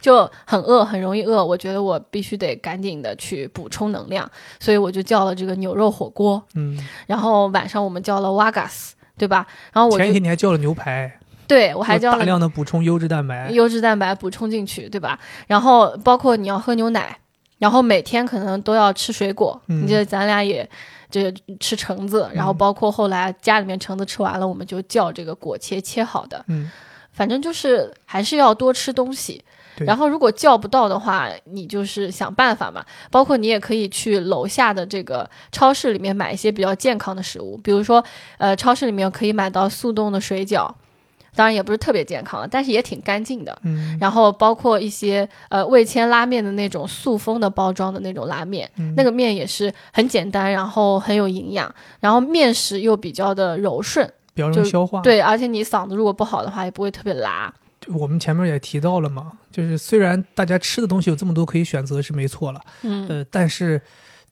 Speaker 2: 就很饿，很容易饿。我觉得我必须得赶紧的去补充能量，所以我就叫了这个牛肉火锅。
Speaker 1: 嗯，
Speaker 2: 然后晚上我们叫了瓦嘎斯，对吧？然后我
Speaker 1: 前
Speaker 2: 就
Speaker 1: 几天你还叫了牛排，
Speaker 2: 对我还
Speaker 1: 就
Speaker 2: 叫
Speaker 1: 大
Speaker 2: 了
Speaker 1: 量的补充优质蛋白。
Speaker 2: 优质蛋白补充进去，对吧？然后包括你要喝牛奶，然后每天可能都要吃水果。
Speaker 1: 嗯
Speaker 2: 你记得咱俩也这吃橙子，然后包括后来家里面橙子吃完了，我们就叫这个果切切好的。
Speaker 1: 嗯，
Speaker 2: 反正就是还是要多吃东西。
Speaker 1: 对
Speaker 2: 然后如果叫不到的话，你就是想办法嘛。包括你也可以去楼下的这个超市里面买一些比较健康的食物，比如说，呃，超市里面可以买到速冻的水饺，当然也不是特别健康了，但是也挺干净的。
Speaker 1: 嗯，
Speaker 2: 然后包括一些呃味千拉面的那种塑封的包装的那种拉面，
Speaker 1: 嗯
Speaker 2: 那个面也是很简单，然后很有营养，然后面食又比较的柔顺，
Speaker 1: 比较容
Speaker 2: 就
Speaker 1: 易消化。，
Speaker 2: 对，而且你嗓子如果不好的话，也不会特别拉。
Speaker 1: 我们前面也提到了嘛，就是虽然大家吃的东西有这么多可以选择是没错了，
Speaker 2: 嗯，
Speaker 1: 呃，但是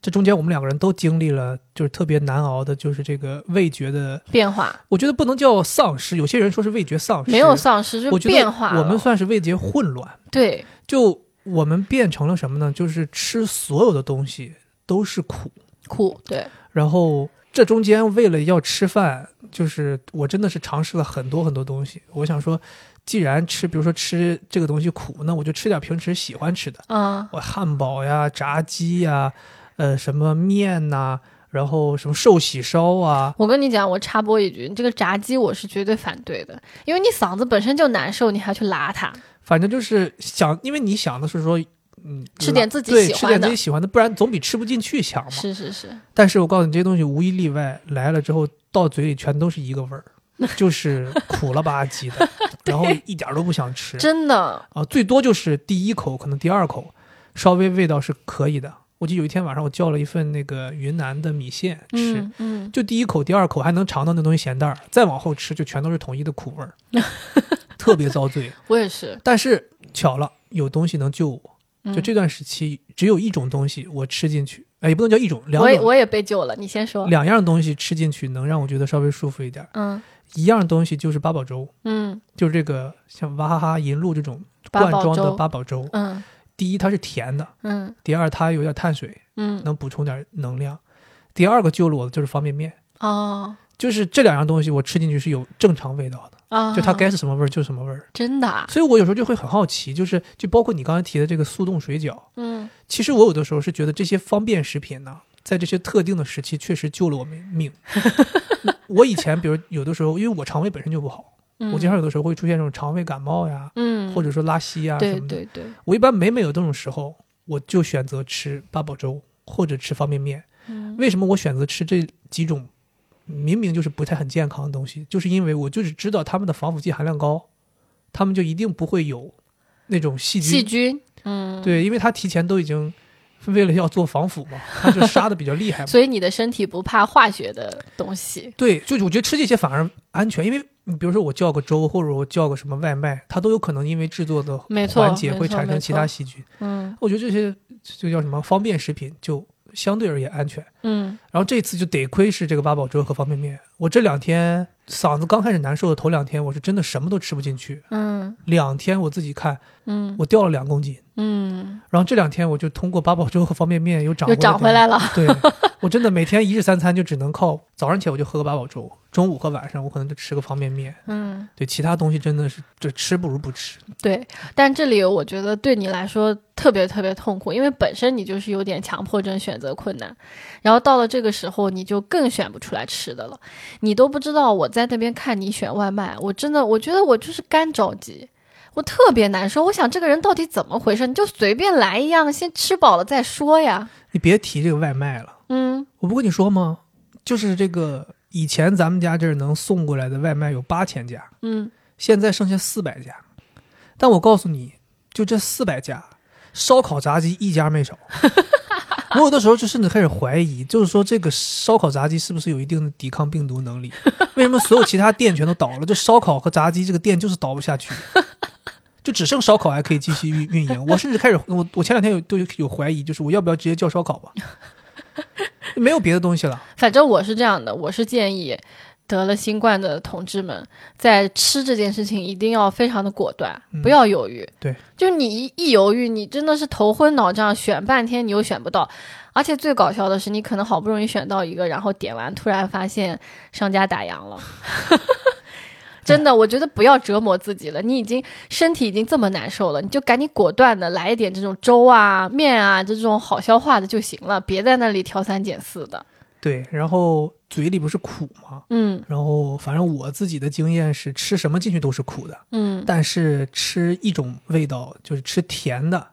Speaker 1: 这中间我们两个人都经历了就是特别难熬的，就是这个味觉的，
Speaker 2: 变化
Speaker 1: 我觉得不能叫丧失，有些人说是味觉丧失，
Speaker 2: 没有丧失，就
Speaker 1: 我
Speaker 2: 是
Speaker 1: 觉得
Speaker 2: 变化了
Speaker 1: 我们算是味觉混乱，
Speaker 2: 对
Speaker 1: 就我们变成了什么呢？就是吃所有的东西都是苦，
Speaker 2: 苦对
Speaker 1: 然后这中间为了要吃饭，就是我真的是尝试了很多很多东西。我想说，既然吃，比如说吃这个东西苦，那我就吃点平时喜欢吃的，
Speaker 2: 啊、
Speaker 1: 我汉堡呀、炸鸡呀，呃，什么面呐、然后什么寿喜烧啊，
Speaker 2: 我跟你讲，我插播一句，这个炸鸡我是绝对反对的，因为你嗓子本身就难受，你还去拉它，
Speaker 1: 反正就是想，因为你想的是说，嗯，
Speaker 2: 吃点自己
Speaker 1: 对
Speaker 2: 喜
Speaker 1: 吃
Speaker 2: 欢
Speaker 1: 点自
Speaker 2: 的
Speaker 1: 己喜欢的，不然总比吃不进去强嘛。
Speaker 2: 是是是，
Speaker 1: 但是我告诉你，这些东西无一例外来了之后，到嘴里全都是一个味儿， 就是苦了吧唧 的，然后一点儿都不想吃
Speaker 2: 真的，
Speaker 1: 啊。最多就是第一口，可能第二口稍微味道是可以的。我记得有一天晚上，我叫了一份那个云南的米线吃，
Speaker 2: 嗯嗯，
Speaker 1: 就第一口、第二口还能尝到那东西咸淡儿，再往后吃就全都是统一的苦味儿， 特别遭罪。
Speaker 2: 我也是，
Speaker 1: 但是巧了，有东西能救我。
Speaker 2: 嗯
Speaker 1: 就这段时期，只有一种东西我吃进去，哎，也不能叫一种，两
Speaker 2: 我也
Speaker 1: 种
Speaker 2: 我也被救了，你先说。
Speaker 1: 两样东西吃进去能让我觉得稍微舒服一点儿。
Speaker 2: 嗯
Speaker 1: 一样东西就是八宝粥，
Speaker 2: 嗯
Speaker 1: 就是这个像娃哈哈、银鹭这种
Speaker 2: 八
Speaker 1: 罐
Speaker 2: 宝
Speaker 1: 装的
Speaker 2: 粥
Speaker 1: 八宝粥。
Speaker 2: 嗯
Speaker 1: 第一，它是甜的；
Speaker 2: 嗯
Speaker 1: 第二，它有点碳水，
Speaker 2: 嗯
Speaker 1: 能补充点能量。第二个救了我的就是方便面，
Speaker 2: 哦
Speaker 1: 就是这两样东西我吃进去是有正常味道的，
Speaker 2: 啊，
Speaker 1: 就它该是什么味儿就什么味儿。
Speaker 2: 真的啊，
Speaker 1: 所以我有时候就会很好奇，就是就包括你刚才提的这个速冻水饺，
Speaker 2: 嗯
Speaker 1: 其实我有的时候是觉得这些方便食品呢，在这些特定的时期确实救了我们命。 我以前比如有的时候，因为我肠胃本身就不好，
Speaker 2: 嗯，
Speaker 1: 我经常有的时候会出现这种肠胃感冒呀，
Speaker 2: 嗯，
Speaker 1: 或者说拉稀呀什
Speaker 2: 对
Speaker 1: 么的。
Speaker 2: 对对，
Speaker 1: 我一般每每有这种时候，我就选择吃八宝粥或者吃方便面。
Speaker 2: 嗯
Speaker 1: 为什么我选择吃这几种明明就是不太很健康的东西？就是因为我就是知道它们的防腐剂含量高，它们就一定不会有那种细菌
Speaker 2: 细菌，嗯，，
Speaker 1: 对，因为他提前都已经 为了要做防腐嘛，他就杀的比较厉害嘛。
Speaker 2: 所以你的身体不怕化学的东西，
Speaker 1: 对，就是我觉得吃这些反而安全，因为你比如说我叫个粥，或者我叫个什么外卖，它都有可能因为制作的
Speaker 2: 没错
Speaker 1: 环节
Speaker 2: 没
Speaker 1: 会
Speaker 2: 错
Speaker 1: 产
Speaker 2: 没
Speaker 1: 生其
Speaker 2: 错
Speaker 1: 他细菌。
Speaker 2: 嗯
Speaker 1: 我觉得这些就叫什么方便食品，就相对而言安全。
Speaker 2: 嗯
Speaker 1: 然后这次就得亏是这个八宝粥和方便面。我这两天嗓子刚开始难受的头两天，我是真的什么都吃不进去。
Speaker 2: 嗯
Speaker 1: 两天我自己看，
Speaker 2: 嗯
Speaker 1: 我掉了两公斤。
Speaker 2: 嗯，
Speaker 1: 然后这两天我就通过八宝粥和方便面又长
Speaker 2: 又
Speaker 1: 回
Speaker 2: 长回来了，
Speaker 1: 对我真的每天一日三餐就只能靠早上起来我就喝个八宝粥，中午和晚上我可能就吃个方便面。
Speaker 2: 嗯，
Speaker 1: 对，其他东西真的是这吃不如不吃。
Speaker 2: 对。但这里我觉得对你来说特别特别痛苦，因为本身你就是有点强迫症选择困难，然后到了这个时候你就更选不出来吃的了，你都不知道我在那边看你选外卖，我真的我觉得我就是干着急。我特别难受，我想这个人到底怎么回事？你就随便来一样的，先吃饱了再说呀。
Speaker 1: 你别提这个外卖了，
Speaker 2: 嗯，
Speaker 1: 我不跟你说吗？就是这个以前咱们家这儿能送过来的外卖有八千家，
Speaker 2: 嗯，
Speaker 1: 现在剩下四百家。但我告诉你，就这四百家，烧烤炸鸡一家没少。我有的时候就甚至开始怀疑，就是说这个烧烤炸鸡是不是有一定的抵抗病毒能力？为什么所有其他店全都倒了，这烧烤和炸鸡这个店就是倒不下去？就只剩烧烤还可以继续运运营。我甚至开始，我我前两天有都有有怀疑，就是我要不要直接叫烧烤吧？没有别的东西了，
Speaker 2: 反正我是这样的，我是建议得了新冠的同志们，在吃这件事情一定要非常的果断，
Speaker 1: 嗯
Speaker 2: 不要犹豫。
Speaker 1: 对，
Speaker 2: 就你一一犹豫，你真的是头昏脑胀，选半天你又选不到。而且最搞笑的是，你可能好不容易选到一个，然后点完，突然发现商家打 烊了。真的，我觉得不要折磨自己了。你已经身体已经这么难受了，你就赶紧果断的来一点这种粥啊、面啊这种好消化的就行了，别在那里挑三拣四的。
Speaker 1: 对，然后嘴里不是苦吗？
Speaker 2: 嗯
Speaker 1: 然后反正我自己的经验是，吃什么进去都是苦的，
Speaker 2: 嗯，
Speaker 1: 但是吃一种味道，就是吃甜的，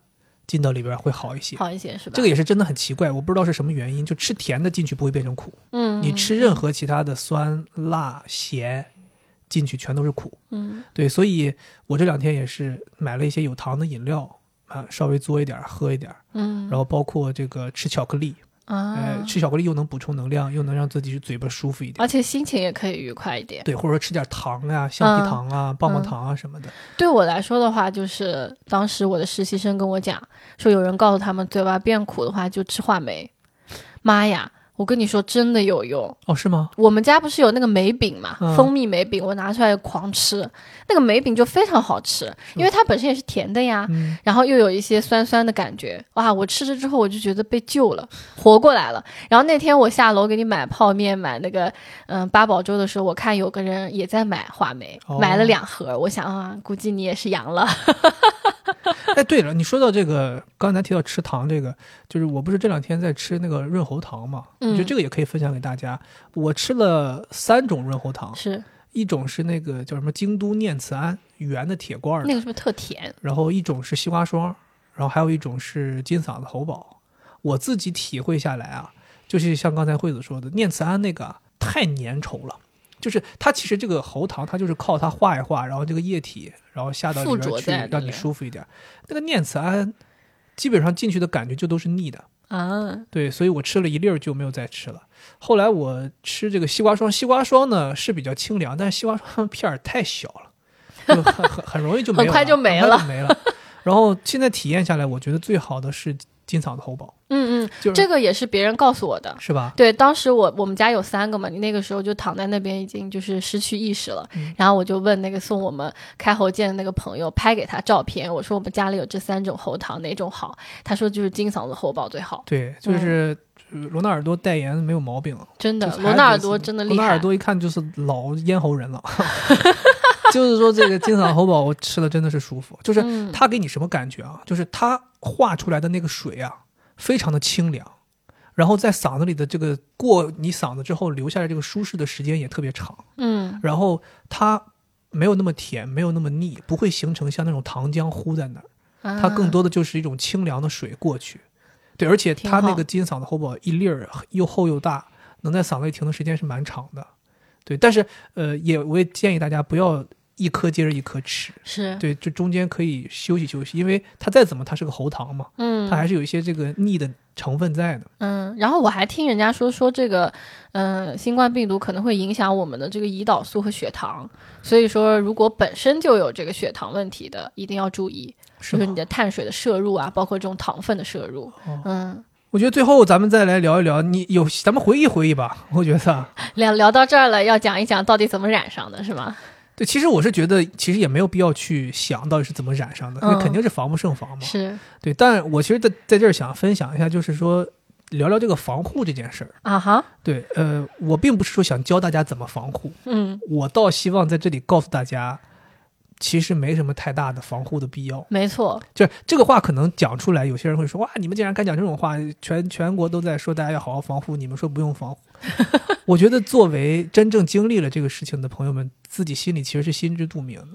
Speaker 1: 进到里边会好一些。
Speaker 2: 好一些是吧？
Speaker 1: 这个也是真的很奇怪，我不知道是什么原因，就吃甜的进去不会变成苦，
Speaker 2: 嗯，
Speaker 1: 你吃任何其他的酸、辣、咸，进去全都是苦。
Speaker 2: 嗯
Speaker 1: 对，所以我这两天也是买了一些有糖的饮料啊，稍微嘬一点儿喝一点儿，
Speaker 2: 嗯，
Speaker 1: 然后包括这个吃巧克力，
Speaker 2: 啊
Speaker 1: 呃，，吃巧克力又能补充能量，又能让自己嘴巴舒服一点。
Speaker 2: 而且心情也可以愉快一点。
Speaker 1: 对，或者说吃点糖啊，橡皮
Speaker 2: 嗯
Speaker 1: 糖啊、棒棒
Speaker 2: 嗯
Speaker 1: 糖啊什么的。
Speaker 2: 对我来说的话，就是当时我的实习生跟我讲，说有人告诉他们嘴巴变苦的话就吃话梅。妈呀，我跟你说真的有用。
Speaker 1: 哦，是吗？
Speaker 2: 我们家不是有那个梅饼嘛，
Speaker 1: 嗯
Speaker 2: 蜂蜜梅饼，我拿出来狂吃，那个梅饼就非常好吃，因为它本身也是甜的呀，
Speaker 1: 嗯，
Speaker 2: 然后又有一些酸酸的感觉，哇！我吃着之后我就觉得被救了，活过来了。然后那天我下楼给你买泡面，买那个嗯八宝粥的时候，我看有个人也在买话梅，
Speaker 1: 哦
Speaker 2: 买了两盒，我想啊，估计你也是阳了，
Speaker 1: 哎，对了，你说到这个，刚才提到吃糖这个，就是我不是这两天在吃那个润喉糖嘛？
Speaker 2: 嗯
Speaker 1: 我觉得这个也可以分享给大家。我吃了三种润喉糖，
Speaker 2: 是
Speaker 1: 一种是那个叫什么京都念慈庵圆的铁罐儿的
Speaker 2: 那个是不是特甜？
Speaker 1: 然后一种是西瓜霜，然后还有一种是金嗓子喉宝。我自己体会下来啊，就是像刚才惠子说的，念慈庵那个啊太粘稠了，就是它其实这个喉糖它就是靠它化一化，然后这个液体然后下到里
Speaker 2: 附
Speaker 1: 边
Speaker 2: 着
Speaker 1: 去
Speaker 2: 在里，面
Speaker 1: 让你舒服一点。那个念慈庵基本上进去的感觉就都是腻的，
Speaker 2: 啊，
Speaker 1: 对，所以我吃了一粒儿就没有再吃了。后来我吃这个西瓜霜，西瓜霜呢是比较清凉，但是西瓜霜片儿太小了，就很很很容易就没有了，
Speaker 2: 很快就没了
Speaker 1: 很快就没了。然后现在体验下来，我觉得最好的是金嗓子喉宝，
Speaker 2: 嗯嗯，
Speaker 1: 就是
Speaker 2: 这个也是别人告诉我的。
Speaker 1: 是吧？
Speaker 2: 对，当时我我们家有三个嘛，你那个时候就躺在那边已经就是失去意识了，
Speaker 1: 嗯
Speaker 2: 然后我就问那个送我们开喉剑的那个朋友拍给他照片，我说我们家里有这三种喉糖哪种好？他说就是金嗓子喉宝最好，
Speaker 1: 对，就是呃罗纳尔多代言没有毛病，
Speaker 2: 嗯真的
Speaker 1: 就，是
Speaker 2: 罗
Speaker 1: 还
Speaker 2: 纳尔
Speaker 1: 得是
Speaker 2: 多真的
Speaker 1: 罗
Speaker 2: 厉
Speaker 1: 纳
Speaker 2: 害
Speaker 1: 尔，多一看就是老咽喉 人了，就是说这个金嗓子喉宝我吃了真的是舒服，就是
Speaker 2: 嗯
Speaker 1: 它给你什么感觉啊？就是它化出来的那个水啊，非常的清凉，然后在嗓子里的这个过你嗓子之后留下来这个舒适的时间也特别长，
Speaker 2: 嗯
Speaker 1: 然后它没有那么甜，没有那么腻，不会形成像那种糖浆糊在那儿，
Speaker 2: 啊
Speaker 1: 它更多的就是一种清凉的水过去。对，而且它
Speaker 2: 挺好
Speaker 1: 那个金嗓子喉宝一粒儿又厚又大，能在嗓子里停的时间是蛮长的。对，但是呃，也我也建议大家不要一颗接着一颗吃。
Speaker 2: 是，
Speaker 1: 对，这中间可以休息休息，因为它再怎么它是个喉糖嘛，
Speaker 2: 嗯，
Speaker 1: 它还是有一些这个腻的成分在的。
Speaker 2: 嗯，然后我还听人家说说这个，嗯、新冠病毒可能会影响我们的这个胰岛素和血糖，所以说如果本身就有这个血糖问题的，一定要注意，
Speaker 1: 是
Speaker 2: 就是
Speaker 1: 吗
Speaker 2: 你的碳水的摄入啊，包括这种糖分的摄入。
Speaker 1: 哦
Speaker 2: 嗯，
Speaker 1: 我觉得最后咱们再来聊一聊，你有咱们回忆回忆吧。我觉得啊，
Speaker 2: 聊聊到这儿了，要讲一讲到底怎么染上的，是吗？
Speaker 1: 对，其实我是觉得其实也没有必要去想到底是怎么染上的，那、
Speaker 2: 嗯
Speaker 1: 肯定是防不胜防嘛。
Speaker 2: 是
Speaker 1: 对，但我其实在在这儿想分享一下，就是说聊聊这个防护这件事儿。
Speaker 2: 啊哈，
Speaker 1: 对，呃，我并不是说想教大家怎么防护，
Speaker 2: 嗯，
Speaker 1: 我倒希望在这里告诉大家，其实没什么太大的防护的必要。
Speaker 2: 没错，
Speaker 1: 就是这个话可能讲出来，有些人会说哇，你们竟然敢讲这种话，全全国都在说大家要好好防护，你们说不用防护。我觉得作为真正经历了这个事情的朋友们，自己心里其实是心知肚明的。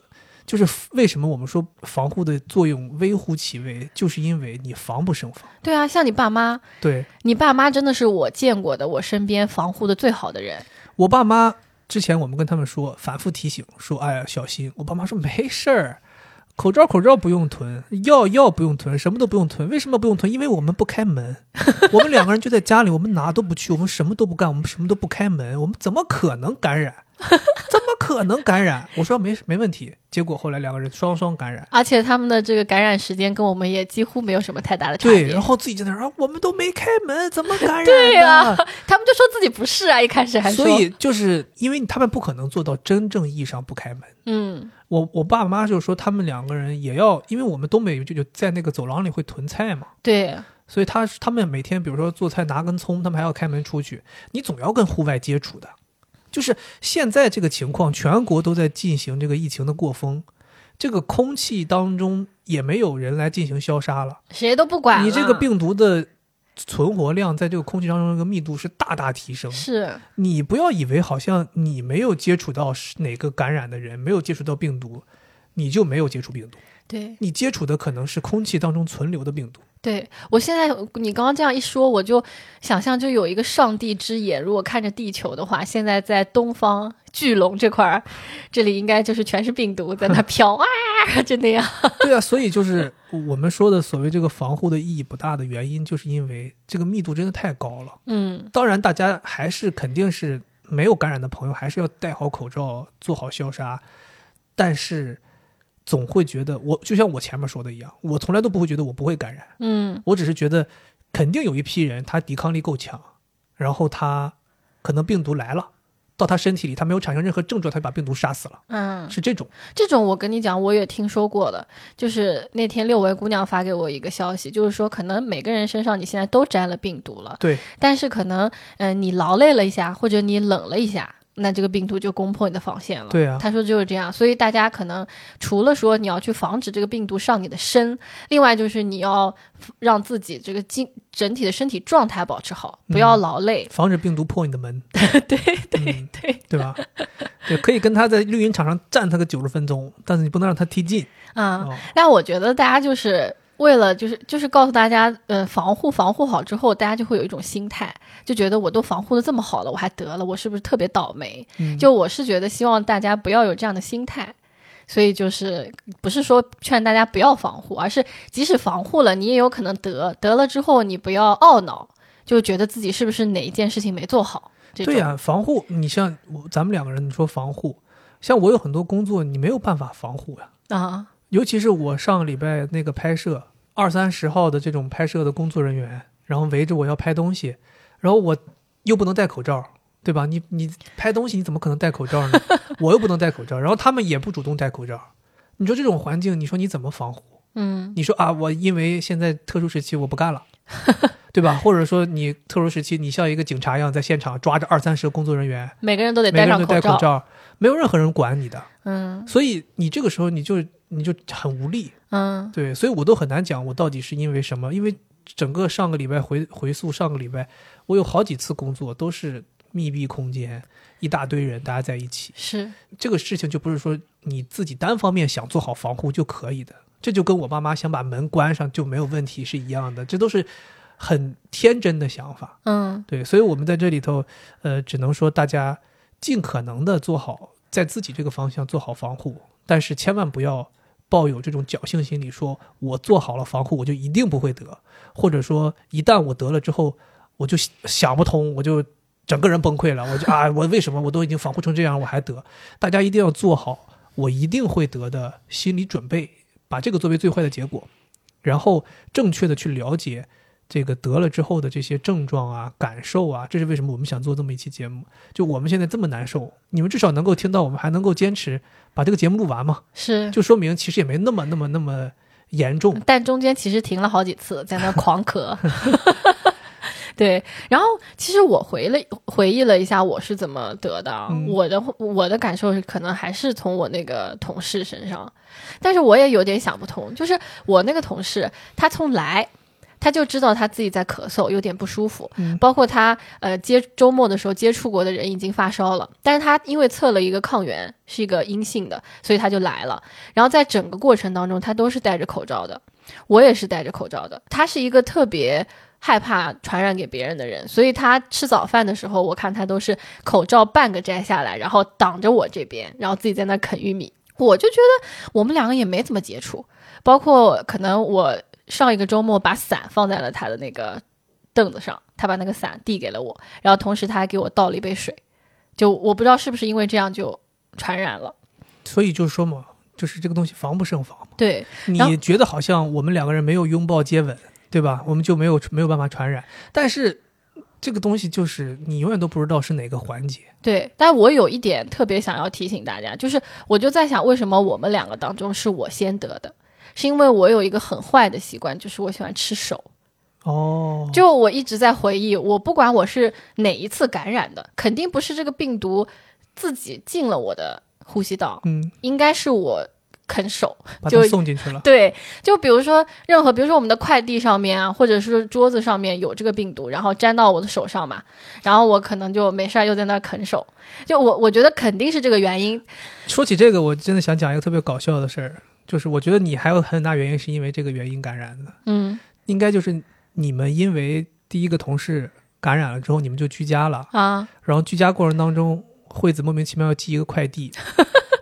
Speaker 1: 就是为什么我们说防护的作用微乎其微，就是因为你防不胜防。
Speaker 2: 对啊，像你爸妈，
Speaker 1: 对
Speaker 2: 你爸妈真的是我见过的我身边防护的最好的人。
Speaker 1: 我爸妈之前我们跟他们说，反复提醒说，哎呀小心。我爸妈说没事儿，口罩口罩不用囤，药药不用囤，什么都不用囤。为什么不用囤？因为我们不开门，我们两个人就在家里，我们哪都不去，我们什么都不干，我们什么都不开门，我们怎么可能感染？怎么可能感染？我说没没问题。结果后来两个人双双感染。
Speaker 2: 而且他们的这个感染时间跟我们也几乎没有什么太大的差别。
Speaker 1: 对，然后自己在那儿啊，我们都没开门，怎么感染
Speaker 2: 对啊
Speaker 1: 呀、
Speaker 2: 呀他们就说自己不是啊，一开始还说，
Speaker 1: 所以就是因为他们不可能做到真正意义上不开门。
Speaker 2: 嗯
Speaker 1: 我我爸妈就说他们两个人也要，因为我们东北就就在那个走廊里会囤菜嘛，，
Speaker 2: 对，
Speaker 1: 所以他他们每天比如说做菜拿根葱，他们还要开门出去，你总要跟户外接触的。就是现在这个情况，全国都在进行这个疫情的过风，这个空气当中也没有人来进行消杀了，
Speaker 2: 谁都不管了。
Speaker 1: 你这个病毒的存活量在这个空气当中的一个密度是大大提升。
Speaker 2: 是
Speaker 1: 你不要以为好像你没有接触到是哪个感染的人，没有接触到病毒，你就没有接触病毒。
Speaker 2: 对
Speaker 1: 你接触的可能是空气当中存留的病毒。
Speaker 2: 对，我现在你刚刚这样一说，我就想象就有一个上帝之眼，如果看着地球的话，现在在东方巨龙这块儿，这里应该就是全是病毒在那飘啊，就那样。
Speaker 1: 对啊，所以就是我们说的所谓这个防护的意义不大的原因，就是因为这个密度真的太高了。
Speaker 2: 嗯，
Speaker 1: 当然，大家还是肯定是没有感染的朋友，还是要戴好口罩，做好消杀。但是，总会觉得我就像我前面说的一样，我从来都不会觉得我不会感染，
Speaker 2: 嗯，
Speaker 1: 我只是觉得肯定有一批人他抵抗力够强，然后他可能病毒来了，到他身体里他没有产生任何症状，他就把病毒杀死了，
Speaker 2: 嗯，
Speaker 1: 是这种。
Speaker 2: 这种我跟你讲，我也听说过的。就是那天六维姑娘发给我一个消息，就是说可能每个人身上你现在都沾了病毒了，
Speaker 1: 对，
Speaker 2: 但是可能嗯、呃你劳累了一下，或者你冷了一下，那这个病毒就攻破你的防线了。
Speaker 1: 对啊，
Speaker 2: 他说就是这样，所以大家可能除了说你要去防止这个病毒上你的身，另外就是你要让自己这个精整体的身体状态保持好，不要劳累。
Speaker 1: 防止病毒破你的门。
Speaker 2: 对
Speaker 1: 对对、对吧？ 对，可以跟他在绿茵场上站他个九十分钟，但是你不能让他踢进。
Speaker 2: 啊、
Speaker 1: 哦
Speaker 2: 但我觉得大家就是为了就是就是告诉大家，呃，防护防护好之后，大家就会有一种心态，就觉得我都防护的这么好了，我还得了，我是不是特别倒霉？
Speaker 1: 嗯
Speaker 2: 就我是觉得希望大家不要有这样的心态。所以就是不是说劝大家不要防护，而是即使防护了，你也有可能得，得了之后你不要懊恼，就觉得自己是不是哪一件事情没做好。这种
Speaker 1: 对呀、防护，你像我咱们两个人，你说防护，像我有很多工作你没有办法防护呀、
Speaker 2: 啊，
Speaker 1: 尤其是我上个礼拜那个拍摄二三十号的这种拍摄的工作人员，然后围着我要拍东西，然后我又不能戴口罩，对吧？你你拍东西你怎么可能戴口罩 呢？我又不能戴口罩，然后他们也不主动戴口罩，你说这种环境，你说你怎么防护？
Speaker 2: 嗯，
Speaker 1: 你说啊，我因为现在特殊时期我不干了，对 吧？或者说你特殊时期，你像一个警察一样在现场抓着二三十个工作人员，
Speaker 2: 每个人都得
Speaker 1: 每
Speaker 2: 戴
Speaker 1: 个人
Speaker 2: 上
Speaker 1: 都
Speaker 2: 口
Speaker 1: 戴
Speaker 2: 罩，
Speaker 1: 口罩，没有任何人管你的，
Speaker 2: 嗯
Speaker 1: 所以你这个时候你就你就很无力，
Speaker 2: 嗯
Speaker 1: 对，所以我都很难讲我到底是因为什么，因为整个上个礼拜回回溯上个礼拜，我有好几次工作都是密闭空间，一大堆人大家在一起，
Speaker 2: 是
Speaker 1: 这个事情就不是说你自己单方面想做好防护就可以的，这就跟我爸妈想把门关上就没有问题是一样的，这都是很天真的想法。
Speaker 2: 嗯
Speaker 1: 对，所以我们在这里头，呃，只能说大家尽可能的做好在自己这个方向做好防护，但是千万不要抱有这种侥幸心理说，我做好了防护我就一定不会得，或者说一旦我得了之后我就想想不通，我就整个人崩溃了，我就啊，我为什么我都已经防护成这样我还得？大家一定要做好我一定会得的心理准备，把这个作为最坏的结果，然后正确的去了解。这个得了之后的这些症状啊、感受啊，这是为什么我们想做这么一期节目？就我们现在这么难受，你们至少能够听到我们还能够坚持把这个节目录完嘛，
Speaker 2: 是，
Speaker 1: 就说明其实也没那么、那么、那么严重。
Speaker 2: 但中间其实停了好几次，在那狂咳。 对，然后其实我回了回忆了一下我是怎么得的啊，
Speaker 1: 嗯
Speaker 2: 我的我的感受是可能还是从我那个同事身上，但是我也有点想不通，就是我那个同事他从来他就知道他自己在咳嗽，有点不舒服，
Speaker 1: 嗯
Speaker 2: 包括他呃接周末的时候接触过的人已经发烧了，但是他因为测了一个抗原是一个阴性的，所以他就来了。然后在整个过程当中，他都是戴着口罩的，我也是戴着口罩的。他是一个特别害怕传染给别人的人，所以他吃早饭的时候，我看他都是口罩半个摘下来，然后挡着我这边，然后自己在那啃玉米。我就觉得我们两个也没怎么接触，包括可能我上一个周末把伞放在了他的那个凳子上，他把那个伞递给了我，然后同时他还给我倒了一杯水，就我不知道是不是因为这样就传染了。
Speaker 1: 所以就是说嘛，就是这个东西防不胜防嘛。
Speaker 2: 对，然后
Speaker 1: 你觉得好像我们两个人没有拥抱接吻，对吧？我们就没有没有办法传染，但是这个东西就是你永远都不知道是哪个环节。
Speaker 2: 对，但我有一点特别想要提醒大家，就是我就在想，为什么我们两个当中是我先得的？是因为我有一个很坏的习惯，就是我喜欢吃手。
Speaker 1: 哦，
Speaker 2: 就我一直在回忆，我不管我是哪一次感染的，肯定不是这个病毒自己进了我的呼吸道，
Speaker 1: 嗯
Speaker 2: 应该是我肯手。
Speaker 1: 把
Speaker 2: 就
Speaker 1: 它送进去了。
Speaker 2: 对，就比如说任何，比如说我们的快递上面啊，或者是桌子上面有这个病毒，然后粘到我的手上嘛，然后我可能就没事儿又在那儿啃手。就我我觉得肯定是这个原因，
Speaker 1: 说起这个，我真的想讲一个特别搞笑的事儿，就是我觉得你还有很大原因是因为这个原因感染的，
Speaker 2: 嗯
Speaker 1: 应该就是你们因为第一个同事感染了之后，你们就居家了，
Speaker 2: 啊，
Speaker 1: 然后居家过程当中，惠子莫名其妙要寄一个快 递，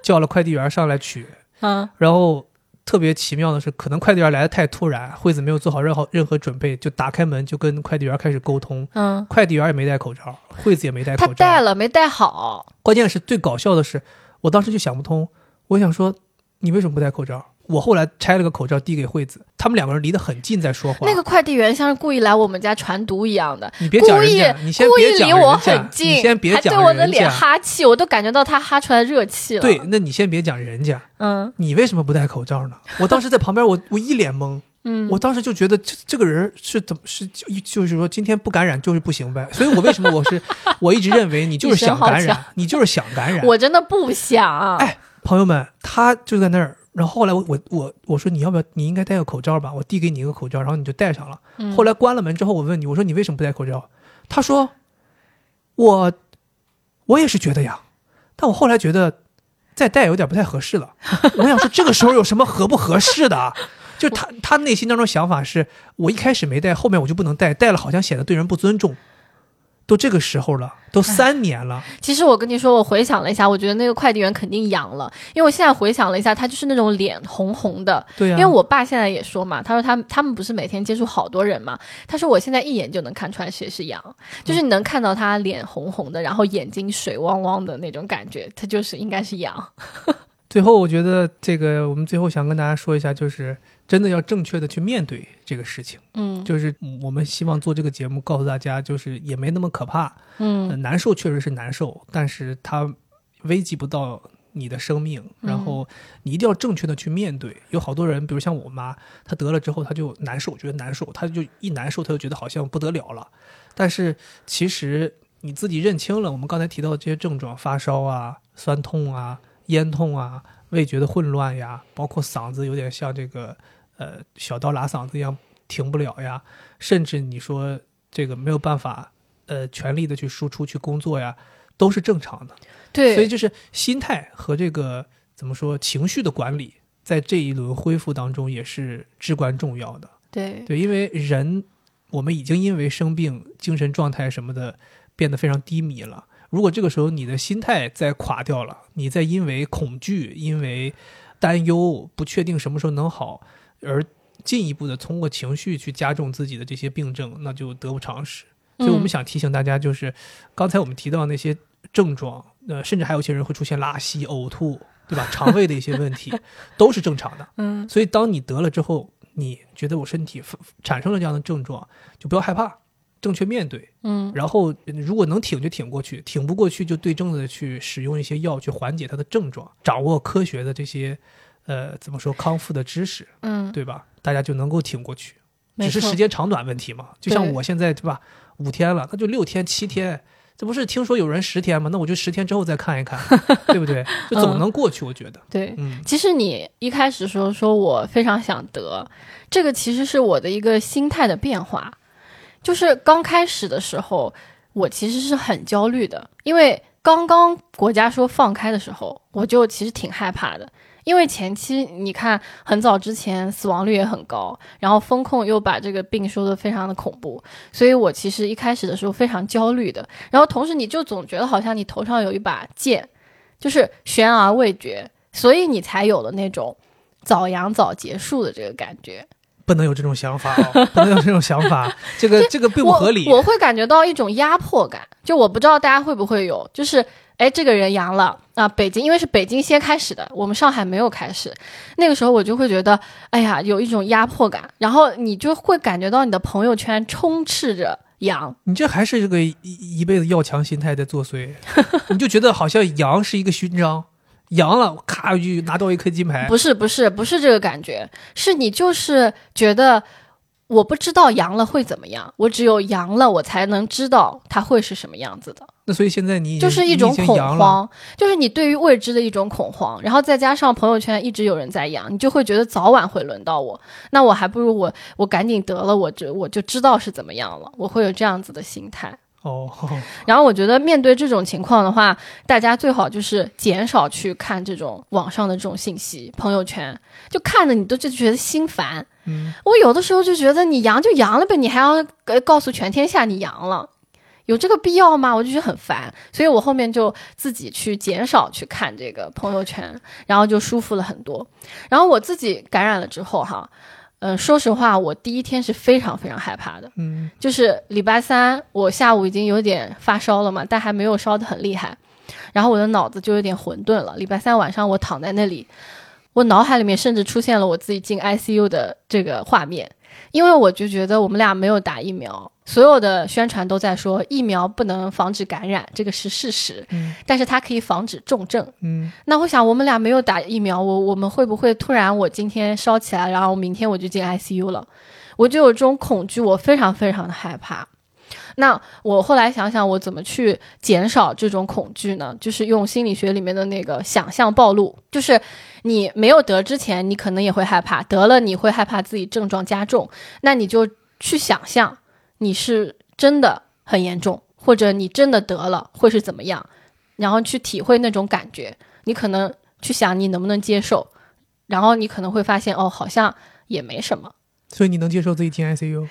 Speaker 1: 叫了快递员上来取，
Speaker 2: 嗯
Speaker 1: 然后特别奇妙的是，可能快递员来的太突然，惠子没有做好任何任何准备，就打开门就跟快递员开始沟通。
Speaker 2: 嗯，
Speaker 1: 快递员也没戴口罩，惠子也没戴
Speaker 2: 他
Speaker 1: 口
Speaker 2: 带
Speaker 1: 罩。
Speaker 2: 了没带好，
Speaker 1: 关键是最搞笑的是，我当时就想不通，我想说你为什么不戴口罩？我后来拆了个口罩递给惠子，他们两个人离得很近在说话。
Speaker 2: 那个快递员像是故意来我们家传毒一样的。
Speaker 1: 你别讲人家
Speaker 2: 故，
Speaker 1: 你先
Speaker 2: 故
Speaker 1: 别
Speaker 2: 意
Speaker 1: 讲
Speaker 2: 离
Speaker 1: 人
Speaker 2: 我
Speaker 1: 家，
Speaker 2: 很
Speaker 1: 你
Speaker 2: 近，
Speaker 1: 先别
Speaker 2: 还
Speaker 1: 讲
Speaker 2: 对
Speaker 1: 人家。
Speaker 2: 我的脸哈气，我都感觉到他哈出来热气了。
Speaker 1: 对，，那你先别讲人家，
Speaker 2: 嗯
Speaker 1: 你为什么不戴口罩呢？我当时在旁边，我我一脸懵，
Speaker 2: 嗯，
Speaker 1: 我当时就觉得这这个人是怎么是就就是说今天不感染就是不行呗，所以我为什么我 是我一直认为你就是想感
Speaker 2: 你神好
Speaker 1: 染，你就是啊想感染。
Speaker 2: 我真的不 想。
Speaker 1: 哎朋友们，他就在那儿，然后后来我我我我说你要不要，你应该戴个口罩吧，我递给你一个口罩，然后你就戴上了。
Speaker 2: 嗯
Speaker 1: 后来关了门之后，我问你，我说你为什么不戴口罩？他说我我也是觉得呀，但我后来觉得再戴有点不太合适了。我想说这个时候有什么合不合适的啊？就他他内心当中想法是我一开始没戴，后面我就不能戴，戴了好像显得对人不尊重。都这个时候了，都三年了，
Speaker 2: 其实我跟你说，我回想了一下，我觉得那个快递员肯定阳了，因为我现在回想了一下，他就是那种脸红红的。
Speaker 1: 对啊呀、
Speaker 2: 因为我爸现在也说嘛，他说他他们不是每天接触好多人嘛，他说我现在一眼就能看出来谁是阳，就是
Speaker 1: 嗯
Speaker 2: 你能看到他脸红红的，然后眼睛水汪汪的那种感觉，他就是应该是阳。
Speaker 1: 最后，我觉得这个我们最后想跟大家说一下，就是真的要正确的去面对这个事情。
Speaker 2: 嗯
Speaker 1: 就是嗯我们希望做这个节目，告诉大家，就是也没那么可怕、呃
Speaker 2: 嗯
Speaker 1: 难受确实是难受，但是它危及不到你的生命。
Speaker 2: 嗯
Speaker 1: 然后你一定要正确的去面对。有好多人，比如像我妈，她得了之后，她就难受，觉得难受，她就一难受，她就觉得好像不得了了。但是其实你自己认清了，我们刚才提到的这些症状，发烧啊、酸痛啊、咽痛啊、味觉的混乱呀，包括嗓子有点像这个呃小刀拉嗓子一样停不了呀，甚至你说这个没有办法呃全力的去输出去工作呀，都是正常的。所以
Speaker 2: 对，
Speaker 1: 就是心态和这个怎么说情绪的管理，在这一轮恢复当中也是至关重要的。
Speaker 2: 对，
Speaker 1: 对，因为人我们已经因为生病、精神状态什么的变得非常低迷了。如果这个时候你的心态再垮掉了，你再因为恐惧、因为担忧、不确定什么时候能好，而进一步的通过情绪去加重自己的这些病症，那就得不偿失。所以我们
Speaker 2: 嗯
Speaker 1: 想提醒大家，就是刚才我们提到那些症状，呃，甚至还有一些人会出现拉稀、呕吐，对吧？肠胃的一些问题都是正常的。
Speaker 2: 嗯
Speaker 1: 所以当你得了之后，你觉得我身体发产生了这样的症状，就不要害怕，正确面对。
Speaker 2: 嗯
Speaker 1: 然后呃如果能挺就挺过去，挺不过去就对症的去使用一些药去缓解它的症状，掌握科学的这些，呃，怎么说康复的知识，
Speaker 2: 嗯，
Speaker 1: 对吧？大家就能够挺过去。
Speaker 2: 没
Speaker 1: 只是
Speaker 2: 错
Speaker 1: 时间长短问题嘛。就像我现在对吧，五天了，那就六天、七天，这不是听说有人十天吗？那我就十天之后再看一 看，对不对？就
Speaker 2: 嗯
Speaker 1: 总能过去，我觉得。
Speaker 2: 对。
Speaker 1: 嗯，
Speaker 2: 其实你一开始说说我非常想得，这个其实是我的一个心态的变化。就是刚开始的时候，我其实是很焦虑的，因为刚刚国家说放开的时候，我就其实挺害怕的。因为前期你看，很早之前死亡率也很高，然后风控又把这个病说的非常的恐怖，所以我其实一开始的时候非常焦虑的。然后同时你就总觉得好像你头上有一把剑，就是悬而未决，所以你才有了那种早阳早结束的这个感觉。
Speaker 1: 不能有这种想法、哦，不能有这种想 法，这个这个并不合理
Speaker 2: 我。我会感觉到一种压迫感，就我不知道大家会不会有，就是哎，这个人阳了啊，北京因为是北京先开始的，我们上海没有开始，那个时候我就会觉得，哎呀，有一种压迫感，然后你就会感觉到你的朋友圈充斥着阳，
Speaker 1: 你这还是这个一一辈子要强心态在作祟， 你就觉得好像羊是一个勋章，羊了，咔哎就拿到一颗金牌。
Speaker 2: 不是不是不是这个感觉，是你就是觉得我不知道阳了会怎么样，我只有阳了，我才能知道它会是什么样子的。
Speaker 1: 那所以现在你已经
Speaker 2: 就是一种
Speaker 1: 你已经
Speaker 2: 恐
Speaker 1: 阳了
Speaker 2: 慌，就是你对于未知的一种恐慌，然后再加上朋友圈一直有人在阳，你就会觉得早晚会轮到我，那我还不如我我赶紧得了，我就我就知道是怎么样了，我会有这样子的心态。
Speaker 1: 哦，
Speaker 2: 然后我觉得面对这种情况的话，大家最好就是减少去看这种网上的这种信息，朋友圈就看着你都就觉得心烦。
Speaker 1: 嗯，
Speaker 2: 我有的时候就觉得你阳就阳了呗，你还要呃告诉全天下你阳了，有这个必要吗？我就觉得很烦，所以我后面就自己去减少去看这个朋友圈，然后就舒服了很多。然后我自己感染了之后哈，嗯、说实话，我第一天是非常非常害怕的，
Speaker 1: 嗯，
Speaker 2: 就是礼拜三我下午已经有点发烧了嘛，但还没有烧得很厉害，然后我的脑子就有点混沌了。礼拜三晚上我躺在那里，我脑海里面甚至出现了我自己进 ICU 的这个画面，因为我就觉得我们俩没有打疫苗，所有的宣传都在说疫苗不能防止感染，这个是事实，
Speaker 1: 嗯
Speaker 2: 但是它可以防止重症。
Speaker 1: 嗯，
Speaker 2: 那我想，我们俩没有打疫苗，我我们会不会突然我今天烧起来，然后明天我就进 ICU 了？我就有这种恐惧，我非常非常的害怕。那我后来想想，我怎么去减少这种恐惧呢？就是用心理学里面的那个想象暴露，就是你没有得之前，你可能也会害怕；得了，你会害怕自己症状加重，那你就去想象你是真的很严重，或者你真的得了会是怎么样，然后去体会那种感觉。你可能去想你能不能接受，然后你可能会发现哦，好像也没什么。
Speaker 1: 所以你能接受自己进 ICU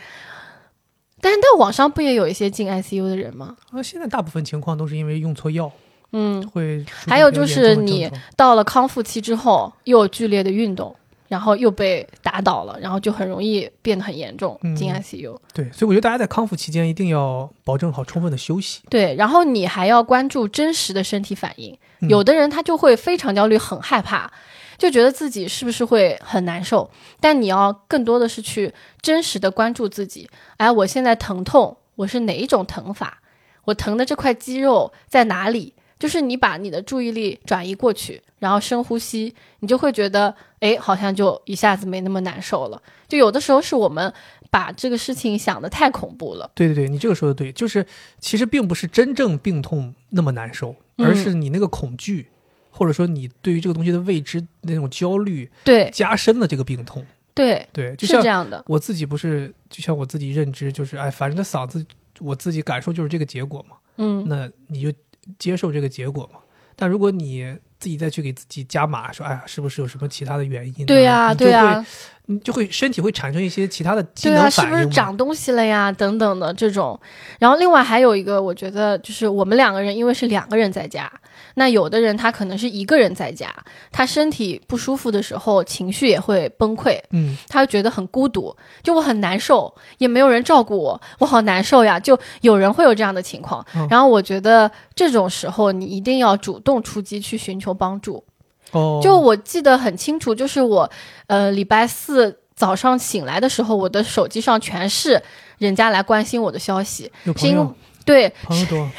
Speaker 2: 但是在网上不也有一些进 ICU 的人吗？
Speaker 1: 啊？现在大部分情况都是因为用错药
Speaker 2: 嗯，
Speaker 1: 会出现
Speaker 2: 还有
Speaker 1: 比较
Speaker 2: 就
Speaker 1: 严
Speaker 2: 是
Speaker 1: 重的
Speaker 2: 你
Speaker 1: 症状
Speaker 2: 到了康复期之后，又有剧烈的运动，然后又被打倒了，然后就很容易变得很严重，
Speaker 1: 嗯
Speaker 2: 进 ICU。
Speaker 1: 对，所以我觉得大家在康复期间一定要保证好充分的休息。
Speaker 2: 对，然后你还要关注真实的身体反应。
Speaker 1: 嗯
Speaker 2: 有的人他就会非常焦虑，很害怕，就觉得自己是不是会很难受。但你要更多的是去真实的关注自己。哎，我现在疼痛，我是哪一种疼法？我疼的这块肌肉在哪里？就是你把你的注意力转移过去，然后深呼吸，你就会觉得，哎，好像就一下子没那么难受了。就有的时候是我们把这个事情想得太恐怖了。
Speaker 1: 对对对，你这个说的对，就是其实并不是真正病痛那么难受，而
Speaker 2: 嗯
Speaker 1: 是你那个恐惧，或者说你对于这个东西的未知那种焦虑，
Speaker 2: 对
Speaker 1: 加深了这个病痛。
Speaker 2: 对，
Speaker 1: 对，就是
Speaker 2: 这
Speaker 1: 像
Speaker 2: 样的。
Speaker 1: 我自己不是，就像我自己认知，就是哎，反正这嗓子我自己感受就是这个结果嘛，
Speaker 2: 嗯，
Speaker 1: 那你就接受这个结果嘛。但如果你自己再去给自己加码，说哎呀，是不是有什么其他的原因呢？啊
Speaker 2: 对呀、
Speaker 1: 你就
Speaker 2: 对呀、
Speaker 1: 会你就会身体会产生一些其他的机
Speaker 2: 对
Speaker 1: 能
Speaker 2: 呀，是
Speaker 1: 反应
Speaker 2: 不是
Speaker 1: 嘛
Speaker 2: 长东西了呀？等等的这种。然后另外还有一个，我觉得就是我们两个人，因为是两个人在家，那有的人他可能是一个人在家，他身体不舒服的时候，情绪也会崩溃，
Speaker 1: 嗯，
Speaker 2: 他会觉得很孤独，就我很难受，也没有人照顾我，我好难受呀。就有人会有这样的情况，
Speaker 1: 嗯
Speaker 2: 然后我觉得这种时候你一定要主动出击去寻求帮助。
Speaker 1: 哦，
Speaker 2: 就我记得很清楚，就是我，呃，礼拜四早上醒来的时候，我的手机上全是人家来关心我的消息，
Speaker 1: 有
Speaker 2: 是
Speaker 1: 朋
Speaker 2: 因为
Speaker 1: 友。
Speaker 2: 对，
Speaker 1: 朋友多，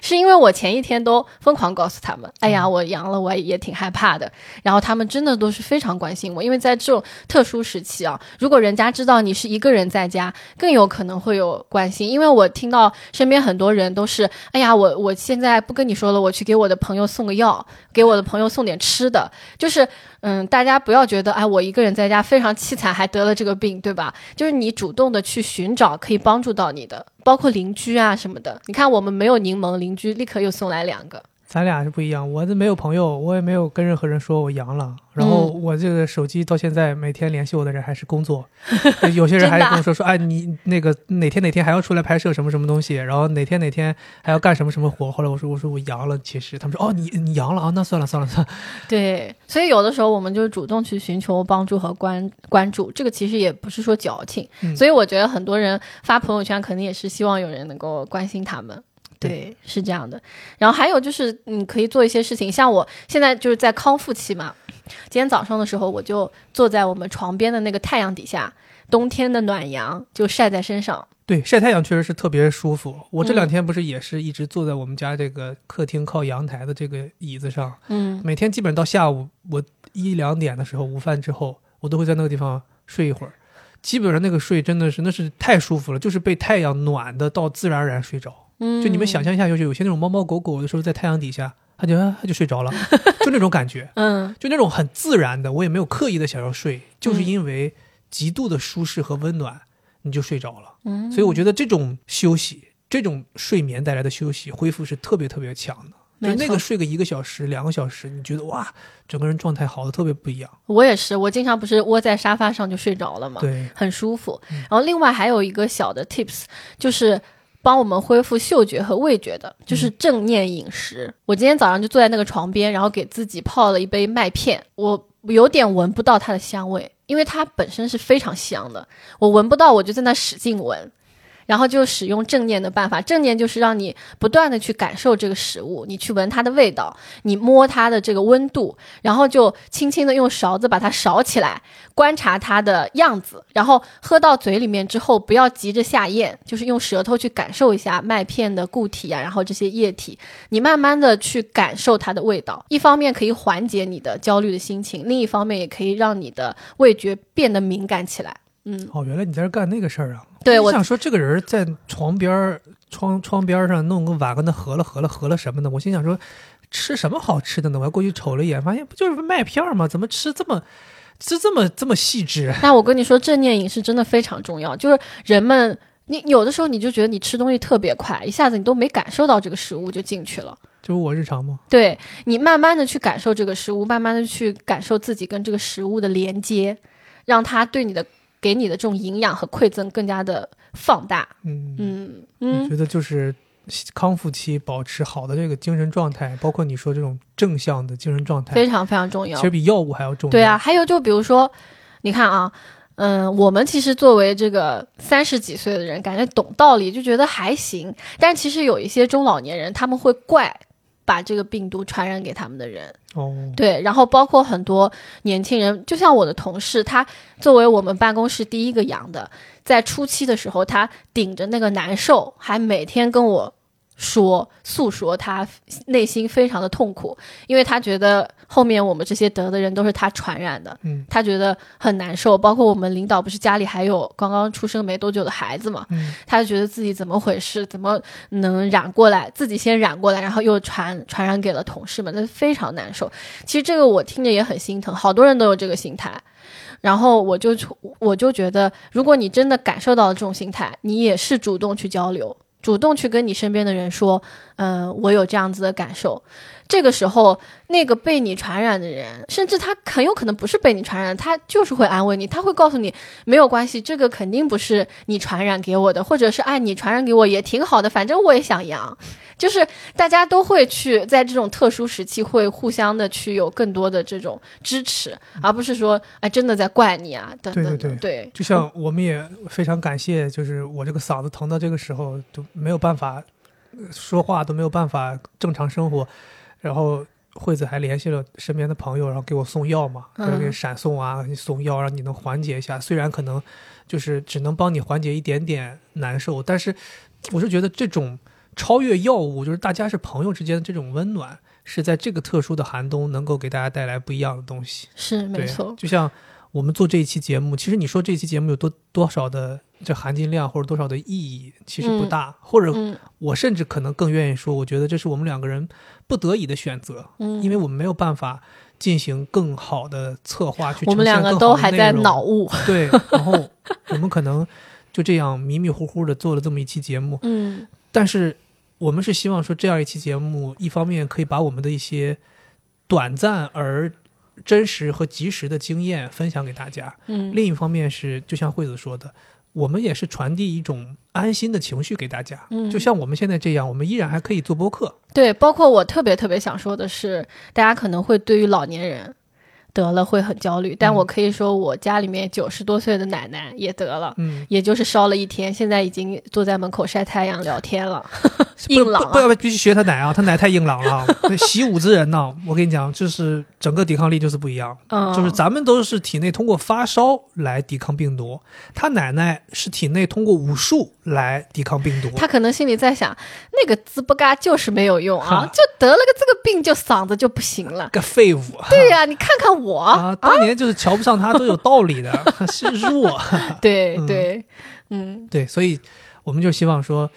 Speaker 2: 是因为我前一天都疯狂告诉他们，哎呀，我阳了，我也挺害怕的。然后他们真的都是非常关心我，因为在这种特殊时期啊，如果人家知道你是一个人在家，更有可能会有关心。因为我听到身边很多人都是，哎呀，我我现在不跟你说了，我去给我的朋友送个药，给我的朋友送点吃的。就是，嗯，大家不要觉得，哎，我一个人在家非常凄惨，还得了这个病，对吧？就是你主动的去寻找可以帮助到你的，包括邻居啊什么的。你看，我们没有柠檬，邻居立刻又送来两个。
Speaker 1: 咱俩是不一样。我这没有朋友，我也没有跟任何人说我阳了。然后
Speaker 2: 嗯
Speaker 1: 我这个手机到现在每天联系我的人还是工 作，就有些人还
Speaker 2: 真的啊
Speaker 1: 跟我说说，哎，你那个哪天哪天还要出来拍摄什么什么东西，然后哪天哪天还要干什么什么活。后来我说我说我阳了，其实他们说哦你你阳了啊，那算了算了算了。
Speaker 2: 对，所以有的时候我们就主动去寻求帮助和关关注，这个其实也不是说矫情。
Speaker 1: 嗯
Speaker 2: 所以我觉得很多人发朋友圈，肯定也是希望有人能够关心他们。
Speaker 1: 对
Speaker 2: 对，是这样的。然后还有就是，你可以做一些事情，像我现在就是在康复期嘛。今天早上的时候，我就坐在我们床边的那个太阳底下，冬天的暖阳就晒在身上。
Speaker 1: 对，晒太阳确实是特别舒服。我这
Speaker 2: 嗯
Speaker 1: 两天不是也是一直坐在我们家这个客厅靠阳台的这个椅子上，
Speaker 2: 嗯，
Speaker 1: 每天基本上到下午我一两点的时候午饭之后，我都会在那个地方睡一会儿，基本上那个睡真的是那是太舒服了，就是被太阳暖的到自然而然睡着。
Speaker 2: 嗯，
Speaker 1: 就你们想，象一下，就是有些那种猫猫狗狗，有的时候在太阳底下，它就 啊它就睡着了，就那种感觉，
Speaker 2: 嗯
Speaker 1: 就那种很自然的，我也没有刻意的想要睡，就是因为极度的舒适和温暖，你就睡着了。
Speaker 2: 嗯，
Speaker 1: 所以我觉得这种休息，这种睡眠带来的休息恢复是特别特别强的。就
Speaker 2: 没
Speaker 1: 那
Speaker 2: 错
Speaker 1: 个睡个一个小时、两个小时，你觉得哇，整个人状态好的特别不一样。
Speaker 2: 我也是，我经常不是窝在沙发上就睡着了嘛，
Speaker 1: 对，
Speaker 2: 很舒服。
Speaker 1: 嗯
Speaker 2: 然后另外还有一个小的 tips 就是。帮我们恢复嗅觉和味觉
Speaker 1: 嗯
Speaker 2: 的，就是正念饮食。我今天早上就坐在那个床边，然后给自己泡了一杯麦片，我有点闻不到它的香味，因为它本身是非常香的，我闻不到，我就在那使劲闻，然后就使用正念的办法。正念就是让你不断的去感受这个食物，你去闻它的味道，你摸它的这个温度，然后就轻轻的用勺子把它勺起来，观察它的样子，然后喝到嘴里面之后，不要急着下咽，就是用舌头去感受一下麦片的固体啊，然后这些液体，你慢慢的去感受它的味道。一方面可以缓解你的焦虑的心情，另一方面也可以让你的味觉变得敏感起来。嗯，
Speaker 1: 哦，原来你在这干那个事儿啊？
Speaker 2: 对
Speaker 1: 我
Speaker 2: 我
Speaker 1: 想说，这个人在床边儿、窗窗边儿上弄个碗跟他合了合了合了什么呢？我心想说，吃什么好吃的呢？我还过去瞅了一眼，发现不就是麦片儿吗？怎么吃这么吃这么这么细致？啊
Speaker 2: 那我跟你说，正念饮食真的非常重要，就是人们。你有的时候你就觉得你吃东西特别快，一下子你都没感受到这个食物就进去了。
Speaker 1: 就是我日常吗？
Speaker 2: 对你慢慢的去感受这个食物，慢慢的去感受自己跟这个食物的连接，让它对你的给你的这种营养和馈赠更加的放大。
Speaker 1: 嗯
Speaker 2: 嗯
Speaker 1: 我
Speaker 2: 嗯，
Speaker 1: 觉得就是康复期保持好的这个精神状态，包括你说这种正向的精神状态，
Speaker 2: 非常非常重要
Speaker 1: 其实。比药物还要重要。
Speaker 2: 对啊，，还有就比如说，你看啊，嗯，我们其实作为这个三十几岁的人，感觉懂道理就觉得还行，但其实有一些中老年人他们会怪把这个病毒传染给他们的人。
Speaker 1: 哦，
Speaker 2: 对，然后包括很多年轻人，就像我的同事，他作为我们办公室第一个阳的，在初期的时候，他顶着那个难受，还每天跟我说诉说他内心非常的痛苦，因为他觉得后面我们这些得的人都是他传染的，
Speaker 1: 嗯
Speaker 2: 他觉得很难受。包括我们领导不是家里还有刚刚出生没多久的孩子嘛，
Speaker 1: 嗯，
Speaker 2: 他就觉得自己怎么回事，怎么能染过来，自己先染过来，然后又传传染给了同事们，那非常难受。其实这个我听着也很心疼，好多人都有这个心态。然后我就我就觉得，如果你真的感受到了这种心态，你也是主动去交流，主动去跟你身边的人说，嗯、我有这样子的感受。这个时候，那个被你传染的人，甚至他很有可能不是被你传染，他就是会安慰你，他会告诉你，没有关系，这个肯定不是你传染给我的，或者是哎，你传染给我也挺好的，反正我也想阳。就是大家都会去在这种特殊时期，会互相的去有更多的这种支持，而不是说哎真的在怪你啊等等
Speaker 1: 对对
Speaker 2: 等对
Speaker 1: 就像我们也非常感谢，就是我这个嗓子疼到这个时候都没有办法呃说话，都没有办法正常生活，然后。惠子还联系了身边的朋友，然后给我送药嘛，
Speaker 2: 嗯
Speaker 1: 然后给闪送啊，给你送药，让你能缓解一下。虽然可能就是只能帮你缓解一点点难受，但是我是觉得这种超越药物，就是大家是朋友之间的这种温暖，是在这个特殊的寒冬能够给大家带来不一样的东西。
Speaker 2: 是没
Speaker 1: 对，
Speaker 2: 错，
Speaker 1: 就像我们做这一期节目，其实你说这一期节目有多多少的这含金量或者多少的意义，其实不
Speaker 2: 嗯
Speaker 1: 大。或者
Speaker 2: 嗯
Speaker 1: 我甚至可能更愿意说，我觉得这是我们两个人不得已的选择，
Speaker 2: 嗯，
Speaker 1: 因为我们没有办法进行更好的策划去。。
Speaker 2: 我们两个都还在脑雾，
Speaker 1: 对，然后我们可能就这样迷迷糊糊的做了这么一期节目，
Speaker 2: 嗯
Speaker 1: 但是我们是希望说，这样一期节目，一方面可以把我们的一些短暂而真实和及时的经验分享给大家；
Speaker 2: 嗯，
Speaker 1: 另一方面是，就像惠子说的，我们也是传递一种安心的情绪给大家。
Speaker 2: 嗯
Speaker 1: 就像我们现在这样，我们依然还可以做播客。
Speaker 2: 对，包括我特别特别想说的是，大家可能会对于老年人得了会很焦虑，但
Speaker 1: 嗯
Speaker 2: 我可以说，我家里面九十多岁的奶奶也得了。
Speaker 1: 嗯，
Speaker 2: 也就是烧了一天，现在已经坐在门口晒太阳聊天了，
Speaker 1: 不
Speaker 2: 硬朗
Speaker 1: 不不
Speaker 2: 啊！
Speaker 1: 要必须学他奶啊，他奶太硬朗 了，对习武之人呢、我跟你讲，就是整个抵抗力就是不一样。
Speaker 2: 嗯，
Speaker 1: 就是咱们都是体内通过发烧来抵抗病毒，他奶奶是体内通过武术来抵抗病毒。
Speaker 2: 他可能心里在想，那个滋不嘎就是没有用啊
Speaker 1: 哈，
Speaker 2: 就得了个这个病，就嗓子就不行了。
Speaker 1: 个废物，
Speaker 2: 对呀、你看看我
Speaker 1: 啊，当年就是瞧不上他都有道理的，是弱。
Speaker 2: 对
Speaker 1: 嗯
Speaker 2: 对，嗯
Speaker 1: 对，所以我们就希望说，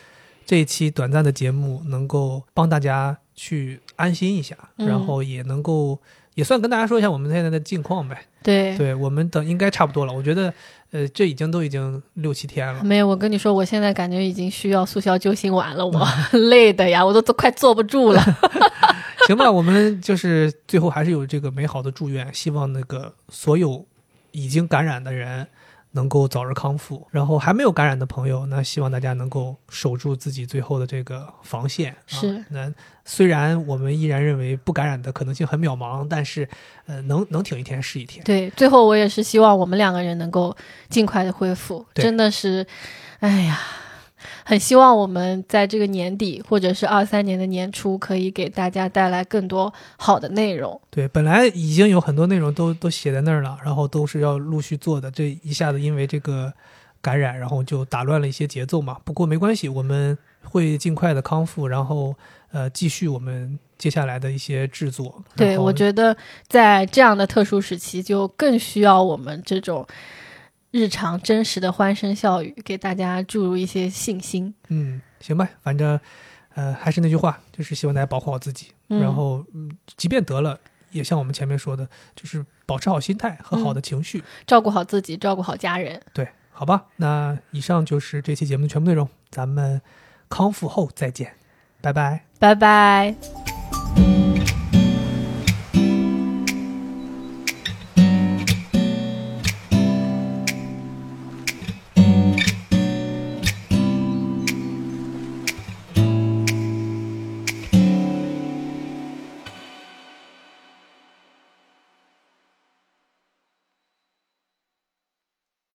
Speaker 1: 这一期短暂的节目能够帮大家去安心一下，
Speaker 2: 嗯
Speaker 1: 然后也能够也算跟大家说一下我们现在的近况呗。
Speaker 2: 对。
Speaker 1: 对我们等应该差不多了，我觉得呃，这已经都已经六七天了。
Speaker 2: 没有，我跟你说，我现在感觉已经需要速效救心丸了，我累的呀，我都都快坐不住了。
Speaker 1: 行吧，我们就是最后还是有这个美好的祝愿，希望那个所有已经感染的人能够早日康复，然后还没有感染的朋友，那希望大家能够守住自己最后的这个防线。啊
Speaker 2: 是、
Speaker 1: 那虽然我们依然认为不感染的可能性很渺茫，但是呃，能能挺一天是一天。
Speaker 2: 对，最后我也是希望我们两个人能够尽快的恢复，
Speaker 1: 对
Speaker 2: 真的是，哎呀，很希望我们在这个年底或者是二三年的年初，可以给大家带来更多好的内容。
Speaker 1: 对，本来已经有很多内容都都写在那儿了，然后都是要陆续做的，这一下子因为这个感染，然后就打乱了一些节奏嘛。不过没关系，我们会尽快的康复，然后呃继续我们接下来的一些制作。
Speaker 2: 对，我
Speaker 1: 得
Speaker 2: 觉得在这样的特殊时期，就更需要我们这种日常真实的欢声笑语，给大家注入一些信心。
Speaker 1: 嗯，行吧，反正呃还是那句话，就是希望大家保护好自己，
Speaker 2: 嗯
Speaker 1: 然后嗯即便得了，也像我们前面说的，就是保持好心态和好的情绪。
Speaker 2: 照顾好自己，照顾好家人。
Speaker 1: 对，好吧，那以上就是这期节目的全部内容，咱们康复后再见，拜拜。
Speaker 2: 拜拜。